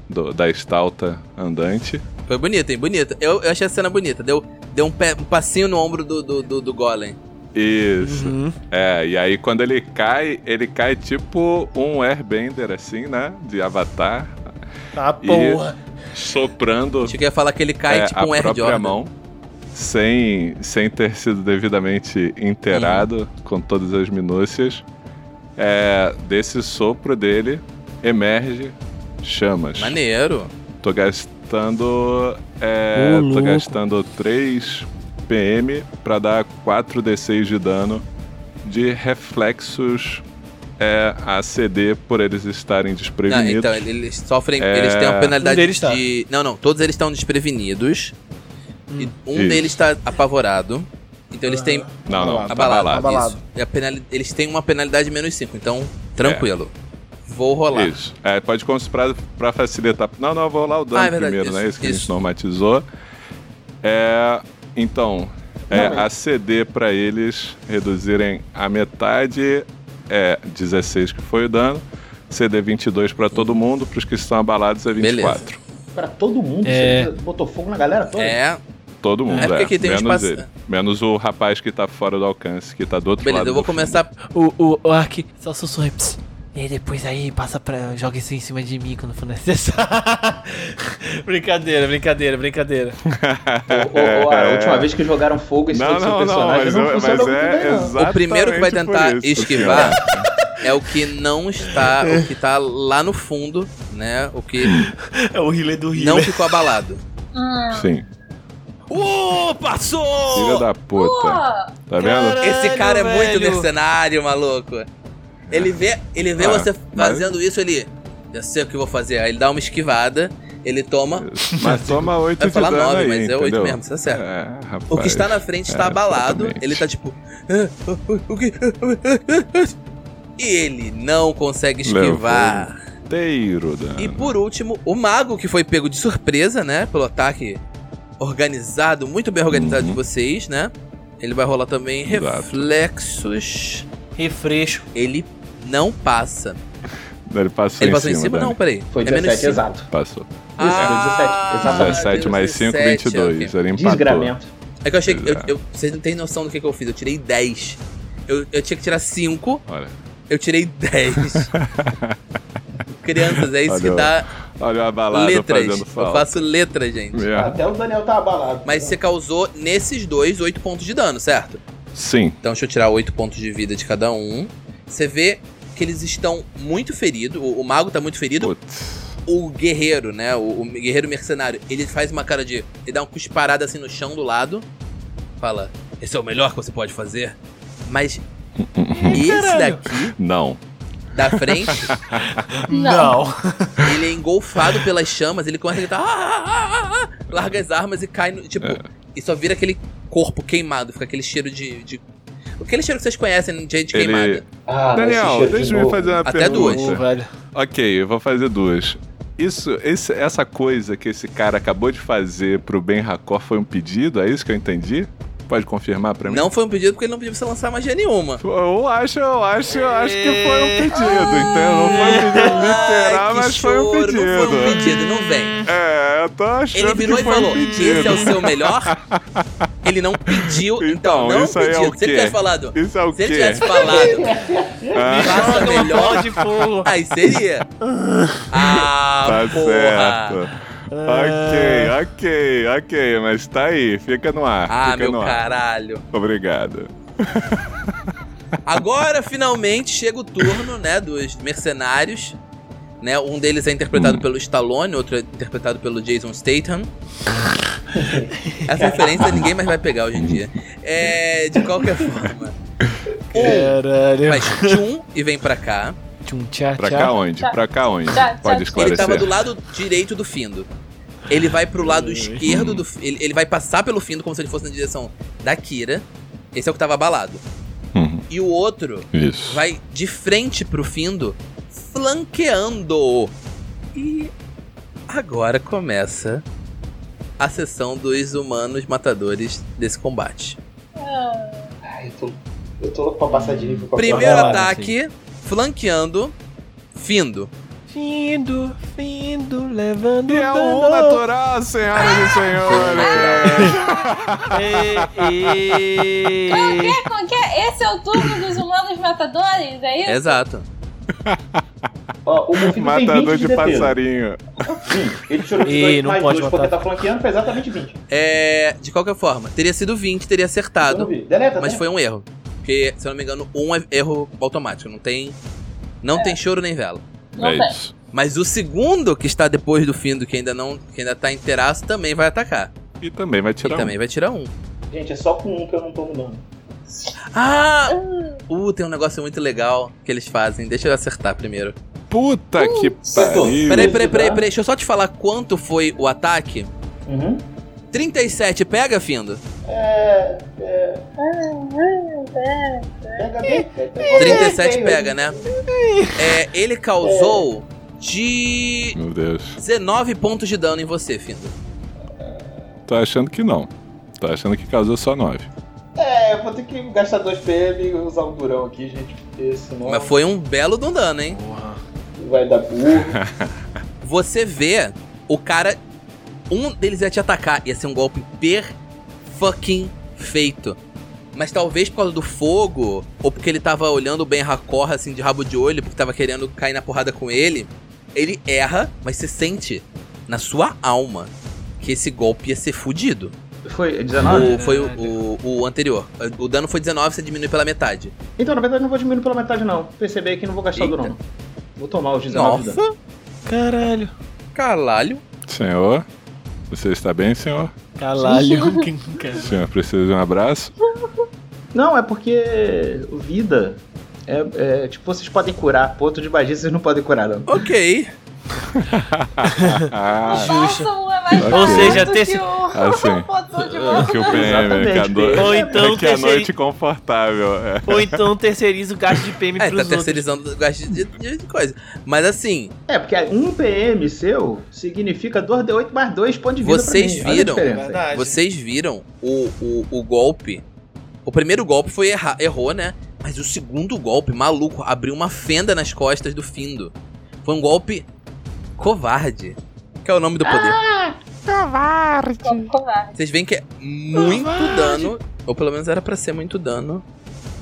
Speaker 2: do- da estalta andante.
Speaker 4: Foi bonita, hein? Bonita. Eu, eu achei a cena bonita. Deu, deu um, pé- um passinho no ombro do, do, do, do Golem.
Speaker 2: Isso.
Speaker 1: Uhum.
Speaker 2: É, e aí quando ele cai, ele cai tipo um airbender, assim, né? De avatar,
Speaker 1: Tá
Speaker 2: é, E-
Speaker 1: porra.
Speaker 2: soprando
Speaker 4: Achei que ia falar que ele cai
Speaker 2: é,
Speaker 4: tipo um
Speaker 2: a
Speaker 4: Air
Speaker 2: própria
Speaker 4: Jordan.
Speaker 2: mão, sem, sem ter sido devidamente inteirado, com todas as minúcias. É, desse sopro dele, emerge chamas.
Speaker 4: Maneiro.
Speaker 2: Tô gastando. é,
Speaker 1: Ô,
Speaker 2: tô
Speaker 1: louco.
Speaker 2: gastando 3 PM pra dar 4d6 de dano de reflexos é, ACD por eles estarem
Speaker 4: Não,
Speaker 2: desprevenidos.
Speaker 4: então, eles sofrem.
Speaker 2: É.
Speaker 4: Eles têm uma penalidade
Speaker 1: Um deles tá.
Speaker 4: de. Não, não. Todos eles estão desprevenidos. E um
Speaker 2: Hum. Isso.
Speaker 4: deles tá apavorado. Então eles têm.
Speaker 2: não, não, tá
Speaker 4: Abalado.
Speaker 2: abalado.
Speaker 4: Isso. E a penali- Eles têm uma penalidade de menos 5, então, tranquilo. Vou rolar.
Speaker 2: Isso. É, pode comprar pra facilitar. Não, não, eu vou rolar o dano
Speaker 4: Ah, é verdade,
Speaker 2: primeiro, né?
Speaker 4: isso,
Speaker 2: Isso que a gente
Speaker 4: isso.
Speaker 2: normatizou. É, então, é,
Speaker 5: Não,
Speaker 2: a CD pra eles reduzirem a metade, é 16 que foi o dano. CD 22 pra todo mundo, pros que estão abalados é 24.
Speaker 5: Pra todo mundo,
Speaker 1: É.
Speaker 5: você botou fogo na galera toda.
Speaker 4: É,
Speaker 2: Todo mundo,
Speaker 4: É porque
Speaker 2: é.
Speaker 4: aqui tem um
Speaker 2: Menos
Speaker 4: espaço-
Speaker 2: ele. Menos o rapaz que tá fora do alcance, que tá do outro lado.
Speaker 4: beleza, eu vou
Speaker 2: do fio.
Speaker 4: começar.
Speaker 1: O, o, o Ark só sussurra. "Ps". E aí depois aí passa pra. Joga isso em cima de mim quando for necessário. <laughs> brincadeira, brincadeira, brincadeira.
Speaker 2: <laughs>
Speaker 5: Ô, ô, ô, a última vez que jogaram fogo em cima
Speaker 2: É. Não,
Speaker 5: do seu
Speaker 2: não, não,
Speaker 5: personagem
Speaker 2: mas,
Speaker 5: não,
Speaker 2: eu- mas
Speaker 5: funcionou muito
Speaker 2: é
Speaker 5: bem, não.
Speaker 2: exatamente
Speaker 4: o primeiro que vai
Speaker 2: por
Speaker 4: tentar
Speaker 2: isso,
Speaker 4: esquivar
Speaker 2: <laughs>
Speaker 4: é o que não está. O que tá lá no fundo, né? O que
Speaker 6: É o healer do
Speaker 4: não
Speaker 6: healer.
Speaker 4: ficou abalado.
Speaker 2: senhor. Sim.
Speaker 1: Ô, Uh, passou!
Speaker 2: Filha da puta.
Speaker 3: Pô,
Speaker 2: Tá vendo?
Speaker 4: Esse cara é muito
Speaker 1: velho.
Speaker 4: mercenário, maluco. Ele vê, ele vê
Speaker 2: Ah,
Speaker 4: você
Speaker 2: mas-
Speaker 4: fazendo isso, ele. Eu sei o que eu vou fazer. Aí ele dá uma esquivada, ele toma.
Speaker 2: Mas toma 8
Speaker 4: Eu ia
Speaker 2: de dano
Speaker 4: falar 9,
Speaker 2: aí,
Speaker 4: mas é 8
Speaker 2: entendeu?
Speaker 4: mesmo, tá certo.
Speaker 2: É, rapaz.
Speaker 4: O que está na frente está
Speaker 2: É,
Speaker 4: abalado,
Speaker 2: exatamente.
Speaker 4: ele tá tipo. "Ah, O que? ah, ah, ah." E ele não consegue
Speaker 2: né?
Speaker 4: esquivar.
Speaker 2: Teiro, dano.
Speaker 4: E por último, o mago que foi pego de surpresa, né? Pelo ataque organizado, muito bem organizado
Speaker 2: Uhum.
Speaker 4: de vocês, né? Ele vai rolar também
Speaker 2: Exato.
Speaker 4: reflexos.
Speaker 1: Refresco.
Speaker 4: Ele não passa.
Speaker 2: Ele passou
Speaker 4: ele
Speaker 2: em
Speaker 4: passou
Speaker 2: cima,
Speaker 4: em cima?
Speaker 2: Dani.
Speaker 4: Não, peraí.
Speaker 5: Foi
Speaker 4: é menos
Speaker 5: 17,
Speaker 4: cinco.
Speaker 5: exato.
Speaker 2: Passou.
Speaker 4: Ah,
Speaker 5: 17, exatamente.
Speaker 2: 17 mais 5,
Speaker 4: 17, ok.
Speaker 2: 22. Ele empatou.
Speaker 5: Desgramento.
Speaker 4: É que eu achei que. eu-
Speaker 2: Exato.
Speaker 4: eu- vocês não têm noção do que, que eu fiz. Eu tirei 10. Eu, eu tinha que tirar 5,
Speaker 2: Olha,
Speaker 4: eu tirei
Speaker 2: <laughs>
Speaker 4: 10. Crianças, é isso
Speaker 2: Olha,
Speaker 4: que dá
Speaker 2: olha o abalado
Speaker 4: letras.
Speaker 2: fazendo
Speaker 4: Eu
Speaker 2: falta.
Speaker 4: faço letra, gente.
Speaker 2: Yeah.
Speaker 5: Até o Daniel tá abalado.
Speaker 4: Mas você causou nesses dois 8 pontos de dano, certo?
Speaker 2: Sim,
Speaker 4: Então deixa eu tirar 8 pontos de vida de cada um. Você vê que eles estão muito feridos. O, o mago tá muito ferido.
Speaker 2: putz.
Speaker 4: o guerreiro, né? O, o guerreiro mercenário, ele faz uma cara de. Ele dá uma cusparada assim no chão do lado. Fala, esse é o melhor que você pode fazer.
Speaker 2: <laughs>
Speaker 4: Mas esse daqui,
Speaker 2: Não.
Speaker 4: da frente,
Speaker 3: Não.
Speaker 4: ele é engolfado pelas chamas, ele começa a gritar. "Ah, ah, ah, ah", larga as armas e cai no. Tipo,
Speaker 2: É.
Speaker 4: e só vira aquele corpo queimado, fica aquele cheiro de. de- aquele cheiro que vocês conhecem né, de gente
Speaker 2: Ele-
Speaker 4: queimada.
Speaker 5: Ah, mas esse
Speaker 2: Daniel,
Speaker 5: cheiro de
Speaker 2: deixa eu
Speaker 5: novo.
Speaker 2: fazer uma
Speaker 4: Até
Speaker 2: pergunta.
Speaker 4: duas.
Speaker 1: Ô, velho.
Speaker 2: Ok, eu vou fazer duas. Isso, esse- essa coisa que esse cara acabou de fazer pro Ben Racor foi um pedido? É isso que eu entendi? Pode confirmar pra mim?
Speaker 4: Não foi um pedido porque ele não pediu pra você lançar magia nenhuma.
Speaker 2: Eu acho, eu acho, eu acho que foi um pedido, entendeu? Não foi um pedido
Speaker 4: Ai,
Speaker 2: literal,
Speaker 4: que
Speaker 2: mas foi um
Speaker 4: choro,
Speaker 2: pedido.
Speaker 4: Não foi um pedido, não vem.
Speaker 2: É, eu tô achando
Speaker 4: Ele virou
Speaker 2: que
Speaker 4: e
Speaker 2: foi
Speaker 4: falou:
Speaker 2: um pedido.
Speaker 4: esse é o seu melhor? Ele não
Speaker 2: <laughs>
Speaker 4: pediu, então,
Speaker 2: Então,
Speaker 4: não
Speaker 2: isso aí é
Speaker 4: pediu.
Speaker 2: o
Speaker 4: Se ele
Speaker 2: quê?
Speaker 4: tivesse falado,
Speaker 2: Isso é o
Speaker 4: se ele
Speaker 2: quê?
Speaker 4: tivesse falado,
Speaker 2: Ah,
Speaker 4: faça melhor,
Speaker 1: de fogo.
Speaker 6: <laughs>
Speaker 4: aí seria. Ah,
Speaker 2: tá
Speaker 4: porra.
Speaker 2: certo. Ok, ok, ok, mas tá aí, fica no ar.
Speaker 4: Ah,
Speaker 2: fica
Speaker 4: meu
Speaker 2: no ar.
Speaker 4: caralho.
Speaker 2: Obrigado.
Speaker 4: Agora, finalmente, chega o turno, né, dos mercenários. Né, um deles é interpretado
Speaker 2: Hum.
Speaker 4: pelo Stallone, outro é interpretado pelo Jason Statham. Essa referência ninguém mais vai pegar hoje em dia. É, de qualquer forma. Um
Speaker 1: Caralho.
Speaker 4: faz tchum e vem pra cá.
Speaker 1: Tchum, tchá,
Speaker 2: Pra
Speaker 1: tchá.
Speaker 2: cá onde?
Speaker 3: Tchau.
Speaker 2: Pra cá onde?
Speaker 3: Tchau, tchau.
Speaker 2: Pode
Speaker 3: Ele
Speaker 2: esclarecer.
Speaker 4: Ele tava do lado direito do Findo. Ele vai pro lado esquerdo do. Ele, ele vai passar pelo Findo como se ele fosse na direção da Kira. Esse é o que tava abalado.
Speaker 2: Uhum,
Speaker 4: E o outro
Speaker 2: isso.
Speaker 4: vai de frente pro Findo, flanqueando-o. E agora começa a sessão dos humanos matadores desse combate.
Speaker 8: Ai, eu tô, eu tô louco pra passar de nível com a
Speaker 4: Primeiro
Speaker 5: assim.
Speaker 1: lá,
Speaker 4: ataque, flanqueando, Findo.
Speaker 1: Findo, findo, levando
Speaker 2: E é um
Speaker 1: dano.
Speaker 2: natural, senhoras e senhores.
Speaker 1: E, e...
Speaker 3: É, como que é? Esse é o turno dos humanos matadores, é isso?
Speaker 4: Exato.
Speaker 8: Ó, o Mofido tem 20
Speaker 2: Matador
Speaker 8: de,
Speaker 2: de
Speaker 8: defesa.
Speaker 2: passarinho.
Speaker 8: 20. Ele
Speaker 4: <laughs>
Speaker 8: tirou
Speaker 1: Ih,
Speaker 8: 18
Speaker 1: não
Speaker 8: mais
Speaker 1: pode matar.
Speaker 8: 2 porque tá flanqueando, foi exatamente 20.
Speaker 4: É, de qualquer forma, teria sido 20, teria
Speaker 8: Eu não
Speaker 5: Então,
Speaker 4: acertado,
Speaker 8: vi. Deleta,
Speaker 4: mas
Speaker 8: né?
Speaker 4: foi um erro. Porque, se eu não me engano, um é erro automático, não tem não tem choro nem vela.
Speaker 3: Não
Speaker 2: É
Speaker 3: tem.
Speaker 2: isso.
Speaker 4: Mas o segundo, que está depois do Findo, que ainda não, que ainda tá inteiraço, também vai atacar.
Speaker 2: E também vai
Speaker 4: Ele
Speaker 2: tirar um.
Speaker 4: também vai tirar um.
Speaker 8: Gente, é só com um que eu não tô mudando.
Speaker 4: Ah! Uh, tem um negócio muito legal que eles fazem. Deixa eu acertar primeiro.
Speaker 2: Puta que
Speaker 8: acertou.
Speaker 2: pariu.
Speaker 4: Peraí, peraí, peraí,
Speaker 2: tá?
Speaker 4: peraí. Deixa eu só te falar quanto foi o ataque.
Speaker 8: Uhum.
Speaker 4: 37 pega, Findo?
Speaker 8: É. é... Pega bem. pega bem.
Speaker 4: 37 pega, né? É, ele causou de
Speaker 2: Meu Deus.
Speaker 4: 19 pontos de dano em você, Findo.
Speaker 2: Tô Tá achando que não. Tô achando que causou só nove.
Speaker 8: É, eu vou ter que gastar 2 PM e usar um durão aqui, gente, porque senão
Speaker 4: Mas foi um belo de um dano, hein?
Speaker 8: vai dar burro.
Speaker 4: Você vê o cara. Um deles ia te atacar. Ia ser um golpe per fucking feito. Mas talvez por causa do fogo, ou porque ele tava olhando bem Racorra assim de rabo de olho, porque tava querendo cair na porrada com ele. Ele erra, mas você sente na sua alma que esse golpe ia ser fudido.
Speaker 5: Foi
Speaker 4: O,
Speaker 5: 19?
Speaker 4: foi
Speaker 1: É,
Speaker 4: o, o- o anterior. O dano foi 19, você diminui pela metade.
Speaker 5: Então, na verdade, eu não vou diminuir pela metade, não. Percebi que não vou gastar o
Speaker 4: Eita.
Speaker 5: durão. Vou tomar os 19 de dano.
Speaker 4: Nossa,
Speaker 1: Caralho.
Speaker 4: caralho.
Speaker 2: Senhor, você está bem, senhor?
Speaker 1: Caralho.
Speaker 2: O senhor precisa de um abraço?
Speaker 5: Não, é porque vida é, é, tipo, vocês podem curar. Ponto de magia, vocês não podem curar, não.
Speaker 4: Ok.
Speaker 2: Ah,
Speaker 1: Xuxa.
Speaker 3: Nossa, um é mais
Speaker 2: Ou
Speaker 3: barato
Speaker 1: seja,
Speaker 3: que
Speaker 1: terce-
Speaker 3: o-
Speaker 4: Ah,
Speaker 2: Assim.
Speaker 3: <laughs> o ponto de volta.
Speaker 2: que o PM, é que a,
Speaker 5: Exatamente,
Speaker 2: do...
Speaker 1: Ou então
Speaker 2: que a
Speaker 1: terceiri-
Speaker 2: noite confortável. É.
Speaker 1: Ou então terceiriza o gasto de PM
Speaker 4: É,
Speaker 1: pros
Speaker 4: tá
Speaker 1: outros.
Speaker 4: terceirizando o gasto de, de de coisa. Mas assim,
Speaker 5: É, porque um PM seu significa 2D8 mais 2 pontos de vida. pra
Speaker 4: Vocês
Speaker 5: mim. Olha a
Speaker 4: viram?
Speaker 5: diferença.
Speaker 1: É Verdade.
Speaker 4: Vocês viram o, o, o golpe? O primeiro golpe foi errar, errou, né? Mas o segundo golpe, maluco, abriu uma fenda nas costas do Findo. Foi um golpe covarde. Que é o nome do poder.
Speaker 3: Como covarde.
Speaker 4: Vocês veem que é muito dano. Ou pelo menos era pra ser muito dano.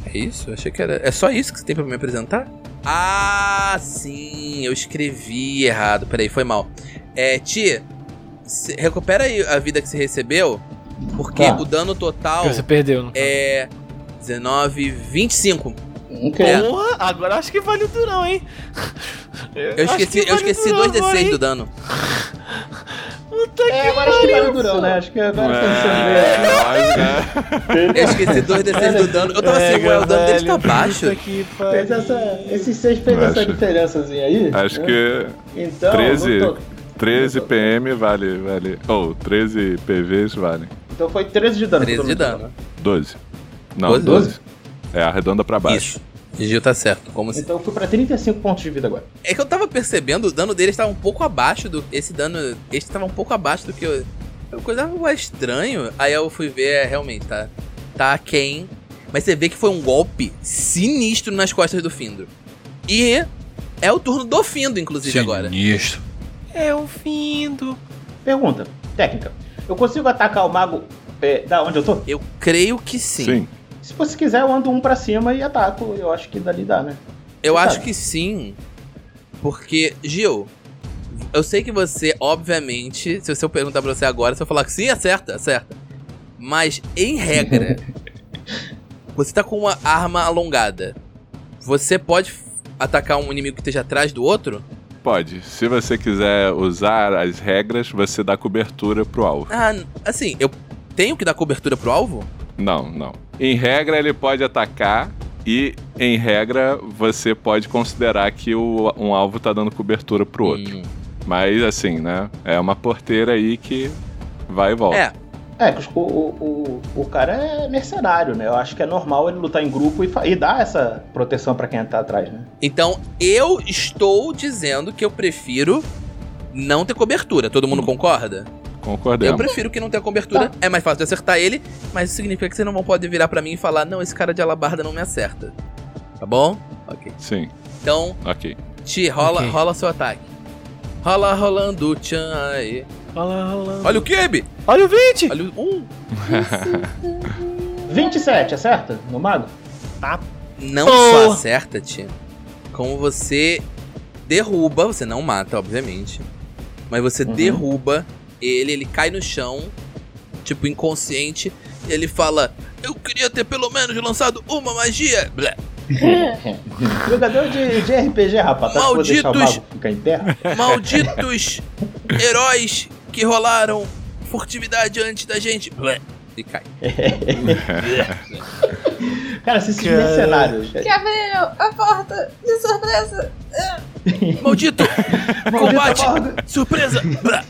Speaker 4: É isso? Eu achei que era. É só isso que você tem pra me apresentar? Ah, sim, eu escrevi errado. Peraí, foi mal. É, Ti, se- recupera aí a vida que você recebeu. Porque
Speaker 8: Tá.
Speaker 4: o dano total
Speaker 1: Você perdeu, não?
Speaker 4: é 19, 25.
Speaker 5: Um
Speaker 8: Ok.
Speaker 4: É.
Speaker 1: Porra, agora acho que vale o durão, hein?
Speaker 4: Eu esqueci, eu esqueci 2d6 do dano.
Speaker 8: É, agora acho que vale o durão, né? Acho que agora é.
Speaker 2: É,
Speaker 4: Eu esqueci 2d6 do dano. Eu tava
Speaker 1: É,
Speaker 4: assim, ué, o dano deles tá baixo.
Speaker 8: Fez essa, esses seis fez essa
Speaker 2: Acho.
Speaker 8: diferençazinha aí.
Speaker 2: acho
Speaker 8: né?
Speaker 2: que
Speaker 8: Então,
Speaker 2: 13.
Speaker 8: não tô-
Speaker 2: 13 PM vale, vale. Ou 13 PVs vale.
Speaker 5: Então foi 13 de dano.
Speaker 4: 13 de
Speaker 5: todo mundo.
Speaker 4: dano.
Speaker 2: 12. Não, 12.
Speaker 4: Doze?
Speaker 2: É arredonda pra baixo.
Speaker 4: Isso. Gil tá certo. Como se
Speaker 5: Então eu fui pra 35 pontos de vida agora.
Speaker 4: É que eu tava percebendo, o dano deles tava um pouco abaixo do. Esse dano. Este tava um pouco abaixo do que eu. eu coisa ué, estranho. Aí eu fui ver, é, realmente, tá. Tá quem. Mas você vê que foi um golpe sinistro nas costas do Findo. E é o turno do Findo, inclusive, agora.
Speaker 1: É o findo.
Speaker 5: Pergunta, técnica. Eu consigo atacar o mago é, da onde eu tô?
Speaker 4: Eu creio que sim.
Speaker 2: Sim.
Speaker 5: Se você quiser, eu ando um pra cima e ataco. Eu acho que dali dá, né?
Speaker 4: Eu
Speaker 5: Cara.
Speaker 4: acho que sim. Porque, Gil, eu sei que você, obviamente, se eu perguntar pra você agora, você vai falar que sim, é acerta, acerta. Mas,
Speaker 2: <laughs>
Speaker 4: em regra, você tá com uma arma alongada. Você pode f- atacar um inimigo que esteja atrás do outro?
Speaker 2: Pode. Se você quiser usar as regras, você dá cobertura pro alvo.
Speaker 4: Ah, n- assim, eu tenho que dar cobertura pro alvo?
Speaker 2: Não, não. Em regra, ele pode atacar e, em regra, você pode considerar que o- um alvo tá dando cobertura pro outro.
Speaker 4: Hum.
Speaker 2: Mas, assim, né? É uma porteira aí que vai e volta.
Speaker 4: É,
Speaker 5: É, que o, o, o, o cara é mercenário, né? Eu acho que é normal ele lutar em grupo e, fa- e dar essa proteção pra quem tá atrás, né?
Speaker 4: Então eu estou dizendo que eu prefiro não ter cobertura. Todo
Speaker 2: Hum.
Speaker 4: mundo concorda? Eu
Speaker 2: Concordemos.
Speaker 4: prefiro que não tenha cobertura. É mais fácil de acertar ele, mas isso significa que você não pode virar pra mim e falar: não, esse cara de alabarda não me acerta. Tá bom? Ok.
Speaker 2: Sim,
Speaker 4: Então,
Speaker 2: ok.
Speaker 4: Ti, rola,
Speaker 1: Ok.
Speaker 4: rola seu ataque. Rola rolando tchan aí.
Speaker 1: Olha, olha.
Speaker 4: Olha o Kibe!
Speaker 1: Olha o 20!
Speaker 4: Olha o. Um!
Speaker 5: 27, acerta? No mago?
Speaker 4: Não só
Speaker 1: Boa.
Speaker 4: acerta, Ti, como você derruba, você não mata, obviamente, mas você
Speaker 5: Uhum.
Speaker 4: derruba ele, ele cai no chão, tipo inconsciente, e ele fala: Eu queria ter pelo menos lançado uma magia! Blé.
Speaker 5: Jogador de, de RPG, rapaz. Tá vou deixar o
Speaker 4: Malditos!
Speaker 5: mago ficar em terra?
Speaker 4: Malditos heróis que rolaram furtividade antes da gente! Blé. E cai.
Speaker 5: Cara, se esses
Speaker 6: Cara.
Speaker 5: mercenários.
Speaker 3: Que abriram a porta de surpresa.
Speaker 4: Maldito! Combate!
Speaker 5: Maldito
Speaker 4: Surpresa! Blé.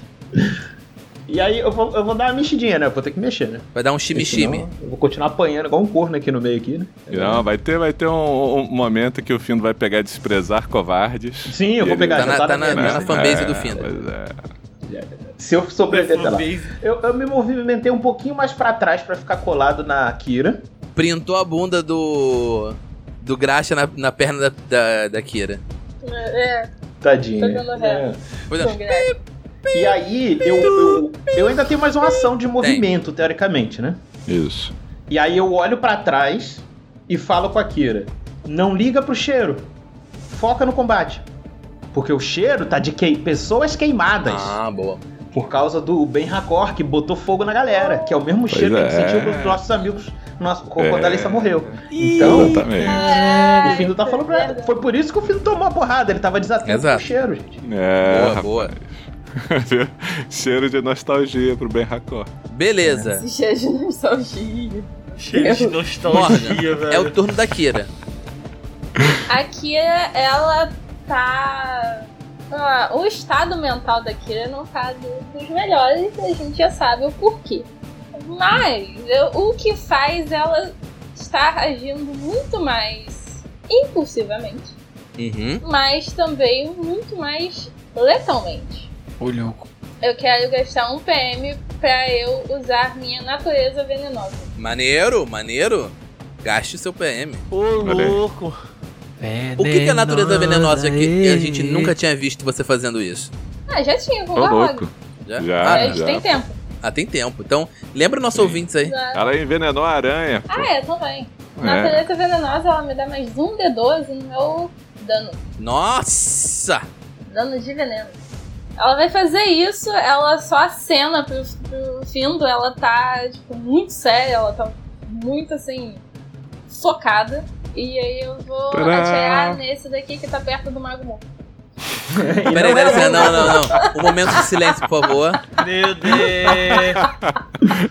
Speaker 5: E aí eu vou, eu vou dar uma mexidinha, né? Eu vou ter que mexer, né?
Speaker 4: Vai dar um
Speaker 5: Porque senão
Speaker 4: chimichime.
Speaker 5: Eu vou continuar apanhando igual um corno aqui no meio aqui, né?
Speaker 2: Não, vai ter, vai ter um, um momento que o Findo vai pegar desprezar covardes.
Speaker 5: Sim, eu vou
Speaker 2: Ele-
Speaker 5: pegar.
Speaker 4: Tá
Speaker 5: já
Speaker 4: na- tá
Speaker 5: minha
Speaker 4: na-
Speaker 5: lista.
Speaker 4: tá na fanbase do Findo.
Speaker 2: Pois é.
Speaker 5: Se eu sobreviver até lá. Eu, eu me movimentei um pouquinho mais pra trás pra ficar colado na Kira.
Speaker 4: Printou a bunda do. do Graxa na, na perna da, da, da Kira.
Speaker 3: É,
Speaker 5: Tadinha.
Speaker 3: Tô dando ré.
Speaker 4: Pois
Speaker 3: são
Speaker 4: é.
Speaker 3: grandes.
Speaker 5: né? É. E aí, eu, eu, eu ainda tenho mais uma ação de movimento, teoricamente, né?
Speaker 2: Isso.
Speaker 5: E aí eu olho pra trás e falo com a Kira: Não liga pro cheiro. Foca no combate. Porque o cheiro tá de que... pessoas queimadas.
Speaker 4: Ah, boa.
Speaker 5: Por causa do Ben Racor, que botou fogo na galera. Que é o mesmo
Speaker 2: Pois
Speaker 5: cheiro que a gente
Speaker 2: é.
Speaker 5: sentiu dos nossos amigos nosso, quando a Alissa morreu. Então,
Speaker 2: Exatamente.
Speaker 5: o Findo tá falando pra
Speaker 3: É.
Speaker 5: ela. Foi por isso que o Findo tomou a porrada. Ele tava desatento
Speaker 4: Exato.
Speaker 5: com o cheiro, gente.
Speaker 2: É,
Speaker 4: Boa,
Speaker 2: rapaz.
Speaker 4: boa.
Speaker 2: <laughs> Cheiro de nostalgia pro Ben Racor.
Speaker 4: Beleza.
Speaker 3: Cheio de nostalgia.
Speaker 6: Cheio de nostalgia, velho.
Speaker 4: É o turno da Kira.
Speaker 3: A Kira, ela tá. ah, o estado mental da Kira não tá do- dos melhores, a gente já sabe o porquê. Mas eu- o que faz ela estar agindo muito mais impulsivamente,
Speaker 4: Uhum.
Speaker 3: mas também muito mais letalmente.
Speaker 1: Ô, louco.
Speaker 3: Eu quero gastar um PM pra eu usar minha natureza venenosa.
Speaker 4: Maneiro, maneiro. Gaste o seu PM.
Speaker 1: Ô,
Speaker 2: Olha aí.
Speaker 1: louco.
Speaker 4: O que, que é a natureza venenosa aqui? A gente nunca tinha visto você fazendo isso.
Speaker 3: Ah, já tinha com o
Speaker 2: Tô louco.
Speaker 3: Garrog.
Speaker 4: Já?
Speaker 2: Já,
Speaker 4: Ah,
Speaker 3: Mas tem tempo.
Speaker 4: ah, tem tempo. Então, lembra nossos ouvintes aí.
Speaker 2: Ela envenenou a aranha.
Speaker 3: Ah, é, também.
Speaker 2: É.
Speaker 3: Natureza venenosa, ela me dá mais um D12 no meu dano.
Speaker 4: Nossa!
Speaker 3: Dano de veneno. Ela vai fazer isso, ela só acena pro, pro Findo, ela tá, tipo, muito séria, ela tá muito, assim, focada. E aí eu vou
Speaker 2: Tadá!
Speaker 3: atirar nesse daqui que tá perto do Mago Mu.
Speaker 5: é
Speaker 4: Peraí, peraí, peraí. Não, não, não. Um momento de silêncio, por favor.
Speaker 6: Meu Deus.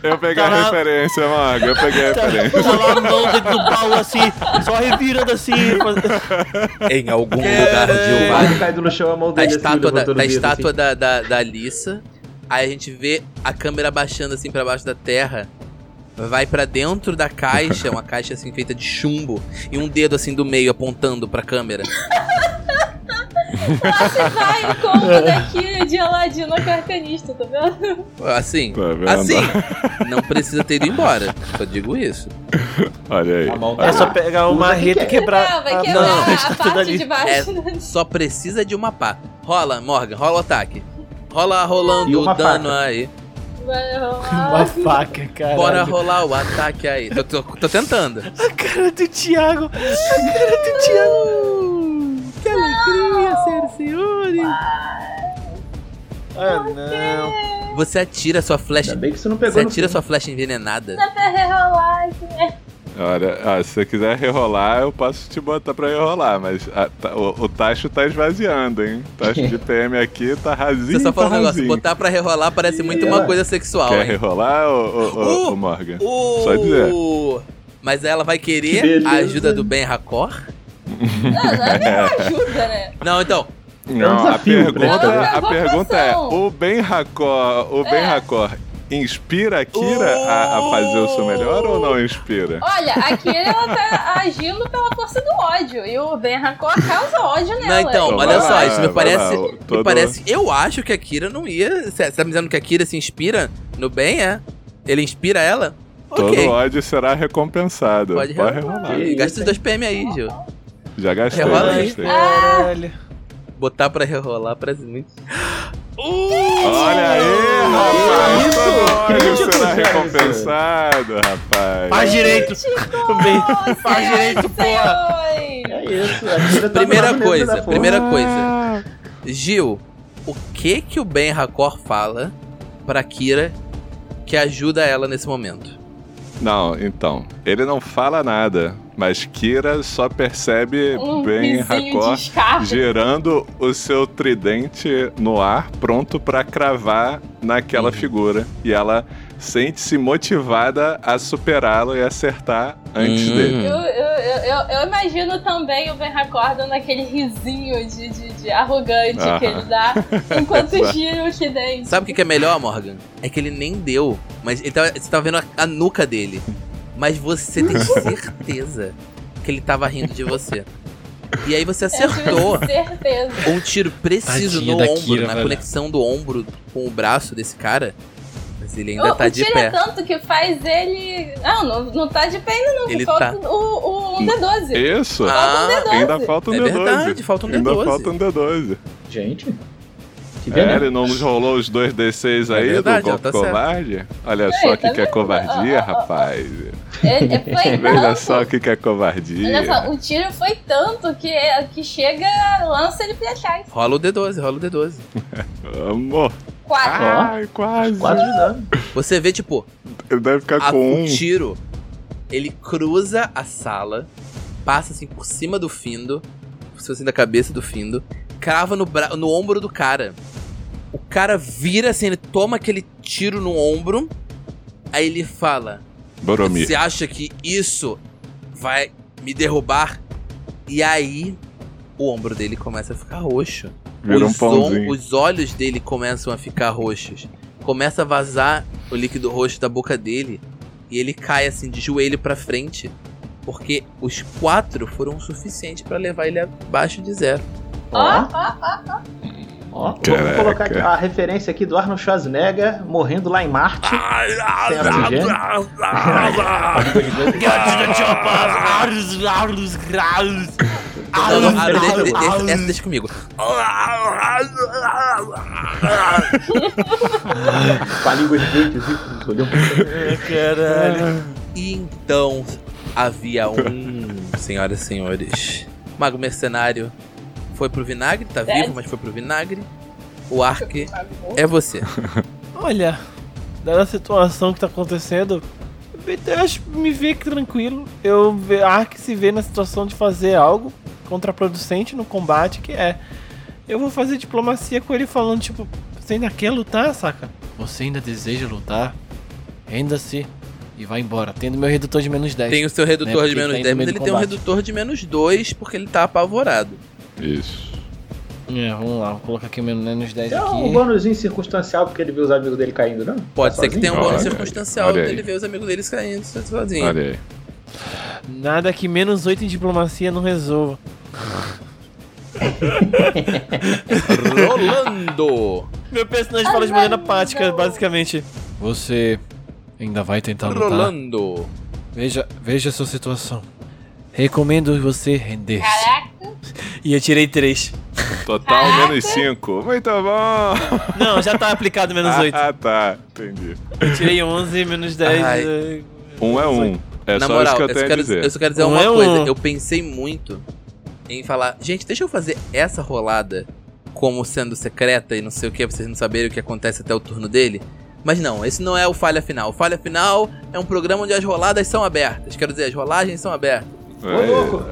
Speaker 2: Eu peguei a
Speaker 6: Caralho.
Speaker 2: referência, Mago. Eu peguei a referência.
Speaker 6: Tá lá a mão dentro do pau, assim, só revirando assim. faz-
Speaker 4: Em algum lugar de um
Speaker 5: O
Speaker 4: Uvalho.
Speaker 5: mago caído no chão, a mão
Speaker 4: É. Tá A
Speaker 5: dele assim,
Speaker 4: estátua, da,
Speaker 5: levantando
Speaker 4: da
Speaker 5: o dedo,
Speaker 4: estátua
Speaker 5: assim.
Speaker 4: da, da, da Alissa. Aí a gente vê a câmera baixando assim pra baixo da terra. Vai pra dentro da caixa, uma caixa assim feita de chumbo. E um dedo assim do meio apontando pra câmera.
Speaker 3: Ela se vai em conta daqui de Aladino Carcanista, tá vendo?
Speaker 6: <laughs>
Speaker 4: Assim.
Speaker 2: Tá vendo?
Speaker 4: Assim. Não precisa ter ido embora. Só digo isso.
Speaker 2: Olha aí.
Speaker 5: A mão tá
Speaker 2: Olha
Speaker 6: É
Speaker 2: aí.
Speaker 6: só pegar uma
Speaker 5: Puta que
Speaker 6: marreta e quebrar.
Speaker 3: Não, Ah,
Speaker 1: Ah,
Speaker 3: vai
Speaker 6: a- não,
Speaker 3: quebrar
Speaker 1: <laughs>
Speaker 3: a
Speaker 6: tá tudo
Speaker 3: parte
Speaker 4: É,
Speaker 6: ali.
Speaker 3: de baixo. né?
Speaker 4: Só precisa de uma pá. Rola, Morgan, rola o ataque. Rola
Speaker 5: E
Speaker 4: rolando o
Speaker 5: uma
Speaker 4: dano
Speaker 5: faca.
Speaker 4: aí.
Speaker 3: Vai
Speaker 1: Uma
Speaker 3: rolar.
Speaker 1: tá faca, cara.
Speaker 4: Bora rolar o ataque aí. Tô, tô- tô tentando.
Speaker 1: A cara do Thiago! A cara do Thiago! Que alegria, ser senhores! Ah, não.
Speaker 4: Você atira sua flecha.
Speaker 5: Ainda bem que você não
Speaker 4: Você
Speaker 5: pegou no
Speaker 4: atira sua flecha envenenada.
Speaker 3: Dá pra rerolar, assim.
Speaker 2: Ah, Olha, ó, se você quiser rerolar, eu posso te botar pra rerolar, mas a- tá- o, o Tacho tá esvaziando, hein? O Tacho
Speaker 4: <laughs>
Speaker 2: de PM aqui tá rasinho,
Speaker 4: Você só
Speaker 2: tá
Speaker 4: fala um negócio,
Speaker 2: rasinho.
Speaker 4: botar pra rerolar parece muito uma
Speaker 5: Ela-
Speaker 4: coisa sexual,
Speaker 2: Quer
Speaker 4: hein?
Speaker 2: rerolar, ô, ô, ô,
Speaker 4: Uh!
Speaker 2: ô, Morgan?
Speaker 4: O... É
Speaker 2: Só dizer.
Speaker 4: Mas ela vai querer
Speaker 5: Que beleza.
Speaker 4: a ajuda do Ben Racor?
Speaker 3: Não, não é nem uma ajuda, né?
Speaker 4: Não, então.
Speaker 2: Não,
Speaker 4: né?
Speaker 5: desafio,
Speaker 2: a
Speaker 4: É
Speaker 2: pergunta,
Speaker 3: praticamente.
Speaker 2: a pergunta é, o Ben Racor, o Ben
Speaker 3: É.
Speaker 2: Racor inspira a Kira a, a fazer o seu melhor ou não inspira?
Speaker 3: Olha, a Kira ela tá agindo pela força do ódio. E o Ben Hakor causa ódio nela.
Speaker 4: Não,
Speaker 5: é.
Speaker 4: então,
Speaker 2: Então,
Speaker 4: olha
Speaker 2: vai
Speaker 4: só,
Speaker 2: lá,
Speaker 4: isso me
Speaker 2: vai
Speaker 4: parece.
Speaker 2: lá,
Speaker 4: me
Speaker 2: todo-
Speaker 4: parece. Eu acho que a Kira não ia. Você tá me dizendo que a Kira se inspira no Ben, é? Ele inspira ela?
Speaker 2: Todo
Speaker 4: ok.
Speaker 2: ódio será recompensado.
Speaker 4: Pode
Speaker 2: Pode,
Speaker 4: rerolar.
Speaker 2: rerolar.
Speaker 5: isso,
Speaker 4: Gasta os
Speaker 5: hein?
Speaker 4: dois PM aí, Gil.
Speaker 2: Já gastei,
Speaker 4: Rerola aí. Ah,
Speaker 2: gastei.
Speaker 1: Caralho.
Speaker 4: Botar pra rerolar parece muito.
Speaker 2: Olha aí, rapaz!
Speaker 5: isso?
Speaker 2: Todo ódio
Speaker 5: Crítico,
Speaker 2: será
Speaker 5: Jéssica.
Speaker 2: recompensado, rapaz.
Speaker 6: Faz direito.
Speaker 3: Ô,
Speaker 6: Faz direito,
Speaker 3: senhores!
Speaker 5: É isso. a Kira
Speaker 4: <laughs>
Speaker 5: tá
Speaker 4: Primeira
Speaker 5: brava dentro da
Speaker 4: coisa,
Speaker 5: porra.
Speaker 4: primeira
Speaker 3: Ah.
Speaker 4: coisa. Gil, o que que o Ben Racor fala pra Kira que ajuda ela nesse momento?
Speaker 2: Não, então, ele não fala nada, mas Kira só percebe
Speaker 3: Um
Speaker 2: Ben
Speaker 3: vizinho de
Speaker 2: Racor
Speaker 3: escada.
Speaker 2: girando o seu tridente no ar, pronto pra cravar naquela figura. E ela sente-se motivada a superá-lo e acertar antes
Speaker 4: Hum.
Speaker 2: dele.
Speaker 3: Eu, eu- eu- eu- eu imagino também o Ben Hakor dando aquele risinho de, de- de arrogante
Speaker 2: Aham.
Speaker 3: que ele dá enquanto gira o Kidente.
Speaker 4: Ah. Sabe o que, que é melhor, Morgan? É que ele nem deu. Mas ele tava- você tava vendo a, a nuca dele. Mas
Speaker 2: <laughs>
Speaker 4: você tem certeza que ele tava rindo de você. E aí você
Speaker 3: Eu
Speaker 4: acertou
Speaker 3: tive certeza.
Speaker 4: um tiro preciso
Speaker 1: Tadinha
Speaker 4: no
Speaker 1: da
Speaker 4: ombro,
Speaker 1: Kira,
Speaker 4: na
Speaker 1: velho.
Speaker 4: conexão do ombro com o braço desse cara. Mas ele ainda
Speaker 3: o,
Speaker 4: tá
Speaker 3: o
Speaker 4: de
Speaker 3: tiro é
Speaker 4: pé.
Speaker 3: tanto que faz ele. Não, não, não tá de pé ainda, não. que
Speaker 4: Ele tá.
Speaker 3: falta o, o 1D12.
Speaker 2: Isso!
Speaker 4: Ah,
Speaker 2: Ainda falta um
Speaker 4: é
Speaker 2: D12.
Speaker 4: verdade, falta um
Speaker 2: Ainda
Speaker 4: D12.
Speaker 2: falta um D12.
Speaker 5: Gente. Que
Speaker 2: É,
Speaker 5: veneno.
Speaker 2: ele não nos rolou os dois D6
Speaker 4: É
Speaker 2: aí
Speaker 4: verdade,
Speaker 2: do
Speaker 4: ó,
Speaker 2: golpe
Speaker 4: tá certo.
Speaker 2: covarde? Olha
Speaker 3: É,
Speaker 2: só o
Speaker 3: tá
Speaker 2: que, que é
Speaker 3: vendo? ah.
Speaker 2: covardia,
Speaker 3: Ó, ó, ó, ó.
Speaker 2: rapaz.
Speaker 3: Ele-
Speaker 2: <laughs>
Speaker 3: é, foi
Speaker 2: Veja
Speaker 3: tanto-
Speaker 2: só o que, que é
Speaker 3: Olha
Speaker 2: covardia.
Speaker 3: só, o tiro foi tanto que, que chega, lança ele pra trás.
Speaker 4: Rola o D12, rola o D12.
Speaker 2: Amor.
Speaker 3: Quatro.
Speaker 2: Ai, quase.
Speaker 5: Quatro de dano.
Speaker 4: Você vê, tipo,
Speaker 2: Ele deve ficar
Speaker 4: a-
Speaker 2: com
Speaker 4: o
Speaker 2: um.
Speaker 4: tiro, ele cruza a sala, passa assim por cima do Findo, por cima assim da cabeça do Findo, crava no, bra- no ombro do cara. O cara vira assim, ele toma aquele tiro no ombro, aí ele fala:
Speaker 2: Boromir.
Speaker 4: Você acha que isso vai me derrubar? E aí, o ombro dele começa a ficar roxo
Speaker 2: Vira um
Speaker 4: os, om-
Speaker 2: pãozinho.
Speaker 4: os olhos dele começam a ficar roxos. Começa a vazar o líquido roxo da boca dele. E ele cai assim de joelho pra frente. Porque os quatro foram o suficiente pra levar ele abaixo de zero.
Speaker 5: Ó. Ó,
Speaker 2: Caraca.
Speaker 5: vamos colocar aqui a referência aqui do Arnold Schwarzenegger morrendo lá em Marte. Sem oxigênio.
Speaker 4: Não, não, ah,
Speaker 5: Deus,
Speaker 4: deixa-
Speaker 5: Deus,
Speaker 4: deixa- essa deixa comigo.
Speaker 5: Com a língua de dente, assim, olhou.
Speaker 1: Caralho.
Speaker 4: E então
Speaker 2: <laughs>
Speaker 4: havia um, senhoras e senhores. Mago Mercenário foi pro vinagre, tá vivo, mas foi pro vinagre. O Ark é você.
Speaker 1: Olha, dada a situação que tá acontecendo, eu acho que me vê tranquilo. Eu ve- a Ark se vê na situação de fazer algo contraproducente no combate, que é. Eu vou fazer diplomacia com ele falando, tipo, você ainda quer lutar, saca? Você ainda deseja lutar? Renda-se e vai embora, tendo meu redutor de menos 10.
Speaker 4: Tem o seu redutor
Speaker 1: Né,
Speaker 4: de
Speaker 1: porque
Speaker 4: menos
Speaker 1: ele tá indo no
Speaker 4: 10, mas
Speaker 1: meio
Speaker 4: ele
Speaker 1: do
Speaker 4: tem um
Speaker 1: combate.
Speaker 4: redutor de menos 2 porque ele tá apavorado.
Speaker 2: Isso.
Speaker 1: É, vamos lá, vou colocar aqui o menos 10
Speaker 5: É um
Speaker 1: aqui.
Speaker 5: bônusinho circunstancial porque ele viu os amigos dele caindo, não?
Speaker 4: Pode
Speaker 5: Tá
Speaker 4: ser que
Speaker 5: sozinho?
Speaker 4: tenha um
Speaker 2: Olha
Speaker 4: bônus
Speaker 2: aí,
Speaker 4: circunstancial
Speaker 2: olha aí.
Speaker 4: dele ver os amigos deles caindo sozinho.
Speaker 2: Olha aí.
Speaker 1: Nada que menos 8 em diplomacia não resolva.
Speaker 4: Rolando!
Speaker 1: <laughs> Meu personagem fala de maneira prática, basicamente. Você ainda vai tentar lutar?
Speaker 4: Rolando!
Speaker 1: Veja, veja a sua situação. Recomendo você render-se.
Speaker 3: Caraca,
Speaker 1: E eu tirei três.
Speaker 2: Total menos 5. Muito bom.
Speaker 1: Não, já tá aplicado
Speaker 2: <laughs>
Speaker 1: menos 8.
Speaker 2: Ah, tá. Entendi.
Speaker 1: Eu tirei 11, menos 10.
Speaker 4: Ai.
Speaker 1: eh,
Speaker 2: Um é um. É
Speaker 4: Na
Speaker 2: só
Speaker 4: moral,
Speaker 2: isso que eu
Speaker 4: só
Speaker 2: tenho a
Speaker 4: quero,
Speaker 2: dizer.
Speaker 4: eu só quero dizer
Speaker 1: Não
Speaker 4: uma
Speaker 1: é um-
Speaker 4: coisa. Eu pensei muito em falar, gente, deixa eu fazer essa rolada como sendo secreta e não sei o que, pra vocês não saberem o que acontece até o turno dele. Mas não, esse não é o Falha Final. O Falha Final é um programa onde as roladas são abertas. Quero dizer, as rolagens são abertas.
Speaker 2: Ô, louco.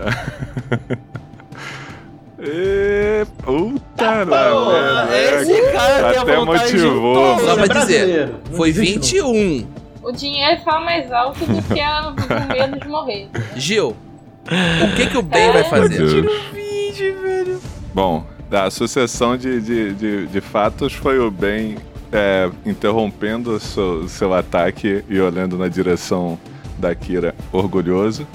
Speaker 2: E...
Speaker 3: Tá
Speaker 2: Puta
Speaker 8: pô,
Speaker 2: lá,
Speaker 1: Esse cara tem a
Speaker 2: Até
Speaker 1: vontade de
Speaker 2: motivou.
Speaker 1: um
Speaker 5: é
Speaker 4: Só
Speaker 1: touro.
Speaker 4: pra dizer,
Speaker 8: Brasileiro. Não
Speaker 4: foi
Speaker 8: desiste, não.
Speaker 4: 21.
Speaker 3: O dinheiro fala mais alto do que a, o medo de morrer.
Speaker 4: Gil, o que, que o Ben vai
Speaker 2: Meu
Speaker 4: fazer?
Speaker 2: Deus. Bom, a sucessão de, de, de, de fatos foi o Ben é, interrompendo o seu, seu ataque e olhando na direção da Kira orgulhoso.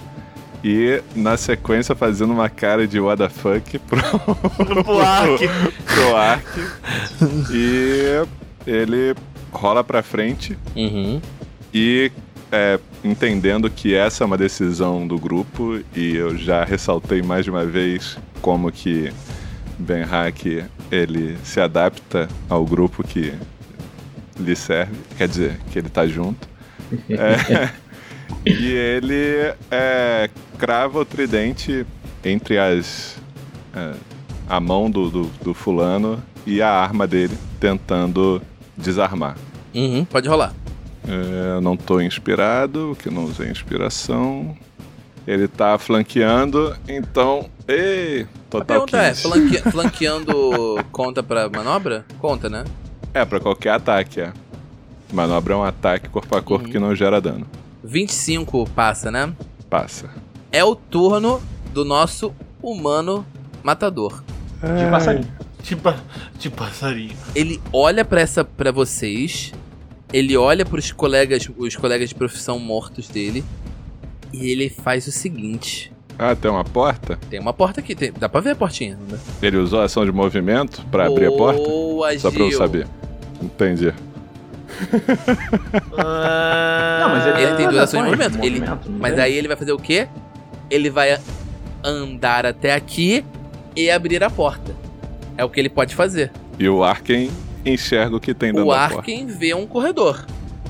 Speaker 2: E na sequência fazendo uma cara de what the fuck <laughs> pro,
Speaker 6: Pro Ark.
Speaker 2: pro Ark. E ele rola pra frente
Speaker 4: Uhum.
Speaker 2: e é, entendendo que essa é uma decisão do grupo e eu já ressaltei mais de uma vez como que Ben Hack ele se adapta ao grupo que lhe serve, quer dizer, que ele tá junto. É, e ele é, crava o tridente entre as é, a mão do- do- do fulano e a arma dele, tentando desarmar.
Speaker 4: Uhum, pode rolar.
Speaker 2: Eu não tô inspirado, que não usei inspiração. Ele tá flanqueando, então. Ei!
Speaker 4: A
Speaker 2: Total
Speaker 4: pergunta é,
Speaker 2: 15.
Speaker 4: flanque- flanqueando conta pra manobra? Conta, né?
Speaker 2: É, pra qualquer ataque, é. Manobra é um ataque corpo a corpo
Speaker 4: Uhum.
Speaker 2: que não gera dano.
Speaker 4: 25 passa, né?
Speaker 2: Passa.
Speaker 4: É o turno do nosso humano matador.
Speaker 5: De passarinho.
Speaker 6: De, pa de passarinho.
Speaker 4: Ele olha pra essa para vocês, ele olha pros colegas, os colegas de profissão mortos dele, e ele faz o seguinte:
Speaker 2: Ah, tem uma porta?
Speaker 4: tem uma porta aqui, tem- dá pra ver a portinha? né? Não dá?
Speaker 2: Ele usou ação de movimento pra abrir a porta?
Speaker 4: Boa,
Speaker 2: Só pra eu
Speaker 4: Gil.
Speaker 2: saber. Entendi. É.
Speaker 5: Não, mas ele, é
Speaker 4: Ele tem duas ações de movimento, ele-
Speaker 5: não
Speaker 4: Mas
Speaker 5: tem?
Speaker 4: aí ele vai fazer o quê? Ele vai andar até aqui e abrir a porta. É o que ele pode fazer.
Speaker 2: E o Arken enxerga o que tem dentro
Speaker 4: o
Speaker 2: da porta.
Speaker 4: Arken vê um corredor.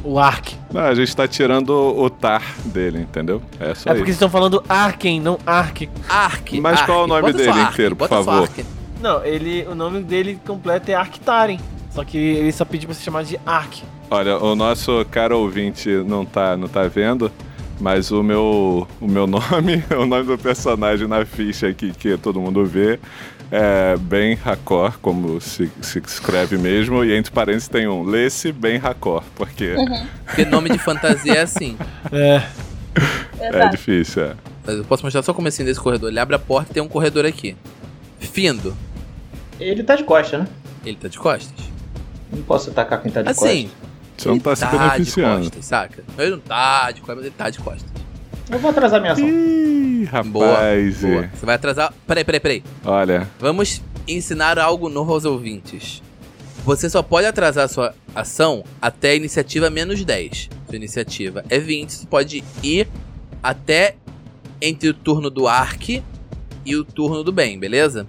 Speaker 1: O Ark.
Speaker 2: Não, a gente tá tirando o tar dele, entendeu? É só
Speaker 1: É
Speaker 2: isso.
Speaker 1: porque vocês estão falando Arken, não Ark.
Speaker 4: Ark.
Speaker 2: Mas
Speaker 4: Ark.
Speaker 2: qual é o nome
Speaker 4: Bota
Speaker 2: dele
Speaker 4: só Ark,
Speaker 2: inteiro, por
Speaker 4: bota só
Speaker 2: favor?
Speaker 4: Ark.
Speaker 1: Não, ele, o nome dele completo é Arctaren. Só que ele só pediu pra se chamar de Ark.
Speaker 2: Olha, o nosso cara ouvinte não tá, não tá vendo, mas o meu, o meu <laughs> nome, o nome do personagem na ficha aqui que todo mundo vê é Ben Racor, como se, se escreve mesmo, e entre parênteses tem um Lesse Ben Racor, porque
Speaker 4: Porque nome de fantasia é assim.
Speaker 1: É.
Speaker 2: é
Speaker 3: Exato.
Speaker 2: difícil. É.
Speaker 4: Mas eu posso mostrar só o comecinho desse corredor. Ele abre a porta e tem um corredor aqui. Findo.
Speaker 5: Ele tá de costa, né?
Speaker 4: Ele tá de costas.
Speaker 5: Não posso atacar quem tá de
Speaker 4: Assim,
Speaker 5: costa.
Speaker 2: Você não tá
Speaker 4: ele
Speaker 2: se
Speaker 4: tá de
Speaker 2: beneficiando.
Speaker 4: costas, saca? Ele não tá de costas, mas ele tá de costas.
Speaker 5: Eu vou atrasar minha ação.
Speaker 2: Ih,
Speaker 4: Boa,
Speaker 2: rapaz.
Speaker 4: Boa. Você vai atrasar... Peraí, peraí, peraí.
Speaker 2: Olha,
Speaker 4: Vamos ensinar algo novo aos ouvintes. Você só pode atrasar sua ação até a iniciativa menos 10. Sua iniciativa é 20, você pode ir até entre o turno do Ark e o turno do bem, beleza?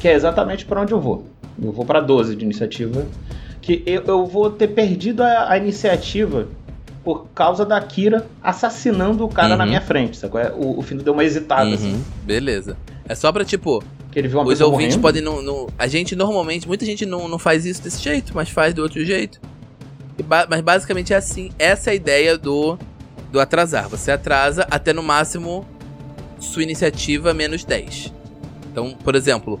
Speaker 5: Que é exatamente pra onde eu vou. Eu vou pra 12 de iniciativa. Que eu, eu vou ter perdido a, a iniciativa por causa da Kira assassinando o cara
Speaker 4: Uhum.
Speaker 5: na minha frente, sacou? É, O, o Findo deu uma hesitada, assim.
Speaker 4: Beleza. É só pra, tipo,
Speaker 5: Que ele viu uma
Speaker 4: os
Speaker 5: pessoa
Speaker 4: ouvintes
Speaker 5: morrendo.
Speaker 4: podem não, não- A gente normalmente, muita gente não, não faz isso desse jeito, mas faz do outro jeito. E ba- mas basicamente é assim. Essa é a ideia do, do atrasar. Você atrasa até no máximo sua iniciativa menos 10. Então, por exemplo,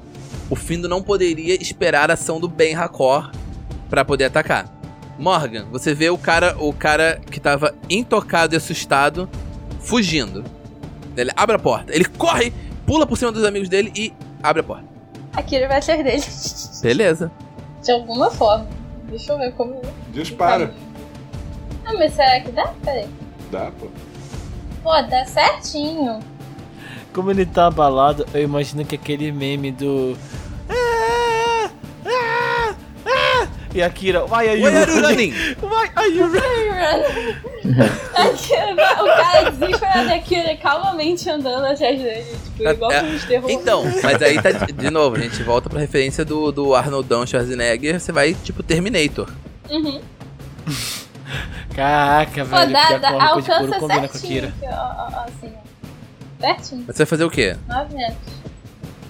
Speaker 4: o Findo não poderia esperar a ação do Ben Hakor pra poder atacar. Morgan, você vê o cara, o cara que tava intocado e assustado fugindo. Ele abre a porta, ele corre, pula por cima dos amigos dele e abre a porta.
Speaker 3: Aqui ele vai ser dele.
Speaker 4: Beleza.
Speaker 3: De alguma forma. Deixa eu ver como.
Speaker 2: dispara.
Speaker 3: Ah, mas será que dá? Peraí.
Speaker 2: Dá, pô.
Speaker 3: Pô, dá certinho.
Speaker 1: Como ele tá abalado, eu imagino que aquele meme do. Ah, ah, ah, e a Kira, vai aí,
Speaker 4: Oi, Aruranin!
Speaker 1: vai aí,
Speaker 3: Kieran! Akira, o cara desesperado Akira calmamente andando atrás dele, tipo,
Speaker 4: Tá-
Speaker 3: igual
Speaker 4: é-
Speaker 3: filme de terror.
Speaker 4: Então, mas aí tá. De novo, a gente volta pra referência do, do Arnoldão Schwarzenegger. Você vai, tipo, Terminator.
Speaker 3: Uhum.
Speaker 1: Caraca,
Speaker 3: Pô,
Speaker 1: velho.
Speaker 3: dá,
Speaker 1: porque a
Speaker 3: dá,
Speaker 1: corda de couro combina
Speaker 3: alcança
Speaker 1: com a Kira.
Speaker 3: certinho. aqui, ó, ó, ó, assim, ó. Certinho,
Speaker 4: Mas Você vai fazer o quê?
Speaker 3: 9 metros.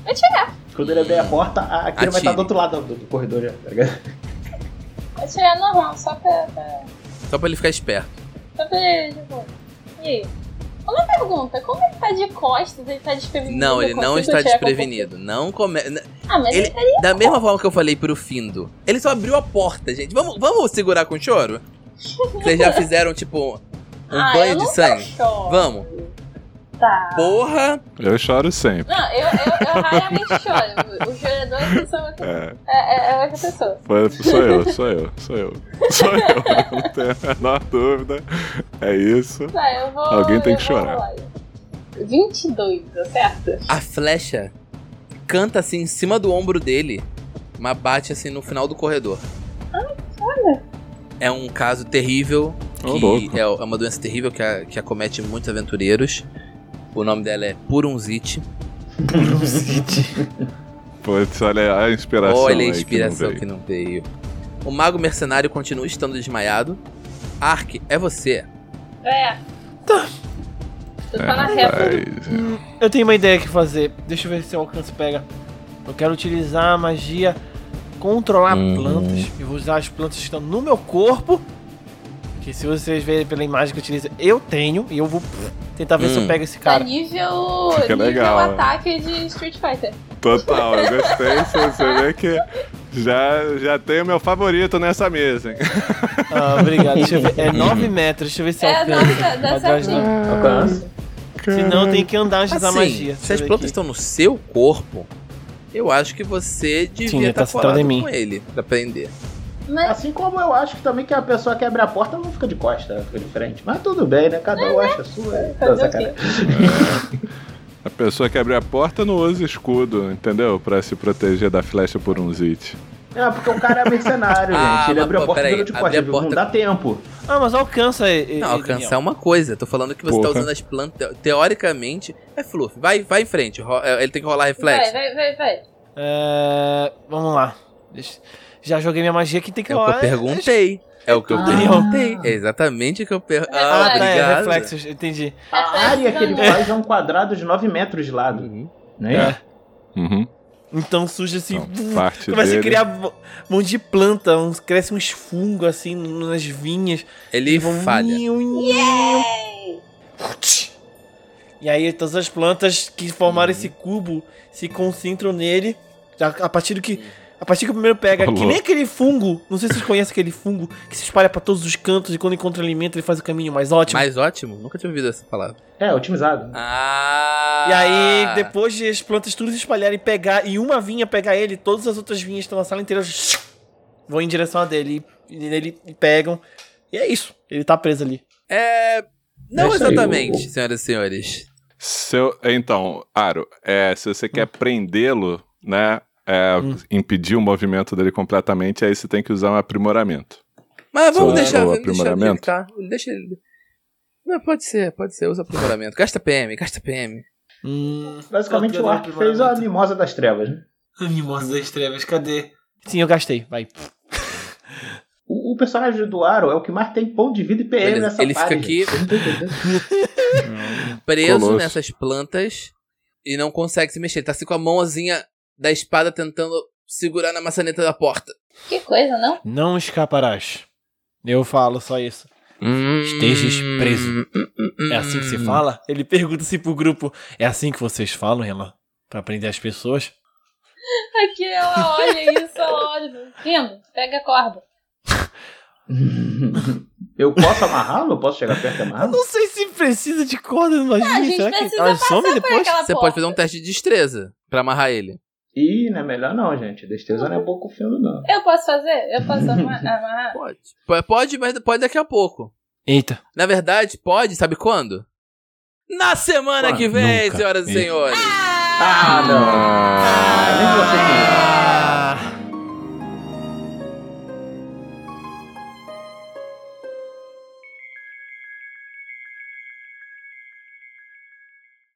Speaker 3: Vou tirar,
Speaker 8: Quando ele abrir a porta, a Akira vai
Speaker 4: Atire.
Speaker 8: estar do outro lado do, do corredor
Speaker 5: né,
Speaker 8: já, tá ligado?
Speaker 3: vou tirar normal, só pra, pra,
Speaker 4: Só pra ele ficar esperto.
Speaker 3: só pra ele, tipo... E aí? Uma pergunta, como ele tá de costas, ele tá desprevenido?
Speaker 4: Não, ele
Speaker 3: Eu
Speaker 4: não
Speaker 3: consigo
Speaker 4: está
Speaker 3: tirar com-
Speaker 4: desprevenido. Não come...
Speaker 3: Ah, mas
Speaker 4: Ele-
Speaker 3: ele tá ali.
Speaker 4: Da mesma forma que eu falei pro Findo. Ele só abriu a porta, gente. Vamos, vamos segurar
Speaker 3: <laughs>
Speaker 4: com choro? Vocês já fizeram, tipo, um
Speaker 3: ah, eu
Speaker 4: banho
Speaker 3: não
Speaker 4: de sangue?
Speaker 3: choro.
Speaker 4: Vamos.
Speaker 3: Tá.
Speaker 4: Porra!
Speaker 2: Eu choro sempre.
Speaker 3: Não, eu, eu, eu raramente choro. Os choradores são outra,
Speaker 2: É,
Speaker 3: é, é, é outra pessoa.
Speaker 2: foi- sou eu, sou eu, sou eu. Sou eu, <laughs> eu não tenho a menor dúvida. É isso.
Speaker 3: Tá, eu vou.
Speaker 2: Alguém tem
Speaker 3: eu
Speaker 2: que
Speaker 3: vou
Speaker 2: chorar.
Speaker 3: rolar. 22, tá certo?
Speaker 4: A flecha canta assim em cima do ombro dele, mas bate assim no final do corredor.
Speaker 3: olha.
Speaker 4: É um caso terrível,
Speaker 2: Ô,
Speaker 4: que
Speaker 2: louco.
Speaker 4: é é uma doença terrível que, a- que acomete muitos aventureiros. O nome dela é Purunzite.
Speaker 2: Putz, olha a inspiração.
Speaker 4: Olha a
Speaker 2: aí que não
Speaker 4: inspiração
Speaker 2: veio.
Speaker 4: que não veio. O mago mercenário continua estando desmaiado. Ark, é você.
Speaker 3: É. Tu tá na reta.
Speaker 2: Ai,
Speaker 1: Eu tenho uma ideia que fazer. Deixa eu ver se o alcance pega. Eu quero utilizar a magia controlar
Speaker 4: Uhum.
Speaker 1: plantas. Eu vou usar as plantas que estão no meu corpo. Que se vocês verem pela imagem que eu utilizo, eu tenho. E eu vou tentar ver se
Speaker 4: Hum.
Speaker 1: eu pego esse
Speaker 3: Tá
Speaker 1: cara.
Speaker 3: nível.
Speaker 2: Fica
Speaker 3: nível
Speaker 2: legal, né?
Speaker 3: ataque de Street Fighter.
Speaker 2: Total, eu gostei. Você você vê que já, já tem o meu favorito nessa mesa, hein?
Speaker 1: Ah, obrigado. Deixa eu ver. É
Speaker 4: Uhum.
Speaker 1: 9 metros. Deixa eu ver se
Speaker 3: É,
Speaker 1: alcança.
Speaker 3: não, dá, dá
Speaker 1: Atrás
Speaker 3: certinho.
Speaker 8: Alcança.
Speaker 1: Se não, tem que andar antes da
Speaker 4: Assim,
Speaker 1: magia.
Speaker 4: se as plantas estão no seu corpo, eu acho que você
Speaker 1: Sim,
Speaker 4: devia
Speaker 1: já tá
Speaker 4: estar tá
Speaker 1: centrado
Speaker 4: colado
Speaker 1: em mim.
Speaker 4: com ele pra prender.
Speaker 3: Mas
Speaker 8: Assim como eu acho que também que a pessoa que abre a porta não fica de costa, ela fica de frente. Mas tudo bem, né? Cada um acha a sua. É,
Speaker 3: Fazer
Speaker 8: tá
Speaker 3: o
Speaker 8: sacanagem.
Speaker 2: A pessoa que abriu a porta não usa escudo, entendeu? Pra se proteger da flecha por um zit.
Speaker 8: É, porque o cara
Speaker 4: <laughs>
Speaker 8: é mercenário,
Speaker 4: Ah,
Speaker 8: gente. Ele
Speaker 4: mas,
Speaker 8: abriu
Speaker 4: pô,
Speaker 8: a porta
Speaker 4: peraí,
Speaker 8: e virou de
Speaker 4: abrir
Speaker 8: costa.
Speaker 4: a
Speaker 8: viu?
Speaker 4: porta-
Speaker 8: Não dá tempo.
Speaker 1: Ah, mas alcança. e- e-
Speaker 4: Não,
Speaker 1: e-
Speaker 4: alcançar é uma coisa. Tô falando que você tá
Speaker 2: Porra.
Speaker 4: usando as plantas. Teoricamente, é fluff. Vai, vai em frente. ro- é, Ele tem que rolar
Speaker 3: vai,
Speaker 4: reflexo.
Speaker 3: vai, vai, vai.
Speaker 1: É, vamos lá. Deixa- Já joguei minha magia aqui, tem que
Speaker 4: É o que eu
Speaker 1: rolar.
Speaker 4: perguntei. É o que eu
Speaker 8: Ah.
Speaker 4: perguntei. É exatamente o que eu perguntei. Ah,
Speaker 1: Ah, tá, é
Speaker 4: obrigado.
Speaker 1: reflexos, entendi.
Speaker 8: A área que ele
Speaker 3: É.
Speaker 8: faz é um quadrado de 9 metros de lado. Né?
Speaker 4: É.
Speaker 2: Uhum.
Speaker 1: Então surge assim.
Speaker 2: Então,
Speaker 1: vum,
Speaker 2: parte
Speaker 1: começa
Speaker 2: dele.
Speaker 1: a criar um monte de planta, uns, cresce uns fungos assim nas vinhas.
Speaker 4: Ele falha.
Speaker 1: nhiu, nhiu. E aí todas as plantas que formaram
Speaker 2: Uhum.
Speaker 1: esse cubo se concentram nele. Já A partir do que. A partir que o primeiro pega,
Speaker 2: Ô,
Speaker 1: que nem
Speaker 2: louco.
Speaker 1: aquele fungo. Não sei se vocês conhecem aquele fungo que se espalha pra todos os cantos e quando encontra alimento ele faz o caminho mais ótimo.
Speaker 4: Mais ótimo? Nunca tinha ouvido essa palavra.
Speaker 8: É, otimizado.
Speaker 4: Ah!
Speaker 1: E aí, depois de as plantas tudo se espalharem e pegar, e uma vinha pegar ele, todas as outras vinhas que estão na sala inteira vão em direção a dele. E ele e pegam. E é isso. Ele tá preso ali.
Speaker 4: É. Não
Speaker 8: Deixa aí,
Speaker 4: exatamente, senhoras e senhores.
Speaker 2: Seu, então, Aro, é, se você quer prendê-lo, né? é,
Speaker 1: Hum.
Speaker 2: Impedir o movimento dele completamente, aí você tem que usar um aprimoramento.
Speaker 4: Mas vamos
Speaker 2: Só
Speaker 4: deixar,
Speaker 2: o
Speaker 4: vamos deixar ele,
Speaker 2: aprimoramento?
Speaker 4: tá? Deixa ele. Não, pode ser, pode ser. Usa aprimoramento. Gasta PM, gasta PM.
Speaker 5: Hum,
Speaker 8: Basicamente, o Ark fez a mimosa das trevas. né?
Speaker 1: Mimosa das trevas, cadê? Sim, eu gastei. Vai.
Speaker 8: O, o personagem do Aro é o que mais tem pão de vida e PM
Speaker 4: Beleza,
Speaker 8: nessa
Speaker 4: ele fica
Speaker 8: party,
Speaker 4: aqui-
Speaker 8: gente. Vocês não tão entendendo.
Speaker 4: <laughs> Preso
Speaker 2: Colosso.
Speaker 4: nessas plantas e não consegue se mexer. Ele tá assim com a mãozinha da espada tentando segurar na maçaneta da porta.
Speaker 3: Que coisa, não?
Speaker 1: Não escaparás. Eu falo só isso.
Speaker 4: Hum.
Speaker 1: Estejas preso. É assim que se fala? Ele pergunta assim pro grupo. É assim que vocês falam, Renan? Pra prender as pessoas?
Speaker 3: Aqui ela olha isso, ela olha. Rindo, pega a corda.
Speaker 8: Eu posso amarrá-lo? Eu posso chegar
Speaker 4: <laughs>
Speaker 8: perto e
Speaker 1: Eu
Speaker 8: amarrá-lo?
Speaker 1: não sei se precisa de corda, mas
Speaker 3: Ah, a gente
Speaker 1: será que
Speaker 3: precisa
Speaker 1: elas
Speaker 3: passar
Speaker 1: somem
Speaker 3: Pega
Speaker 1: depois?
Speaker 3: aquela
Speaker 4: Você
Speaker 3: porta.
Speaker 4: pode fazer um teste de destreza pra amarrar ele.
Speaker 8: Ih, não é melhor não, gente. Destreza não é pouco filme, não.
Speaker 3: Eu posso fazer? Eu posso ama- amarrar?
Speaker 4: Pode. P- Pode, mas pode daqui a pouco.
Speaker 1: Eita.
Speaker 4: Na verdade, pode, sabe quando? Na semana
Speaker 1: Quando?
Speaker 4: que vem,
Speaker 1: Nunca.
Speaker 4: senhoras e
Speaker 1: Isso.
Speaker 4: senhores.
Speaker 8: Ah, não. Ah, nem você que...